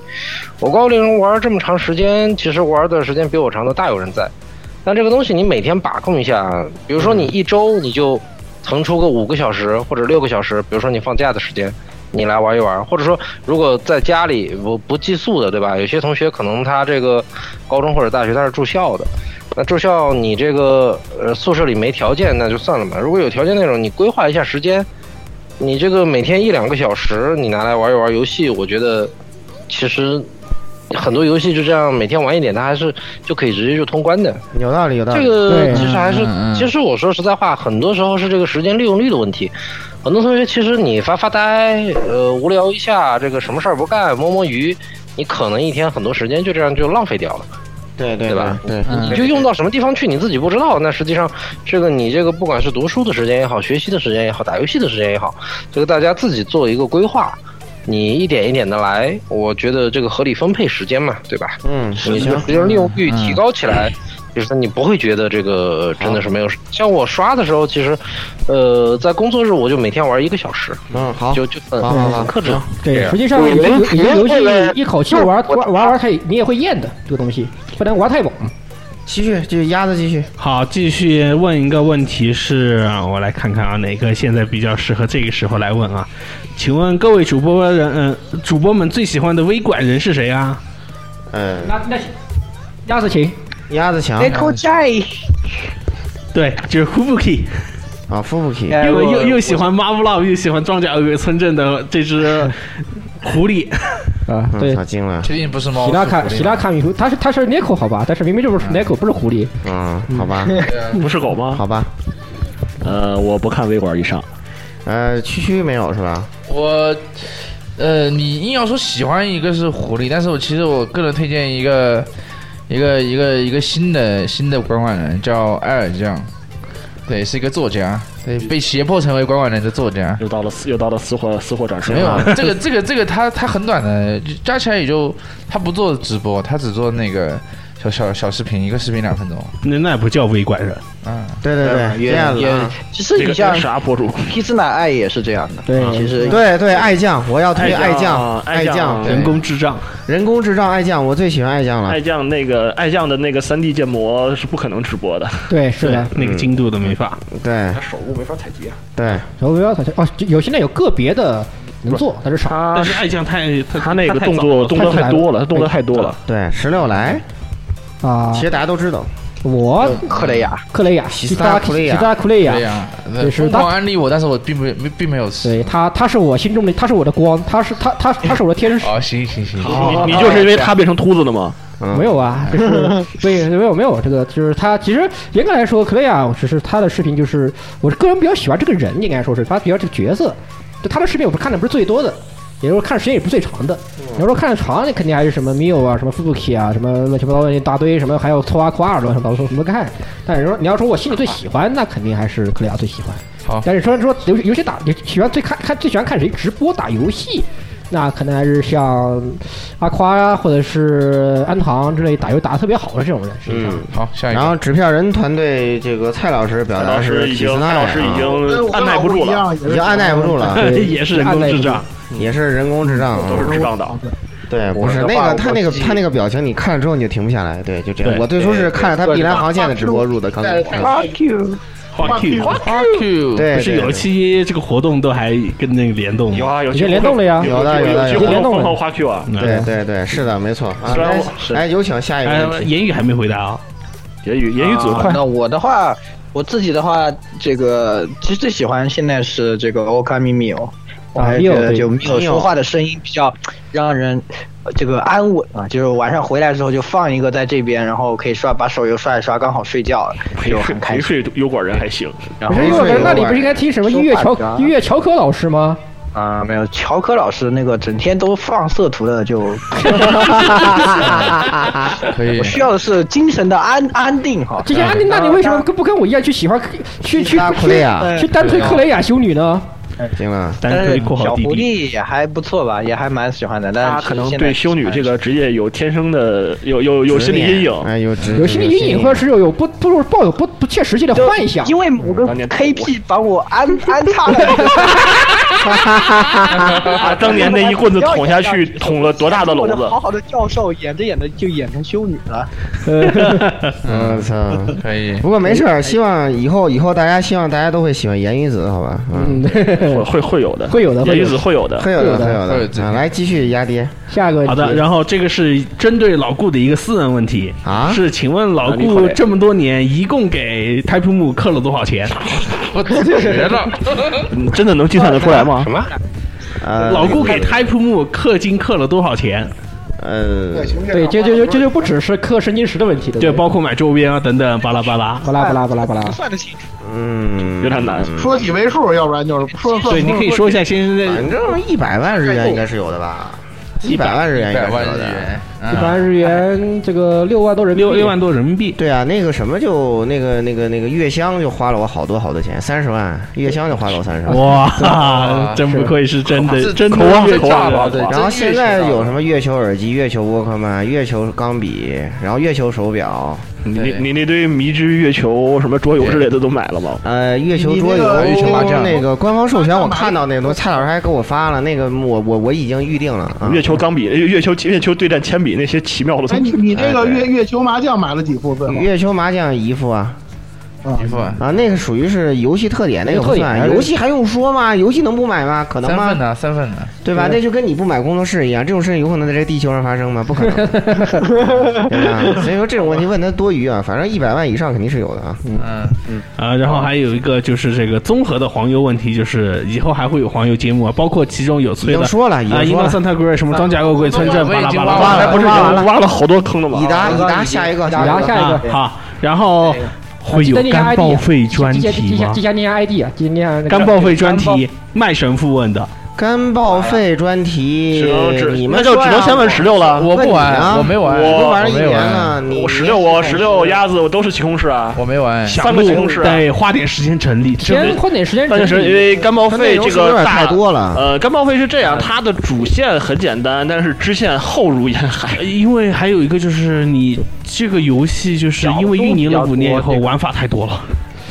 S12: 我高龄人玩这么长时间，其实玩的时间比我长的大有人在，但这个东西你每天把控一下，比如说你一周你就腾出个五个小时或者六个小时，比如说你放假的时间，你来玩一玩，或者说如果在家里不不寄宿的，对吧？有些同学可能他这个高中或者大学他是住校的，那住校你这个呃宿舍里没条件那就算了吧，如果有条件那种，你规划一下时间，你这个每天一两个小时你拿来玩一玩游戏，我觉得其实。很多游戏就这样每天玩一点，它还是就可以直接就通关的。
S3: 有道理，有道理。
S12: 这个
S6: 对
S12: 其实还是
S4: 嗯嗯，
S12: 其实我说实在话，很多时候是这个时间利用率的问题。很多同学其实你发发呆，呃，无聊一下，这个什么事儿不干，摸摸鱼，你可能一天很多时间就这样就浪费掉了。
S3: 对对
S12: 对吧？
S3: 对，
S6: 嗯
S12: 你就用到什么地方去，你自己不知道。那实际上，这个你这个不管是读书的时间也好，学习的时间也好，打游戏的时间也好，这个大家自己做一个规划，你一点一点的来，我觉得这个合理分配时间嘛，对吧？
S3: 嗯，
S12: 你这
S3: 行
S12: 个，时间利用率提高起来，就是你不会觉得这个真的是没有。像我刷的时候，其实，呃，在工作日我就每天玩一个小时，
S3: 嗯，好，
S12: 就呃就很
S3: 好好好啊
S12: 很克制。这
S6: 对，
S12: 样
S6: 实际上
S10: 我
S6: 你这游
S10: 们我
S6: 你这
S10: 们
S6: 游
S10: 为了
S6: 戏一口气玩玩玩玩太，你也会厌的这个东西，不能玩太猛。
S3: 继续，继续，鸭子继续。
S2: 好，继续问一个问题是，我来看看啊，哪个现在比较适合这个时候来问啊？请问各位主播人，嗯、主播们最喜欢的微管人是谁啊？
S12: 呃
S3: 嗯，
S6: 那那鸭子琴，哎
S3: 鸭子强
S12: 啊
S6: Michael
S10: J，
S2: 对，就是 Hubuki。
S3: 啊，Fubuki，
S6: 哎
S2: 又又又喜欢 Marvel，又喜欢装甲恶村镇的这只狐狸。
S6: 啊，对，
S3: 他惊了，
S4: 确定不是猫
S6: 希拉
S4: 是
S6: 卡
S4: 狐狸
S6: 希拉卡米图，他是他是 Nico 好吧？但是明明这不是 Nico，不是狐狸。
S3: 嗯，好吧，
S5: 不是狗吗？好
S3: 吧，
S5: 呃，我不看微管以上。
S3: 呃，区区没有是吧？
S4: 我，呃，你硬要说喜欢一个是狐狸，但是我其实我个人推荐一个一个一个一个新的新的管管人，叫艾尔酱，对，是一个作家，对，被胁迫成为管管人的作家。
S5: 又到了又到了私货私货展示。
S4: 没有，啊这个这个这个他他很短的，加起来也就他不做直播，他只做那个小小小视频，一个视频两分钟。
S2: 那那不叫微管人。
S4: 嗯，
S3: 对对对，这样
S8: 呃
S3: 子
S8: 也
S3: 啊。
S8: 其实你像
S5: 博主
S8: 披斯奶爱也是这样的，其
S6: 嗯
S8: 实
S3: 对对，爱酱，我要推
S5: 爱
S3: 爱
S5: 酱
S3: 酱，
S5: 爱酱
S3: 酱，
S5: 人工
S2: 智障，
S3: 人工智障爱酱，我最喜欢爱酱 了。
S5: 爱酱那个爱酱的那个三 D 建模是不可能直播的，
S6: 对，是的，
S3: 嗯
S2: 那个精度都没法。
S3: 对
S5: 他手误没法采集啊。
S3: 对，
S6: 然后不要他哦，就有现在有个别的能做，但是少。
S2: 但是爱酱太他
S5: 他那个动作动作太多了，他动作太多了。
S3: 对，十六来
S6: 啊，
S3: 其实大家都知道，
S6: 我
S8: 克雷亚，
S6: 克雷亚，
S3: 西
S6: 西
S3: 达
S6: 达
S3: 库雷亚
S5: 啊
S6: 西达库雷
S4: 对
S6: 亚，
S4: 呀，
S6: 对是
S4: 疯狂
S6: 他
S4: 安利我，但是我并没没并没有吃。
S6: 对他，他是我心中的，他是我的光，他是他他他是我的天使。
S4: 哦，行行行，
S5: 你你就是因为他变成秃子的吗？
S3: 嗯
S6: 没有啊，就是对，没有没有，这个就是他。其实严格来说，克雷亚只是他的视频，就是我个人比较喜欢这个人，应该说是他比较这个角色。就他的视频，我看的不是最多的，也就是看时间也不是最长的。你要说看的长，那肯定还是什么 Mio 啊，什么 Fubuki 啊，什么乱七八糟的一大堆，什么还有 t o a k u a 乱七八糟什么看。但是说你要说我心里最喜欢，那肯定还是克雷亚最喜欢。
S4: 好
S6: 但是说说有有些打有喜欢最看看最喜欢看谁直播打游戏，那可能还是像阿夸啊，或者是安堂之类打游打得特别好的这种人。实际上，
S4: 嗯好，下一
S3: 然
S4: 个。
S3: 后纸片人团队这个蔡老师表达
S5: 老
S3: 是
S5: 师已
S3: 体
S5: 经
S3: 斯奈
S5: 老师已
S3: 啊，
S6: 哎
S5: 经按耐不住了，
S3: 已经按耐不住了，
S6: 对
S5: 也是人工智障，
S3: 也是人工智障啊，
S5: 都是智障党。
S3: 对，不
S8: 我
S3: 是
S8: 的
S3: 那
S8: 话
S3: 个
S8: 我
S3: 他那个
S8: 记
S3: 他那个表情，你看了之后你就停不下来，对，就这样。
S2: 对
S3: 我最初是
S8: 对
S3: 看了他
S8: 对
S3: 碧蓝
S8: 对
S3: 航线的直播入的坑，嗯
S10: Fuck you！
S2: 花 Q，
S4: 花 Q，
S3: 对，
S2: 不是
S3: 对
S2: 有一期这个活动都还跟那个联动
S5: 有
S2: 吗？
S5: 啊，有
S6: 已经联动了呀
S5: 有
S3: 有的有的
S5: 有
S3: 有的
S5: 有疯狂花 Q 啊，
S3: 对对对，是的，没错啊。
S5: 虽然我
S3: 来来，有请下一
S2: 哎
S3: 个问，题。
S2: 言语还没回答啊。
S5: 言语言语组
S8: 啊那我的话，我自己的话，这个其实最喜欢现在是这个 Okami Mio，我哦
S6: 啊
S8: 还是觉得就 Mio 说话的声音比较让人呃这个安稳啊，就是晚上回来之后就放一个在这边，然后可以刷把手游刷一刷，刚好睡觉了，
S5: 陪
S8: 就
S5: 睡
S8: 很开
S5: 陪
S8: 心。
S5: 睡油管人还行，
S8: 然
S6: 不
S8: 后
S6: 是
S3: 没
S6: 有
S3: 睡
S6: 人
S3: 过
S6: 那里不是应该听什么音乐
S8: 说
S6: 乔
S8: 话的
S6: 音乐乔科老师吗？
S8: 啊、没有乔科老师那个整天都放色图的 就，
S4: 可以
S8: 我需要的是精神的安安定哈。
S6: 这些安妮娜，你为什么跟不跟我一样去喜欢去去
S3: 拉库
S6: 去
S3: 雷亚
S6: 去单推克雷亚修女呢？
S3: 行啊了，
S2: 单
S8: 但
S2: 推
S8: 是
S2: 括
S8: 小
S2: 号弟
S8: 狐
S2: 弟，
S8: 狸也还不错吧，也还蛮喜欢的。但
S5: 他
S8: 是
S5: 可能
S8: 现在
S5: 对修女这个职业有天生的有有有心理阴影。
S3: 哎，有执
S6: 有心理阴影，或者是有有不不是抱有不不切实际的
S8: 就
S6: 幻想。
S8: 因为某个
S5: 当年
S8: KP 把我安 安插了一个，
S5: 他当年那一棍子捅 下去，捅了多大的篓
S8: 我的好
S5: 子？
S8: 好的教授演着演着就演成修女 了。
S3: 嗯我操！
S4: 可以，
S3: 不过没事儿，希望以后以后大家希望大家都会喜欢言语子，好吧？嗯，
S5: 会会会有的，
S6: 会有的会有的
S5: 言语子会有的。
S3: 会有的，
S6: 会有的
S3: 会
S4: 会
S3: 有
S4: 有
S3: 的。
S4: 的
S3: 啊，来继续压爹
S6: 下一个问题
S2: 好的，然后这个是针对老顾的一个私人问题
S3: 啊
S2: 是请问老
S5: 哪里会
S2: 顾这么多年一共给 Type 木氪了多少 钱？
S4: 我绝 了，
S5: 你真的能计算得出来吗？什么？
S3: 呃，
S2: 老顾给 Type 木氪金氪了多少钱？
S3: 呃，
S6: 对，这这就这就不只是氪神经石的问题，对不
S2: 对，
S6: 对？
S2: 包括买周边啊等等，巴拉巴拉。
S6: 巴拉巴拉巴拉巴拉，
S3: 嗯，
S5: 有点难。
S9: 说几位数，要不然就是说算。
S2: 对，你可以说一下先
S3: 反
S2: 生
S3: 正一百万日元应该是有的吧？一百万日元
S4: 一
S3: 应
S4: 百
S3: 该
S4: 万
S3: 是有
S4: 日
S3: 的。
S4: 元，
S6: 一
S4: 嗯，
S6: 般日元这个六万多人民
S2: 六
S6: 币，
S2: 六万多人民币。
S3: 对啊，那个什么就那个那个那个月香就花了我好多好多钱，三十万，月香就花了我三十万。
S2: 哇，真不愧是真的，真的越
S5: 口
S2: 战
S5: 啊
S2: 了
S5: 口啊
S3: 然后现在有什么月球耳机、月球沃克曼、月球钢笔，然后月球手表，
S5: 你你你那堆迷之月球什么桌游之类的都买了吗？啊
S3: 呃，月球桌游，那个官方授权，我看到那个东西，蔡老师还给我发了那个，我我我已经预定了。啊
S5: 月球钢笔、月月球月球对战铅笔那些奇妙的东
S9: 哎，你
S5: 西。
S9: 你这个月月球麻将买了几副最后？
S3: 月球麻将一副啊，
S9: 一
S4: 副啊，
S3: 那个属于是游戏特点，那个不
S4: 游戏特
S5: 哎
S3: 算。啊
S4: 点
S3: 游戏还用说吗？游戏能不买吗？可能
S4: 三
S3: 吗
S4: 份？呢，三份呢，
S3: 对吧？那就跟你不买工作室一样，这种事情有可能在这地球上发生吗？不可能， 对吧？所以说这种问题问他多余啊，反正一百万以上肯定是有的啊。嗯
S4: 嗯
S2: 啊，然后还有一个就是这个综合的黄油问题，就是以后还会有黄油节目啊，包括其中有
S3: 已
S2: 催
S3: 经
S2: 的
S3: 说了，已
S2: 啊，英
S3: 经说
S2: 格
S3: 了。
S2: 三太贵什么装甲恶鬼村镇，
S4: 我
S2: 巴
S4: 已
S2: 拉
S4: 经
S2: 巴拉
S4: 挖
S2: 巴
S4: 完
S2: 拉，
S4: 了
S2: 啊不是
S3: 挖完了
S5: 挖了好多坑了吗？
S3: 以达以
S5: 啊
S3: 达下一个，
S6: 达
S3: 下
S6: 下一个
S2: 啊好，然后会有
S6: 记得那下
S2: 干
S6: ID
S2: 报
S6: 啊
S2: 废专
S6: 记下
S2: 题
S6: 记下
S2: 吗
S6: 记？下那下 ID 啊，记下那下那个
S2: 干报废专题，麦神父问的，
S3: 干报废专题，
S5: 只能只
S3: 你
S5: 那
S3: 们
S5: 就
S3: 说
S5: 只
S3: 呀
S5: 能先问十六了。
S4: 我不
S3: 问你啊
S4: 玩，我没玩，
S5: 我
S3: 都玩了一
S4: 没啊
S3: 年
S4: 玩，
S3: 了，啊你
S5: 我十六，我十六鸭子，我都是西红柿啊。
S4: 我没玩，
S2: 想
S5: 三个
S2: 录
S5: 西红柿啊
S2: 得花点时间整理，真
S6: 先
S2: 的
S6: 花点时间
S5: 但
S6: 整
S5: 是因
S6: 理。
S5: 为干报废这个大
S3: 太多了。
S5: 呃，干报废是这样，它的主线很简单，但是支线厚如烟海。
S2: 因为还有一个就是你这个游戏就是因为运营了五年以后玩法太多了，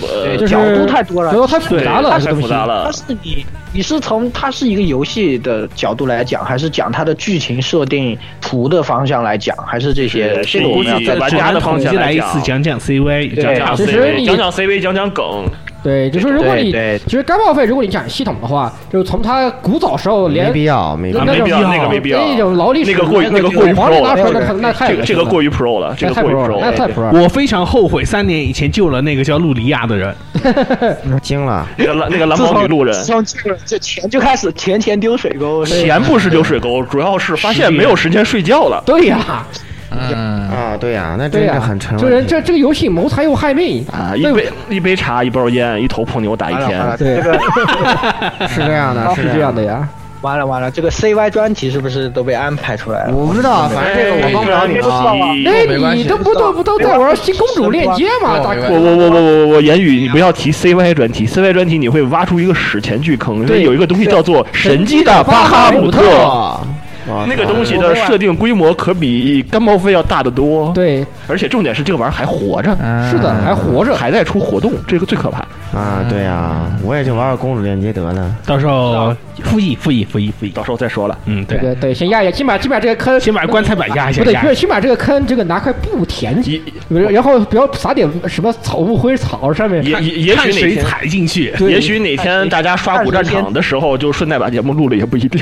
S5: 呃
S12: 对，
S6: 就是
S12: 角度太多了，
S6: 角度太复
S5: 对，
S6: 杂了，这
S5: 太
S6: 东西
S5: 复杂
S12: 它
S5: 了。
S12: 是你
S11: 你是从它是一个游戏的角度来讲，还是讲它的剧情设定图的方向来讲，还是这些？
S5: 是
S11: 这个我们要
S5: 是
S11: 再
S5: 玩
S2: 只
S5: 家
S2: 能
S5: 的方
S2: 统计
S5: 向
S2: 来
S5: 来
S2: 一
S5: 讲
S2: 次讲讲 CV，讲
S5: 对
S2: 讲
S5: 讲
S6: 其实你
S5: CV，讲讲 CV，讲讲梗。
S6: 对，就是如果
S11: 对
S6: 你
S11: 对
S6: 其实干报废，如果你讲系统的话，就是从它古早时候
S3: 没
S6: 连
S3: 必要，没必
S6: 那
S5: 啊没
S3: 要。
S6: 那种
S5: 必要那个没必要
S6: 那种劳力士
S5: 那个过于
S6: 那
S5: 那个过于
S6: 黄历
S5: pro
S6: 拿出来
S5: 了
S6: 那那太
S5: 这个这个过于 pro 了，这
S6: 那
S5: 个
S6: 哎太
S5: 过于
S6: pro 了，那
S5: pro
S6: 太
S5: 了。
S6: pro 了。
S2: 我非常后悔三年以前救了那个叫路里亚的人，
S3: 惊了，
S5: 那个蓝那个蓝毛女路人，
S11: 从这个这钱就开始钱钱丢水沟，
S5: 钱不是流水沟，主要是发现没有时间睡觉了。
S6: 对呀、
S4: 嗯，
S3: 啊，对呀，那
S6: 对
S3: 真
S6: 呀、
S3: 的很沉
S6: 这人
S3: 稳。
S6: 这这个游戏谋财又害命
S5: 啊，一
S6: 对不
S5: 杯一杯茶，一包烟，一头破牛打一天。
S6: 对，
S3: 是这样的，
S6: 是
S3: 这
S6: 这样的。呀。
S11: 完了完了，这个 CY 专题是不是都被安排出来了？
S3: 我不知道，反正这
S11: 哎
S3: 个我帮不了你啊。
S5: 你
S6: 哎
S4: 没，关系
S6: 你都不都不都在玩新公主链接吗？
S4: 没
S6: 大
S4: 关系
S5: 我我我
S6: 哥，
S5: 我我我言语，你不要提 CY 专题，CY 专题你会挖出一个史前巨坑，因为有一个东西叫做神迹的巴哈姆特，
S3: 啊
S5: 那个东西的设定规模可比干报废要大得多。，
S6: 对，
S5: 而且重点是这个玩意儿还活着，
S2: 啊
S5: 嗯
S6: 是的，还活着。
S5: 还在出活动，这个最可怕。
S3: 啊，
S2: 嗯
S3: 对呀，我也就玩玩公主链接得了。
S2: 到时候复议复议复议复议，
S5: 到时候再说了。
S2: 嗯
S6: 对
S2: 对，
S6: 对对，先压一压，先把先把这个坑，
S2: 先把棺材板压一下
S6: 不，对，
S2: 压
S6: 不是先把这个坑，这个拿块布填起，
S5: 也
S6: 然后不要撒点什么草木灰草上面。
S5: 也也也
S2: 看
S5: 许哪
S2: 谁
S5: 天。
S2: 踩进去，
S5: 也许哪天大家刷古战场的时候，就顺带把节目录了，也不一 定。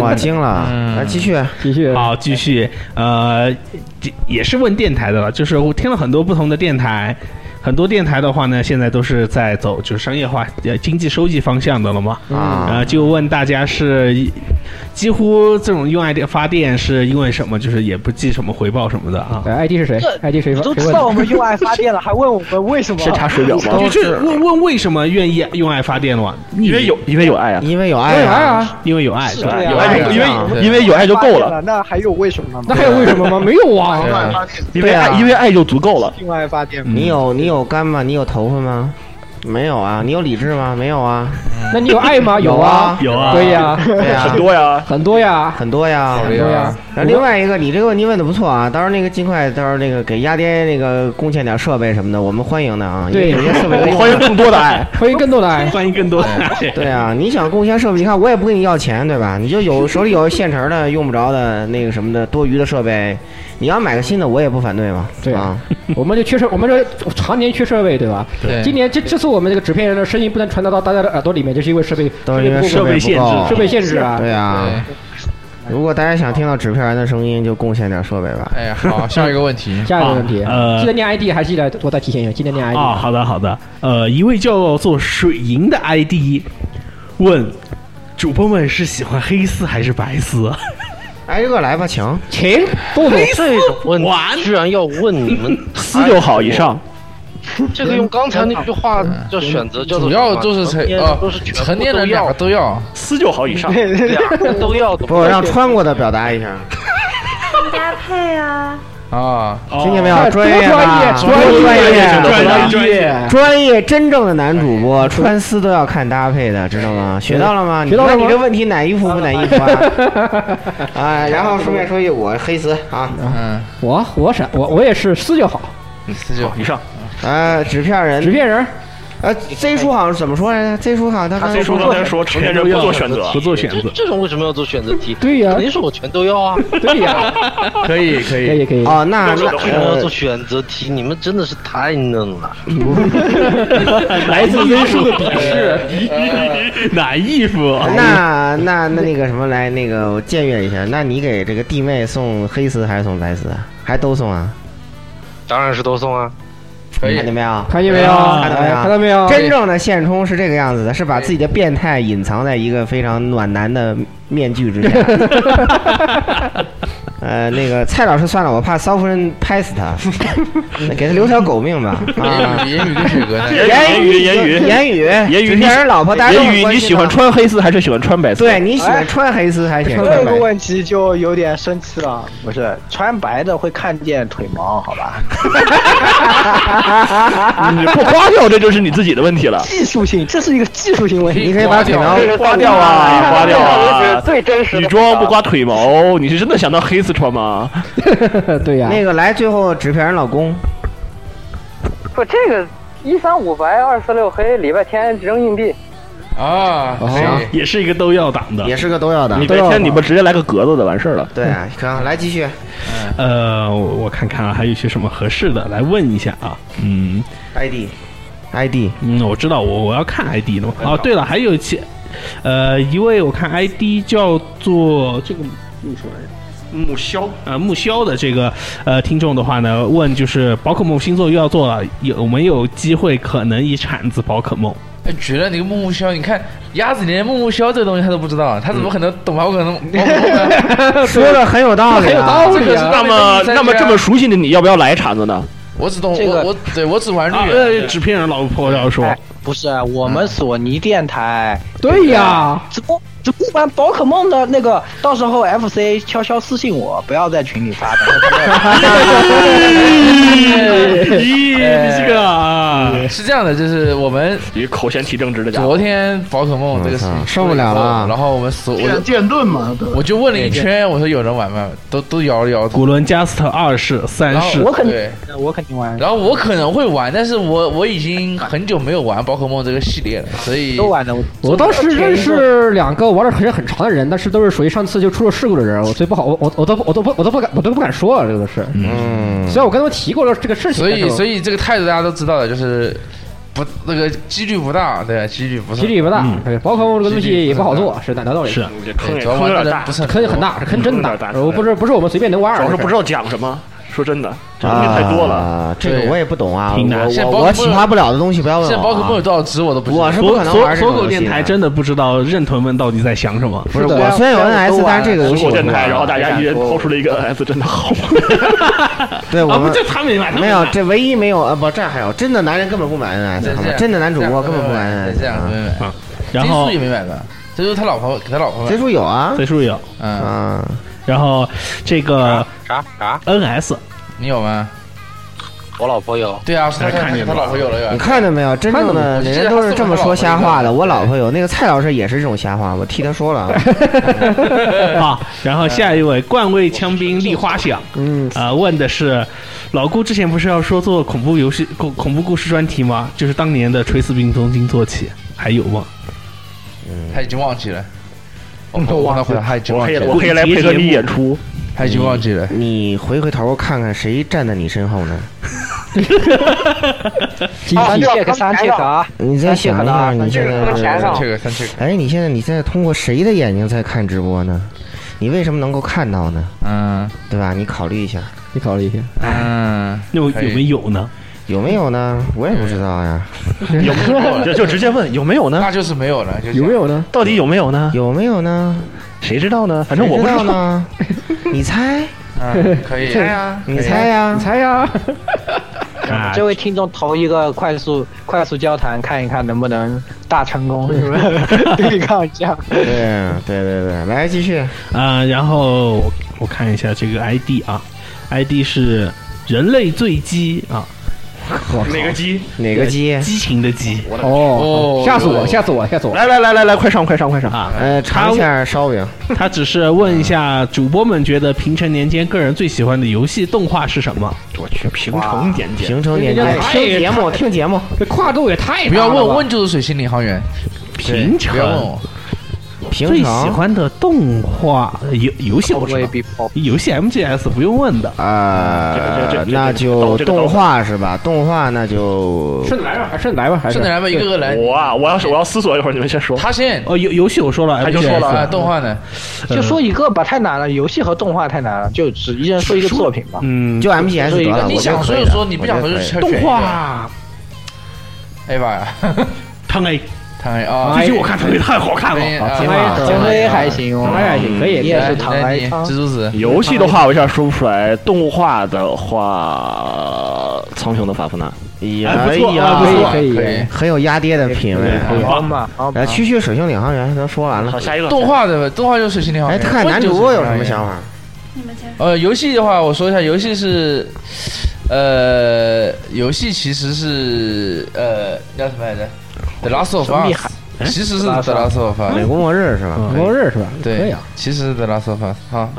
S3: 哇，惊了！来继续，
S6: 继续，
S2: 嗯好，继续，呃，这也是问电台的了，就是我听了很多不同的电台，很多电台的话呢，现在都是在走就是商业化、呃经济收集方向的了嘛。
S3: 啊
S2: 呃，就问大家是几乎这种用爱电发电是因为什么？就是也不计什么回报什么的啊。
S5: 哎
S6: 对，ID 是谁
S11: 这
S6: ？ID 谁
S11: 你
S6: 发？
S11: 都
S6: 谁
S11: 知
S6: 问
S11: 道我
S6: 的？
S11: 们用爱发电了，还问我们为什么？
S5: 先查水表吗？
S2: 就是问问为什么愿意用爱发电了嘛？
S5: 因为有，因为有爱啊，
S3: 因为有
S6: 哎
S3: 爱
S6: 呀
S3: 啊，
S6: 啊！
S2: 因为有爱，
S11: 是
S2: 对吧
S11: 对啊
S5: 有
S3: 哎
S5: 爱
S3: 呀
S5: 就，因为
S4: 对
S5: 因为有爱就够
S11: 发电
S5: 了，
S11: 了，那还有为什么吗？
S6: 那还有为什么吗？没有
S9: 用
S6: 啊，
S9: 爱发电，
S5: 因为爱，因为爱就足够了。
S11: 用爱发
S8: 嗯
S11: 电吗？
S3: 你有你有干吗？你有头发吗？没有啊。你有理智吗？没有啊。
S6: 那你有爱吗？
S3: 有
S6: 啊
S3: 啊，
S2: 有啊
S6: 对呀，
S3: 对 呀
S5: 很，多呀，
S6: 很多呀，
S3: 很多呀。
S6: 很多呀。
S3: 然后另外一个，你这个问题问的不错啊，到时候那个尽快，到时候那个给鸭爹那个贡献点设备什么的，我们欢迎的啊。
S6: 对
S3: 因为有些 设备都用
S5: 欢迎更多的爱。
S6: 欢迎更多的爱。
S2: 欢迎更多的
S3: 对 啊，你想贡献设备，你看我也不跟你要钱，对吧？你就有手里有现成的用不着的那个什么的多余的设备，你要买个新的，我也不反对嘛。
S6: 对
S3: 啊，
S6: 我们就缺设，我们这常年缺设备，对吧？
S4: 对
S6: 今年这这次我们这个纸片人的声音不能传达到大家的耳朵里面，就是因为设备
S3: 都是因为
S6: 设
S3: 设
S6: 备
S3: 备
S2: 限制
S3: 不
S6: 不
S3: 够
S6: 够设备限制啊。
S3: 对啊，如果大家想听到纸片人的声音，就贡献点设备吧。
S4: 哎，好，下一个问题
S6: ，下一个问题，
S2: 啊呃
S6: 记得念 ID 还记得我再提醒一下，记得念 ID。
S2: 啊、好的好的，呃，一位叫做水银的 ID 问。主播们是喜欢黑丝还是白丝？
S3: 挨个来吧，请。
S6: 请动动，
S12: 这种问题
S2: 玩
S12: 居然要问你 们，
S5: 四就好 以上，
S12: 这个用刚才那句话
S4: 嗯
S12: 叫选择叫做
S4: 主
S12: 什么
S4: 要就是成
S12: 成年人
S4: 哦
S12: 都是，全
S4: 成
S12: 部
S4: 年
S12: 都
S4: 人两
S12: 要
S4: 个，都要，
S5: 四就好以 上。
S12: 两个都要的
S3: 不，我让穿过的表达一下，
S7: 搭配啊，
S4: 啊，
S3: 听见没有？
S6: 哦
S3: 专业吧，
S6: 多专
S3: 多
S6: 业
S3: 专
S5: 专业
S3: 业，
S2: 专业，
S3: 专业，真正的男主播穿丝都要看搭配的，知道吗？学到了吗？
S6: 学到了吗
S3: 你看你这问题哪一服不哪一服啊？啊，然后顺便说一句，我黑丝啊，
S4: 嗯，
S6: 我我闪我我也是撕就好，
S3: 嗯
S5: 好，哎你上。
S3: 啊，纸片人，纸
S6: 片人。
S3: 啊，Z 叔好像是怎么说来着？Z 叔好像他刚才
S2: 不做选择
S12: 这。这种为什么要做选择题？
S6: 对呀
S12: 肯定是我全都要啊。
S6: 对呀，
S4: 可以可以可以
S6: 可以
S3: 啊，那
S12: 为什
S3: 那
S12: 么要做选择题？你们真的是太嫩了。
S6: 嗯
S2: 来自 Z 叔的鄙视，哎 哪啊衣服？
S3: 哎那那那那个什么来，那个我僭越一下，那你给这个弟妹送黑丝还是送白丝啊？还都送啊？
S12: 当然是都送啊。
S4: 可以
S3: 看见没有？
S6: 看见没有
S5: 啊
S6: 哎
S3: 看到没有？
S6: 看到没有
S3: 真正的现充是这个样子的，是把自己的变态隐藏在一个非常暖男的面具 之下。呃，那个蔡老师算了，我怕骚夫人拍死 他，那给他留条狗命吧。啊，
S4: 言语跟雪
S2: 哎
S4: 哥呢？
S3: 言语
S5: 言语
S3: 言语
S5: 言语
S3: 纸
S5: 你
S3: 片人老婆大家都
S5: 言
S3: 很
S5: 语
S3: 关
S5: 你
S3: 心
S5: 喜欢
S3: 的
S5: 穿黑丝还是喜欢穿白丝？
S3: 对你喜欢穿黑丝还是喜欢
S11: 这哎
S3: 穿
S11: 个
S3: 白丝？
S11: 问题就有点生气了，不是穿白的会看见腿毛，好吧？
S5: 你不花掉，这就是你自己的问题了。
S11: 技术性，这是一个技术性问题。
S3: 你可以把腿毛
S5: 刮掉啊，刮掉
S10: 这
S5: 啊！
S10: 是最真实的
S5: 女装不刮腿毛，你是真的想当黑丝穿吗？
S6: 对呀，
S3: 那个来，最后纸片人老公，
S10: 不，这个一三五白，二四六黑，礼拜天扔硬币。
S4: 啊，可以。
S2: 也是一个都要党的
S3: 哦也。是个都要的
S5: 礼。拜天你们直接来个格子的，完事儿了。
S3: 对啊，可来继续。
S2: 呃，我我看看啊，还有些什么合适的，来问一下啊。嗯
S3: ID ID
S2: 嗯，我知道，我我要看 ID 的嘛。哦，对了，还有其，呃，一位我看 ID 叫做这个怎么说来着？
S5: 木枭，
S2: 呃木萧的这个呃听众的话呢，问就是宝可梦星座又要做了，有没有机会可能以铲子宝可梦？
S4: 哎，绝了！你个木木枭，你看鸭子连木木枭这东西他都不知道，他怎么可能懂啊宝可能？宝可梦呢
S3: 说的很有道理，
S6: 很有道
S4: 这
S6: 理
S4: 个是
S6: 啊。
S5: 那么，那么这么熟悉的你，要不要来铲子呢？
S4: 我只懂
S11: 这
S4: 我
S11: 个
S4: 我对我只玩
S2: 啊，
S4: 绿
S2: 呃，
S4: 人，
S2: 纸片人老婆要说，嗯
S11: 哎不是我们索尼电台，
S6: 对呀，
S11: 只不只不玩宝可梦的那个，到时候 FC 悄悄私信我，不要在群里发
S2: 咦，你这个啊，
S4: 是这样的，就是我们
S5: 你口嫌体正直的家伙
S4: 昨。天宝可梦这个事情
S3: 我操
S4: 出
S3: 受不了
S4: 以后
S3: 了
S4: 然后我们所我
S9: 剑
S4: 就
S9: 剑盾嘛，对吧
S4: 我就问了一圈，我说有人玩吗？都都摇了摇头。
S2: 古伦加斯特二世、三
S4: 然后
S2: 世，
S11: 我肯
S4: 对，
S11: 的，我肯定玩，
S4: 然后我可能会玩，但是我我已经很久没有玩宝可梦这个系列了，所以
S11: 都玩的。我
S6: 我当时认识两个玩的时间很长的人，但是都是属于上次就出了事故的人，我所以不好，我我我都我都不我都不敢我都不敢说啊了，这个是。
S3: 嗯，
S6: 虽然我跟他们提过了这个事情，
S4: 所以所
S6: 以
S4: 以这个态度大家都知道了，就是不那个几率不大，对，几率不是
S6: 几率也不大，对包括我这个东
S4: 嗯几率
S6: 西也
S4: 不
S6: 不好
S4: 大
S6: 做，是哪道理？
S2: 是
S5: 这坑
S4: 对，
S5: 也
S4: 哎主要
S5: 坑
S4: 玩
S5: 有
S4: 的
S5: 点
S4: 人
S5: 大
S4: 不，是很
S6: 坑
S4: 多
S6: 很大，这坑真
S5: 有点大
S6: 我不是不是我们随便能玩
S5: 主
S6: 儿
S5: 要是
S6: 的。
S5: 不知道讲什么。说真的，这东西太多了。
S3: 啊，这个我也不懂啊，
S2: 挺难
S3: 我
S4: 现在
S3: 我
S4: 宝可
S3: 我
S4: 梦
S3: 启发不了的东西不要问
S4: 现在宝可梦
S3: 我
S4: 有
S3: 啊。
S4: 多少只我都不知道。
S3: 我是不
S2: 锁
S3: 可能
S2: 锁
S3: 玩这
S2: 锁
S3: 种
S2: 狗
S3: 游戏
S2: 电台
S3: 的。
S2: 真的不知道任屯们到底在想什么。
S3: 不是
S11: 是的
S3: 我虽然有
S11: 这样
S3: NS，
S11: 都
S3: 但
S11: 玩
S3: 是这个游
S5: 中
S3: 戏
S5: 国
S3: 我不
S5: 电
S3: 玩
S5: 台，然后大家一人抛出了一个 S，真的好。
S3: 对我
S2: 啊，不，
S3: 们
S2: 这他没买，他
S3: 没
S2: 买
S3: 有，这唯一没有啊，不，这还有，真的男人根本不买 NS，好吗真的男主播根本不买 NS。
S4: 这样
S3: 啊
S4: 没买。
S2: 然后
S4: 金也没买吧？ 这就是他老婆给他老婆买
S3: 谁。说有啊？
S2: C 叔有，
S4: 嗯，
S3: 啊，
S2: 然后这个
S12: 啥啥？
S2: NS
S4: 你有吗？
S12: 我老婆有。
S4: 对啊，是他
S2: 看见
S4: 他
S2: 了
S4: 老婆有了
S3: 你
S4: 有。
S3: 看见没有？真正的
S4: 我记得
S3: 人
S4: 他
S3: 都是
S4: 送
S3: 这么
S4: 给他老
S3: 说
S4: 婆
S3: 瞎
S4: 一个
S3: 话的。我老婆有，那个蔡老师也是这种瞎话，我替他说了啊。
S2: 啊，然后下一位冠位枪兵立花响，
S3: 嗯，
S2: 啊、问的是，老顾之前不是要说做恐怖游戏、恐恐怖故事专题吗？就是当年的《垂死病从今做起》，还有吗？
S4: 他已经忘 记了。我我帮他回答，他已经
S5: 我
S4: 忘
S5: 可
S4: 记
S5: 以，
S4: 了
S5: 我，可以来配合你演出。
S4: 他已经忘记了。
S3: 你回回头看看谁站在你身后呢？
S6: 集
S10: 啊
S6: 体
S10: 对
S11: 谢克三谢克啊，
S3: 你再想一下，你
S10: 这
S3: 现在
S10: 个能想
S3: 是
S10: 想
S4: 三缺个，三缺个。
S3: 哎，你现在你在通过谁的眼睛在看直播呢？你为什么能够看到呢？
S4: 嗯
S3: 对吧？你考虑一下，哎
S6: 你考虑一下，
S4: 嗯，
S2: 那有
S4: 可以
S2: 有没有呢？
S3: 有没有呢？我也不知道呀，
S5: 有没
S3: 啊
S5: 有？就就直接问有没有呢？
S4: 那就是没有了，就是
S6: 有没有呢？
S5: 到底有没有呢？
S3: 有没有呢？
S5: 谁知道呢？反正我
S3: 谁
S5: 不
S3: 知
S5: 知道。
S3: 道
S5: 哎
S3: 呢。你猜，
S4: 嗯，可以。对啊，
S3: 你猜呀
S6: 你？猜呀，
S2: 啊，
S11: 哎这位听众投一个快速快速交谈，看一看能不能大成功，是 吧？对抗一下。
S3: 对对对对，来继续。
S2: 啊、然后我我看一下这个 ID 啊，ID 是人类醉鸡啊。
S5: 哪个鸡？
S3: 哪个鸡？
S2: 激情的激。
S6: 哦，吓死我！吓死我！吓死我！
S5: 来来来来来，快上快上快上
S2: 啊！
S3: 呃，尝一下烧饼。
S2: 他只是问一下主播们，觉得平成年间个人最喜欢的游戏动画是什么？
S5: 我去，平成年间，
S3: 平成年
S6: 哎
S3: 间，
S6: 太
S3: 听节目，听节目。
S6: 这跨度也太大
S4: 不要
S6: 了吧
S4: 问，问就是水星领航员。
S2: 平
S4: 对不要问
S2: 成
S4: 我。
S3: 平
S2: 最喜
S3: 常
S2: 欢的动画呃游游戏我知道，游戏 MGS 不用问的。
S5: 这
S3: 呃
S5: 个，这个
S3: 那就
S5: 这个这个
S3: 动画是吧？动画那就
S6: 顺着来吧，还顺着来吧，还是
S4: 顺着来吧，一个个来。
S5: 我啊，我要是我要思索一会儿，你们先说。
S4: 他先，
S2: 哦，游游戏我说了，
S5: 他就说了
S2: 哎
S4: 啊，动画呢？
S2: 呃
S11: 就说一个吧，太难了，游戏和动画太难了，就只一人说一个作品吧。
S2: 嗯，
S3: 就 MGS
S11: 说
S3: 得
S11: 一个
S3: 了。
S4: 你
S3: 我觉
S4: 想
S3: 得可
S4: 说
S3: 以
S4: 就
S3: 的
S4: 说，你不想
S3: 我
S4: 说就
S3: 觉得可以
S4: 选
S2: 动画
S4: 哎吧呀，
S2: 汤 A，
S4: 唐哎啊，
S2: 最近我看汤 A 太好看
S4: 哎
S2: 了。
S4: 啊
S3: 挺好
S4: 哎
S11: 唐威还行哦，
S6: 唐还行，可以，
S11: 你也
S6: 可以
S11: 是
S4: 来
S11: 唐
S4: 来
S11: 来
S4: 你
S11: 昌
S4: 蜘蛛子，
S5: 游戏的话，我一下说不出来；动画的话，《苍穹的法夫纳》
S3: 哎
S2: 不错啊
S6: 可
S2: 不
S6: 以
S2: 错，
S6: 可以，
S4: 可
S6: 可
S4: 以
S6: 以。
S3: 很有压爹的品味。
S5: 可以
S3: 啊
S11: 帮吧，帮吧
S3: 来，区区水星领航员都说完
S5: 好，
S3: 了。
S5: 下一个
S4: 动。画的动画就是水星领航
S3: 哎，
S4: 员。
S3: 看看男主播有什么想法？
S7: 你们先
S4: 呃，游戏的话，我说一下，游戏是，呃，游戏其实是呃叫什么来着？The Last of
S11: 什么厉
S4: Us，
S11: 害
S3: 哎
S4: 其实是 The
S11: The Last of
S4: Last of
S3: 美
S4: Us，
S3: 国末日是吧？
S6: 末日是吧？可以
S4: 对
S6: 啊，，
S4: 其实是 The Last of Us。好，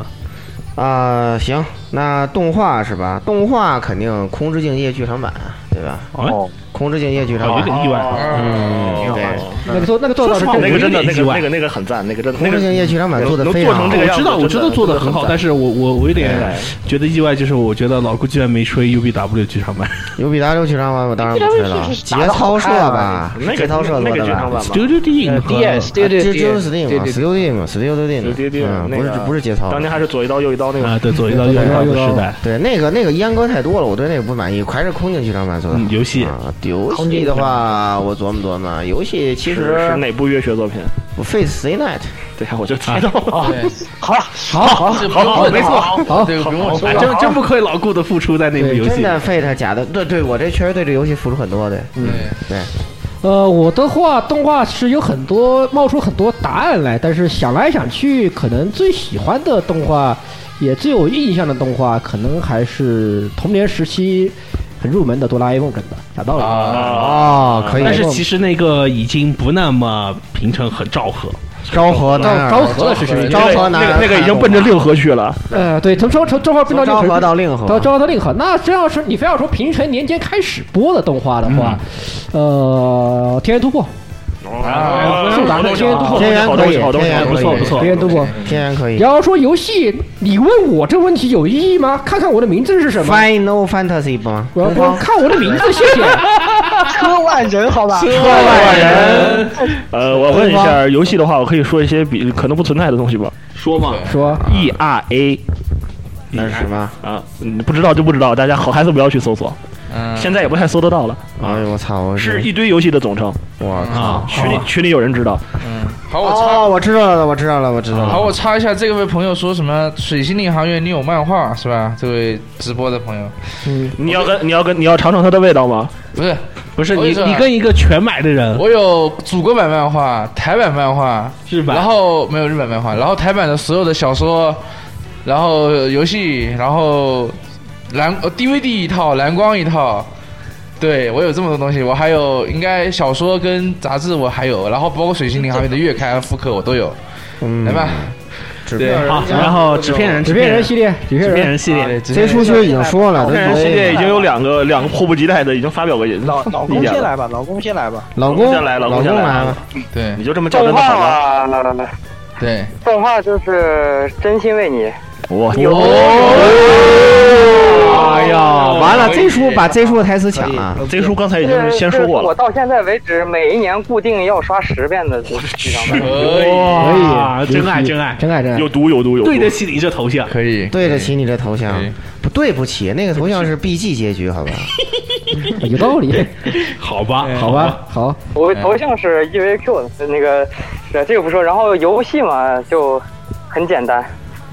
S3: 啊，行，那动画是吧？动画肯定《空之境界》剧场版，对吧？
S6: 哎
S2: 哦，
S3: 《空之境界》剧场
S6: 哦
S2: 有
S3: 版，
S2: 点意外。
S5: 哦
S3: 嗯，对，《
S6: 啊那个做那个做到
S2: 说实
S6: 是
S2: 话
S5: 那
S6: 正
S5: 个真的，
S2: 我有
S5: 那
S2: 点
S5: 个
S2: 意外
S5: 那个那个很赞，那个真的，那
S3: 空之境
S5: 个
S3: 界》剧场版做的
S5: 能
S3: 非
S5: 做成
S3: 常好
S5: 这。个
S2: 哎我
S5: 样
S2: 知
S5: 子
S2: 道，我知道
S5: 真的
S2: 做的很
S5: 很
S2: 好，
S5: 赞
S2: 但是我我我有点
S5: 对
S2: 觉得意外，就是我觉得老顾居然没吹 UBW 剧场版，
S3: 有比达六剧场版我当然不吹了，节操社吧，
S5: 那
S3: 节
S5: 个
S3: 操社做
S5: 那个剧
S3: 的
S5: 场
S3: 吧
S5: 版。嘛，
S2: 丢丢地
S11: 呃
S2: 硬核。
S11: ，DS 对对
S3: 这
S11: 对
S3: 就是
S11: 对
S3: Steam 嘛
S11: 对，
S3: ，Steam 嘛
S5: 丢丢丢
S3: ，Steam 嘛，，
S5: 那
S3: 嗯，不是
S5: 个
S3: 不是节操，
S5: 当年还是左一刀右一刀那
S2: 啊，
S5: 个，
S2: 对，左一 刀右一刀的时代，
S3: 对，那个那个阉割太多了，我对那个不满意，还是空境剧场版做的好、
S2: 嗯游戏
S3: 啊。游戏的话，我琢磨琢磨，游戏其
S5: 是是
S3: 实
S5: 哪部乐学作品？
S3: Face C Night
S5: 对，啊我就
S2: 啊
S5: 猜到了。
S2: 哦
S4: 对，
S11: 好了，
S4: 好，这不用问，
S2: 没错
S4: 好，对，不用我说
S2: 哎
S4: 了。
S5: 啊
S2: 真真不愧老顾的付出在那部游
S3: 真
S2: 戏。
S3: 的 Fate 假的，对对，我这确实对这游戏付出很多，对，嗯，
S4: 对，
S3: 对，
S6: 呃，我的话，动画是有很多冒出很多答案来，但是想来想去，可能最喜欢的动画，也最有印象的动画，可能还是童年时期很入门的《哆啦 A 梦》，真的讲
S3: 啊
S6: 道理。啊
S3: 哦，可以，
S2: 啊但是
S6: 嗯
S2: 其实那个已经不那么平成很昭和，
S3: 昭和到
S6: 昭昭和的是谁？
S3: 昭和
S5: 那
S3: 哪
S5: 个那个已经奔着令和去了。
S6: 呃，对，从昭从昭和变
S3: 从昭
S6: 到令
S3: 和
S6: 和
S3: 到令和
S6: 到，哦昭和到令和。那这要是你非要说平成年间开始播的动画的话，
S3: 嗯
S6: 呃，《天元突破》
S5: 啊
S6: 是吧
S5: 好东西好东西
S3: 天元
S5: 好
S3: 可
S5: 东
S3: 以，
S5: 西好东西
S3: 天
S5: 好
S3: 元
S5: 东
S3: 可
S5: 西
S3: 以，
S2: 不错
S6: 《天元突破》。
S3: 天元可以。
S6: 然后说游戏，你问我这问题有意义吗？看看我的名字是什么。
S3: Final Fantasy 不吗？
S6: 我要光看我的名字，谢 谢。
S11: 车万人好吧？
S3: 科幻人，
S5: 呃，我问一下，游戏的话，我可以说一些比可能不存在的东西吧
S2: 说嘛，
S6: 说
S5: ？E R A
S3: 啊那是什么？啊
S5: 啊，嗯不知道就不知道，大家好孩子不要去搜索，
S4: 嗯，
S5: 现在也不太搜得到了，
S3: 哎呦我操！我
S5: 是一堆游戏的总称。
S3: 我
S2: 啊
S3: 靠！
S5: 群里群里有人知道，
S4: 好，我插
S3: 哦，我知道了，我知道了，我知道
S5: 嗯
S3: 了。
S4: 好，我插一下，这位朋友说什么《水星领航员》你有漫画是吧？这位直播的朋友，
S5: 你要跟你要跟你要尝尝它的味道吗？
S4: 不是，
S2: 不是
S4: 我跟
S2: 你
S4: 你说啊
S2: 你跟一个全买的人
S4: 我有祖国版漫画、台版漫画，
S2: 是
S4: 然
S2: 吧？
S4: 后没有日本漫画，然后台版的所有的小说，然后游戏，然后蓝呃 DVD 一套，蓝光一套。对，我有这么多东西，我还有应该小说跟杂志我还有，然后包括《水星领航员》的月刊、复刻我都有，
S3: 嗯
S4: 来吧。
S3: 纸
S4: 对
S3: 片人
S2: 好，然后纸片人，
S6: 纸片人系列，纸片
S2: 啊纸片
S6: 人
S2: 人系
S3: 啊
S2: 列，
S4: 对，直接
S3: 这出其实已经说了，
S5: 但
S3: 这
S5: 人
S3: 都
S5: 系列已经有两个两个迫不及待的已经发表过意见
S11: 老老公先
S5: 了，
S11: 来吧，老公先来吧。
S3: 老公
S5: 先来老公
S3: 公
S5: 先来
S3: 来了，
S4: 对
S5: 你就这么较真
S10: 动
S5: 的
S10: 画
S5: 好吗？
S10: 嘛，
S4: 对，
S10: 动画就是真心为你。
S5: 我
S3: 哎呀，完了，
S4: 可以
S3: 这叔把这叔的台词抢啊了。
S5: 这叔刚才已经先说过
S10: 这是我
S5: 了，
S10: 到现在为止每一年固定要刷十遍的剧场版。
S4: 可以，
S2: 哇，真爱真爱，
S6: 真爱真爱
S5: 有。毒有毒有毒
S2: 对。得起你这头像。
S4: 可以，
S3: 对得起你这头像
S4: 对，
S3: 不对不起，那个头像是 BG 结局， 好吧？
S6: 有道理，
S2: 好
S3: 哎
S2: 吧，
S6: 好吧，好，
S10: 我头像是 EVQ 的那个，呃，这个不说。然后游戏嘛就很简单，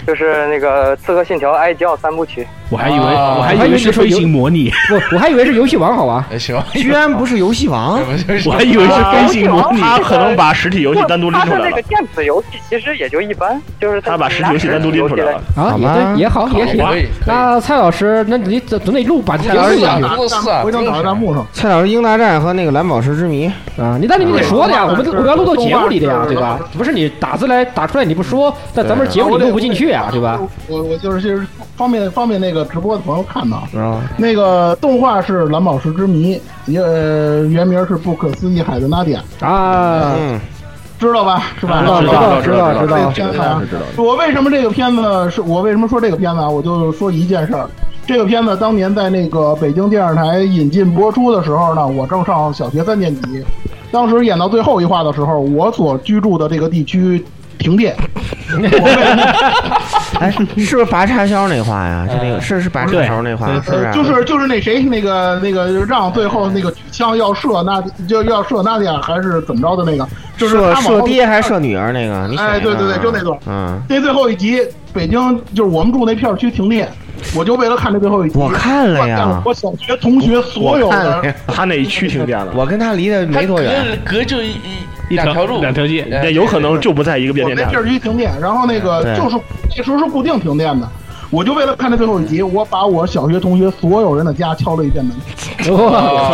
S10: 就是那个《刺客信条：埃及奥》三部曲。
S2: 我还以为
S6: 啊
S2: 我还以
S6: 我还以
S2: 为
S6: 为
S2: 是
S6: 你说
S2: 飞
S6: 游
S2: 行模拟，哎
S6: 不，我还以为是游戏王好吧？
S4: 游戏王
S3: 居然不是游戏王，
S4: 我
S2: 我还以为
S5: 啊
S2: 是飞行模 拟，
S10: 他
S5: 可能把实体游戏单独拎出
S10: 他
S5: 来
S10: 的那
S5: 了
S10: 个。电子游戏其实也就一般，就是
S5: 他把实体游戏单独拎出来了。
S6: 啊，也对，也好，也
S5: 吧
S6: 好。那蔡老师，那你总总得录把游戏讲
S9: 回头
S6: 啊
S9: 回头打弹幕上。
S3: 蔡老师《英大战》和那个蓝宝石之谜
S6: 啊，你那你得说的呀，我们我们要录到节目里的呀，对吧？不是你打字来打出来你不说，在咱们节目里录不进去呀，对吧？
S9: 我我就是就是方便方便那个直播的朋友看到，
S3: 啊，
S9: 那个动画是《蓝宝石之谜》，也呃原名是《不可思议海的拉典》
S6: 啊，
S9: 知道吧？是吧？
S6: 啊知道知道知道知道
S9: 这个片子
S6: 这
S9: 啊
S6: 个片子是知道
S9: 我为什么这个片子是我为什么说这个片子啊？我就说一件事儿，这个片子当年在那个北京电视台引进播出的时候呢，我正上小学三年级，当时演到最后一话的时候，我所居住的这个地区停电。
S3: 哎，是不是拔插销那话呀？就那个是是拔插销那话，是啊不是？
S9: 呃就是就是那谁那个那个让最后那个举枪要射那就要射那点还是怎么着的那个，就是
S3: 射
S9: 他往后
S3: 射爹还是射女儿那个？你选
S9: 哎
S3: 一个
S9: 对对对就那段
S3: 嗯，
S9: 那最后一集，北京就是我们住那片区停电，我就为了看这最后一集，我
S3: 看了呀
S9: 我小学同学所有的
S5: 他哪一区停电了？
S3: 我跟他离得没多远，
S4: 隔隔就一
S5: 一
S4: 两条路
S5: 两条街，
S4: 哎
S5: 那有可能就不在一个变
S9: 我
S5: 电
S9: 们那
S5: 站。
S9: 片区停电，然后那个
S5: 对
S9: 就是那时候是固定停电的。我就为了看这最后一集，我把我小学同学所有人的家敲了一遍门。
S4: 哦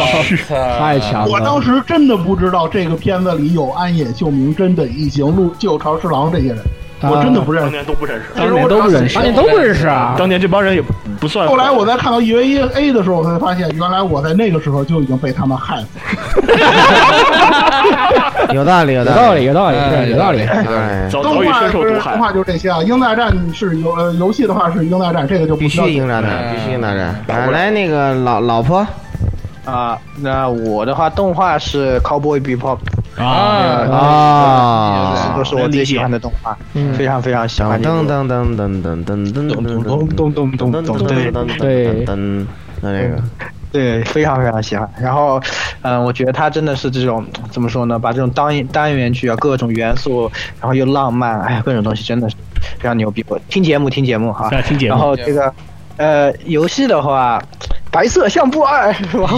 S6: 太强了！
S9: 我当时真的不知道这个片子里有安野秀明、真本一行、陆旧朝侍郎这些人，
S3: 啊
S9: 我真的不认
S5: 当
S9: 识。
S5: 年都不认识，
S9: 当年都不认识当年都不认识啊
S5: 当年这帮人也不算。
S9: 后来我在看到 EVA A 的时候，我才发现原来我在那个时候就已经被他们害死了。
S3: 有道理，有
S6: 道
S3: 道
S6: 理
S3: 理，嗯
S6: 有道理是有道理
S3: 哎
S9: 动画是动画就是这些啊，英大战是游呃游戏的话是英大战，这个就不
S3: 必
S9: 需
S3: 须
S9: 要
S3: 英大
S11: 嗯
S3: 战，必须英大战。啊来，那个老老婆，
S11: 啊，那我的话，动画是 Cowboy Bebop
S3: 啊
S11: 那个
S3: 啊
S11: 都是我最喜欢的动画，
S3: 嗯
S11: 非常非常喜欢
S3: 噔
S11: 这个。
S3: 噔噔噔噔噔噔噔噔噔
S11: 咚咚咚
S3: 噔
S11: 咚，
S3: 噔
S11: 对
S3: 噔
S11: 对
S3: 噔噔，那这个
S11: 对，非常非常喜欢。然后，嗯、我觉得它真的是这种怎么说呢？把这种单单元剧啊，各种元素，然后又浪漫，哎呀，各种东西真的是非常牛逼。我听节目，听节目哈，
S2: 啊听节
S11: 然
S2: 目
S11: 后这个，呃，游戏的话，白色相簿二，哇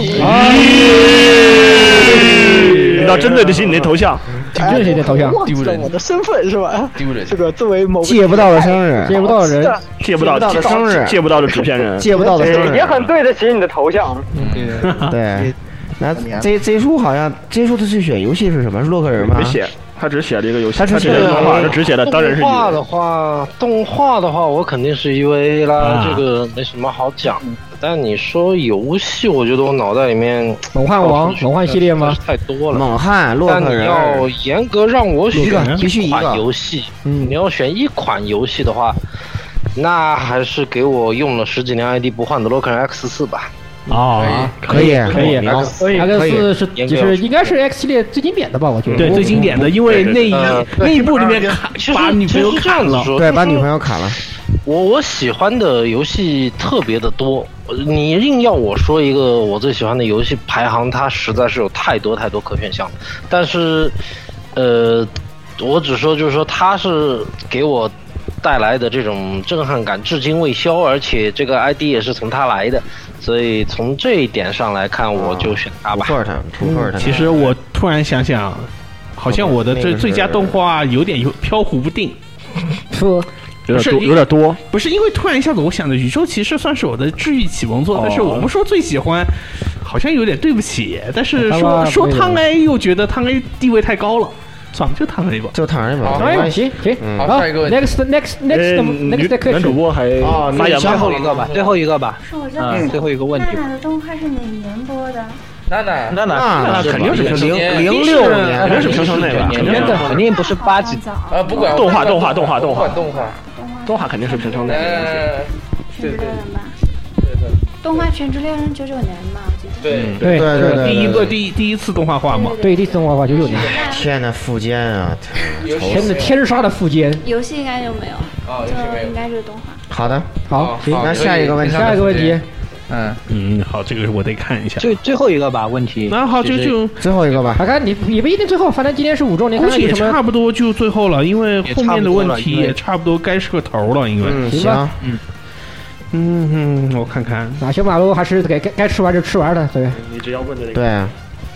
S5: 你倒针对得起你那头像，
S6: 挺
S3: 哎
S6: 正确的头像
S11: 忘记了我的身份是吧？
S4: 丢人！
S11: 这个作为某个
S3: 借不到的生日
S6: 借不到人
S5: 借不到
S3: 借不到的生日
S5: 借不到的纸片人，
S3: 借不到的生日
S10: 也很对得起你的头像。
S3: 对。那 Z Z 叔好像 Z 叔他是选游戏是什么？是洛克人
S6: 啊
S3: 吗？
S5: 没写，
S11: 啊
S5: 他只写了一个游戏，
S3: 他
S5: 他
S3: 只
S5: 只
S3: 写
S5: 写
S3: 了
S5: 了
S3: 一个
S5: 动画，他只写了当然是
S12: 动画的话，动画的话，我肯定是 EVA 啦，
S2: 啊
S12: 这个没什么好讲的。但你说游戏，我觉得我脑袋里面
S6: 猛汉王、猛汉系列吗？
S12: 太多了。
S3: 猛汉、洛
S12: 但
S3: 克
S12: 你
S3: 人，
S12: 要严格让我选
S3: 一个必须一个
S12: 款游戏，
S6: 嗯
S12: 你要选一款游戏的话，那还是给我用了十几年 ID 不换的洛克人 X 四吧。
S6: 哦
S2: 啊，
S3: 可以
S6: 可以
S3: 可以
S6: ，X 四是就是应该是 X 系列最经典的吧？我觉得
S2: 对最经典的，因为那一
S12: 呃
S2: 那一部里面砍
S12: 其实
S2: 把女朋友
S12: 其实这
S2: 砍
S12: 样子
S2: 了，
S12: 说
S3: 对，把女朋友砍了。
S12: 我我喜欢的游戏特别的多，呃你硬要我说一个我最喜欢的游戏排行，它实在是有太多太多可选项。但是，呃，我只说就是说，它是给我带来的这种震撼感至今未消，而且这个 ID 也是从它来的，所以从这一点上来看，我就选它吧。
S3: 尔坦，土尔坦。
S2: 嗯其实我突然想想，好像我的
S3: 那
S2: 最
S3: 个是
S2: 最佳动画有点有飘忽不定，
S6: 说
S5: 有点
S2: 是
S5: 多，有点多。
S2: 不是因为突然一下子我想着《宇宙骑士》算是我的治愈启蒙作，但是我不说最喜欢，好像有点对不起。但是
S6: 他
S2: 说
S6: 妈
S2: 说
S6: 没有
S2: 汤 A 又觉得汤 A 地位太高了，算了，就汤 A 吧。
S3: 就躺着吧，没
S6: 哎，
S3: 关系。
S6: 行行，
S3: 嗯
S6: 好，next next
S5: 呃
S6: next
S5: 女
S6: next question，
S5: 男主播还
S8: 啊
S11: 哦，
S5: 发言
S11: 最后
S5: 吗？
S11: 一个吧，最后一个吧，
S14: 是我这
S11: 嗯，最后一个问题
S14: 娜。娜的动画是哪年播的？
S4: 娜娜，
S11: 娜娜，
S3: 那肯定是零零
S4: 是
S3: 六年，
S5: 肯定嗯是平成那个，肯定是
S11: 肯定不是八几。
S4: 啊，不管
S5: 动画动画动画
S4: 动
S5: 动
S4: 画
S5: 画
S4: 动画，
S5: 动画肯定是平成那个。
S4: 呃，
S14: 全职猎人吧？动画《全职猎人》九九年嘛，我记得。
S4: 对，
S6: 对
S3: 对对对
S2: 第一
S3: 对
S2: 个
S3: 对
S2: 第一第一次动画化嘛，
S6: 对，第四动画吧，九九年，
S3: 天呐，富坚啊！天愁
S6: 天
S3: 死
S6: 的天杀的附坚，
S14: 游戏应该就没有，
S4: 哦，游戏没
S14: 就
S4: 有
S14: 应。该就是动画。
S3: 好的，
S6: 好，行，
S3: 那下一个问题
S6: 下一个问题，
S4: 嗯，
S2: 嗯，好，这个我得看一下。
S11: 最最后一个吧，问题。
S2: 那好，就就
S3: 最后一个吧。
S6: 看看你也不一定最后，反正今天是五周年，
S2: 估
S6: 看看
S2: 计
S6: 有
S2: 也
S6: 什么
S2: 差不多就最后了，因为后面的问题
S11: 也
S2: 也差不多该是个头了，因为
S3: 嗯，行，
S2: 嗯嗯，我看看
S6: 哪些啊马路还是该该该吃完就吃完的，对。
S5: 你只要问这个。
S3: 对啊，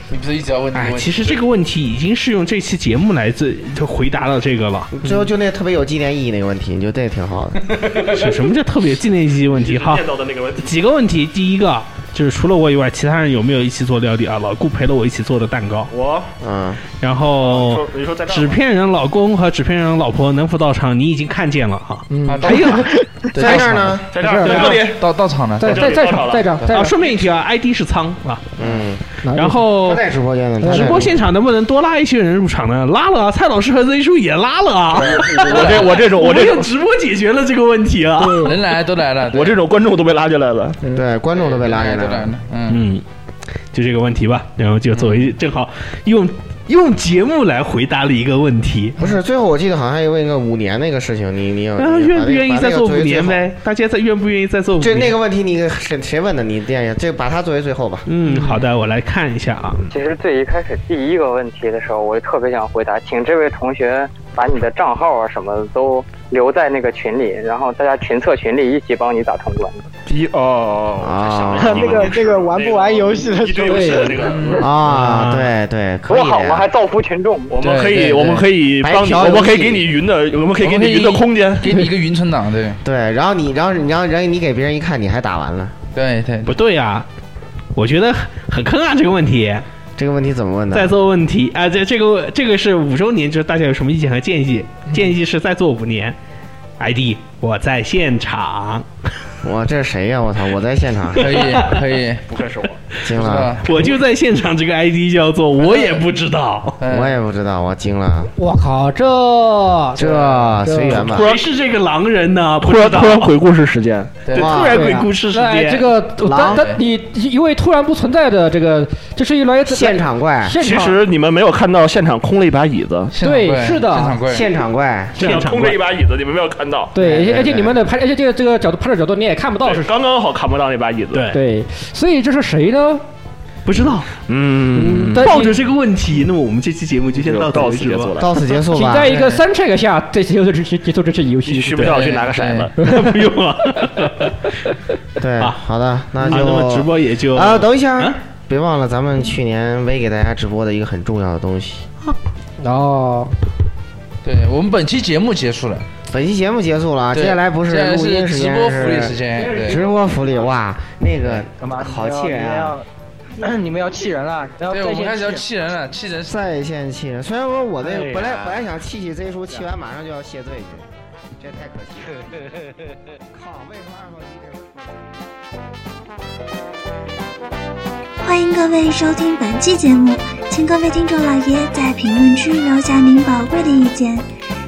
S4: 你不是一直要问这个
S2: 哎
S4: 问，题？
S2: 其实这个问题已经是用这期节目来自就回答了这个了。
S3: 最后就那特别有纪念意义那个问题，你觉得这挺好的。
S2: 是什么叫特别纪念意义问 题？哈，
S5: 念叨的那个问题
S2: 几个问题，第一个就是除了我以外，其他人有没有一起做料理啊？老顾陪了我一起做的蛋糕，
S5: 我
S3: 嗯，
S2: 然后
S5: 说你说在干嘛
S2: 纸片人老公和纸片人老婆能否到场？你已经看见了哈。
S6: 嗯
S2: 还有
S3: 在这儿呢
S5: 在这儿在这里
S4: 到到场了，
S6: 在在在场在场在
S2: 啊，
S6: 场
S2: 顺便一提啊，ID 是仓啊。
S3: 嗯，
S2: 然后
S3: 他在直播间呢，他在
S2: 直播现场能不能多拉一些人入场呢？拉了啊，蔡老师和 Z 叔也拉了啊。
S5: 我这我这种我这
S2: 们用直播解决了这个问题啊。
S4: 人来都来了，
S5: 我这种观众都被拉进来了。
S3: 对，观众都被拉进
S4: 都
S3: 来
S4: 来
S3: 了
S4: 了。，嗯，
S2: 嗯，就这个问题吧。然后就作为
S5: 嗯
S2: 正好用用节目来回答了一个问题。
S3: 不是，最后我记得好像还有问一个五年那个事情，你你有
S2: 然后
S3: 你把
S2: 啊愿不
S3: 那个
S2: 愿意
S3: 把
S2: 再
S3: 那个
S2: 做五
S3: 作为最
S2: 年
S3: 后
S2: 呗？大家再愿不愿意再做五
S3: 这
S2: 年？
S3: 那个问题你给谁谁问的？你这样，这把它作为最后吧。
S2: 嗯，好的，我来看一下啊。
S10: 其实最一开始第一个问题的时候，我就特别想回答，请这位同学把你的账号啊什么的都留在那个群里，然后大家群策群力一起帮你打通关。
S5: 第一哦，
S3: 啊
S5: 那个
S11: 这个玩不玩游戏的
S5: 一堆游戏的这个，
S3: 啊，对对，可
S10: 多
S3: 以
S10: 好，
S3: 的
S10: 我
S3: 呀。
S10: 还造福群众。
S5: 我们可
S4: 对
S5: 以
S4: 对
S5: 我们可以
S3: 白
S5: 帮你，
S3: 嫖
S5: 我们可以
S3: 游戏
S5: 给你云的，我们可以给
S4: 我们
S5: 你
S4: 可以
S5: 云的空间。
S4: 给你一个云存档，对
S3: 对，然后你，然后你，然后人你给别人一看，你还打完了，
S4: 对对，
S2: 不对呀、啊我觉得很坑啊这个问题。
S3: 这个问题怎么问的？
S2: 再做问题啊，这这个这个是五周年，就是大家有什么意见和建议？
S3: 嗯
S2: 建议是再做五年。ID 我在现场，
S3: 哇，这啊是谁呀？我操，我在现 场，
S4: 可以可以，
S5: 不愧是我，
S3: 惊
S4: 是
S3: 了
S4: 吧，？
S2: 我就在现场，这个 ID 叫
S3: 呃
S2: 做我也不知道。
S4: 嗯
S3: 我也不知道，我惊了，
S6: 我靠，这
S3: 这随缘吧。
S2: 谁是这个狼人呢？不
S5: 突
S2: 知
S5: 然
S2: 道
S5: 突然鬼故事时间，
S2: 对，
S3: 哇
S2: 突然鬼故事时
S6: 哎
S2: 间，
S6: 这个但但你因为突然不存在的这个，这是一来自呃
S3: 现场怪，
S6: 现
S5: 其
S6: 场
S5: 实你们没有看到现场空了一把椅子，
S4: 现场
S6: 对
S4: 跪
S6: 是的
S4: 现场跪，
S3: 现场怪，
S2: 现场
S5: 空着一把椅子，你们没有看到，
S6: 对，而且
S3: 对
S6: 而且
S3: 对
S6: 你们的拍，而且这个这个角度拍摄角度你也看不到是啥。
S5: 刚刚好看不到那把椅子。，
S2: 对，
S6: 对，所以这是谁呢？
S2: 不知道。
S5: 嗯，
S6: 但
S2: 抱着这个问题，那么我们这期节目就先到此
S5: 到
S2: 为
S5: 此
S2: 止
S5: 结
S2: 吧
S5: 束。了。
S3: 到此结 束
S6: 请
S3: 吧。
S6: 在一个三 check 下，这结束这期结束这期游
S5: 你
S6: 戏。
S5: 需不需要去拿个骰子？
S2: 不用了。
S3: 对，
S2: 啊
S3: 好的，那
S2: 啊
S3: 就
S2: 那么直播也就
S3: 啊，等一下
S2: 啊，
S3: 别忘了咱们去年微给大家直播的一个很重要的东西。
S6: 然后
S4: 哦对我们本期节目结 束了，
S3: 本期节目结束了啊，
S4: 对
S3: 接下来不
S4: 现在
S3: 录音
S4: 是
S3: 时
S4: 直
S3: 间，
S4: 播福利时。间，对
S3: 直播福利哇，那个好气人啊！！
S11: 哎你们要你们要气人了！然后
S4: 对，
S11: 在
S4: 我们
S11: 线
S4: 开始要
S11: 气人
S4: 气人了，气人
S3: 在线气人，虽然说我那
S5: 哎呀
S3: 本来本来想气气 Z 叔，气完马上就要谢罪去，这太可惜了。 靠，为什么二号机这个？
S15: 欢迎各位收听本期节目，请各位听众老爷在评论区留下您宝贵的意见。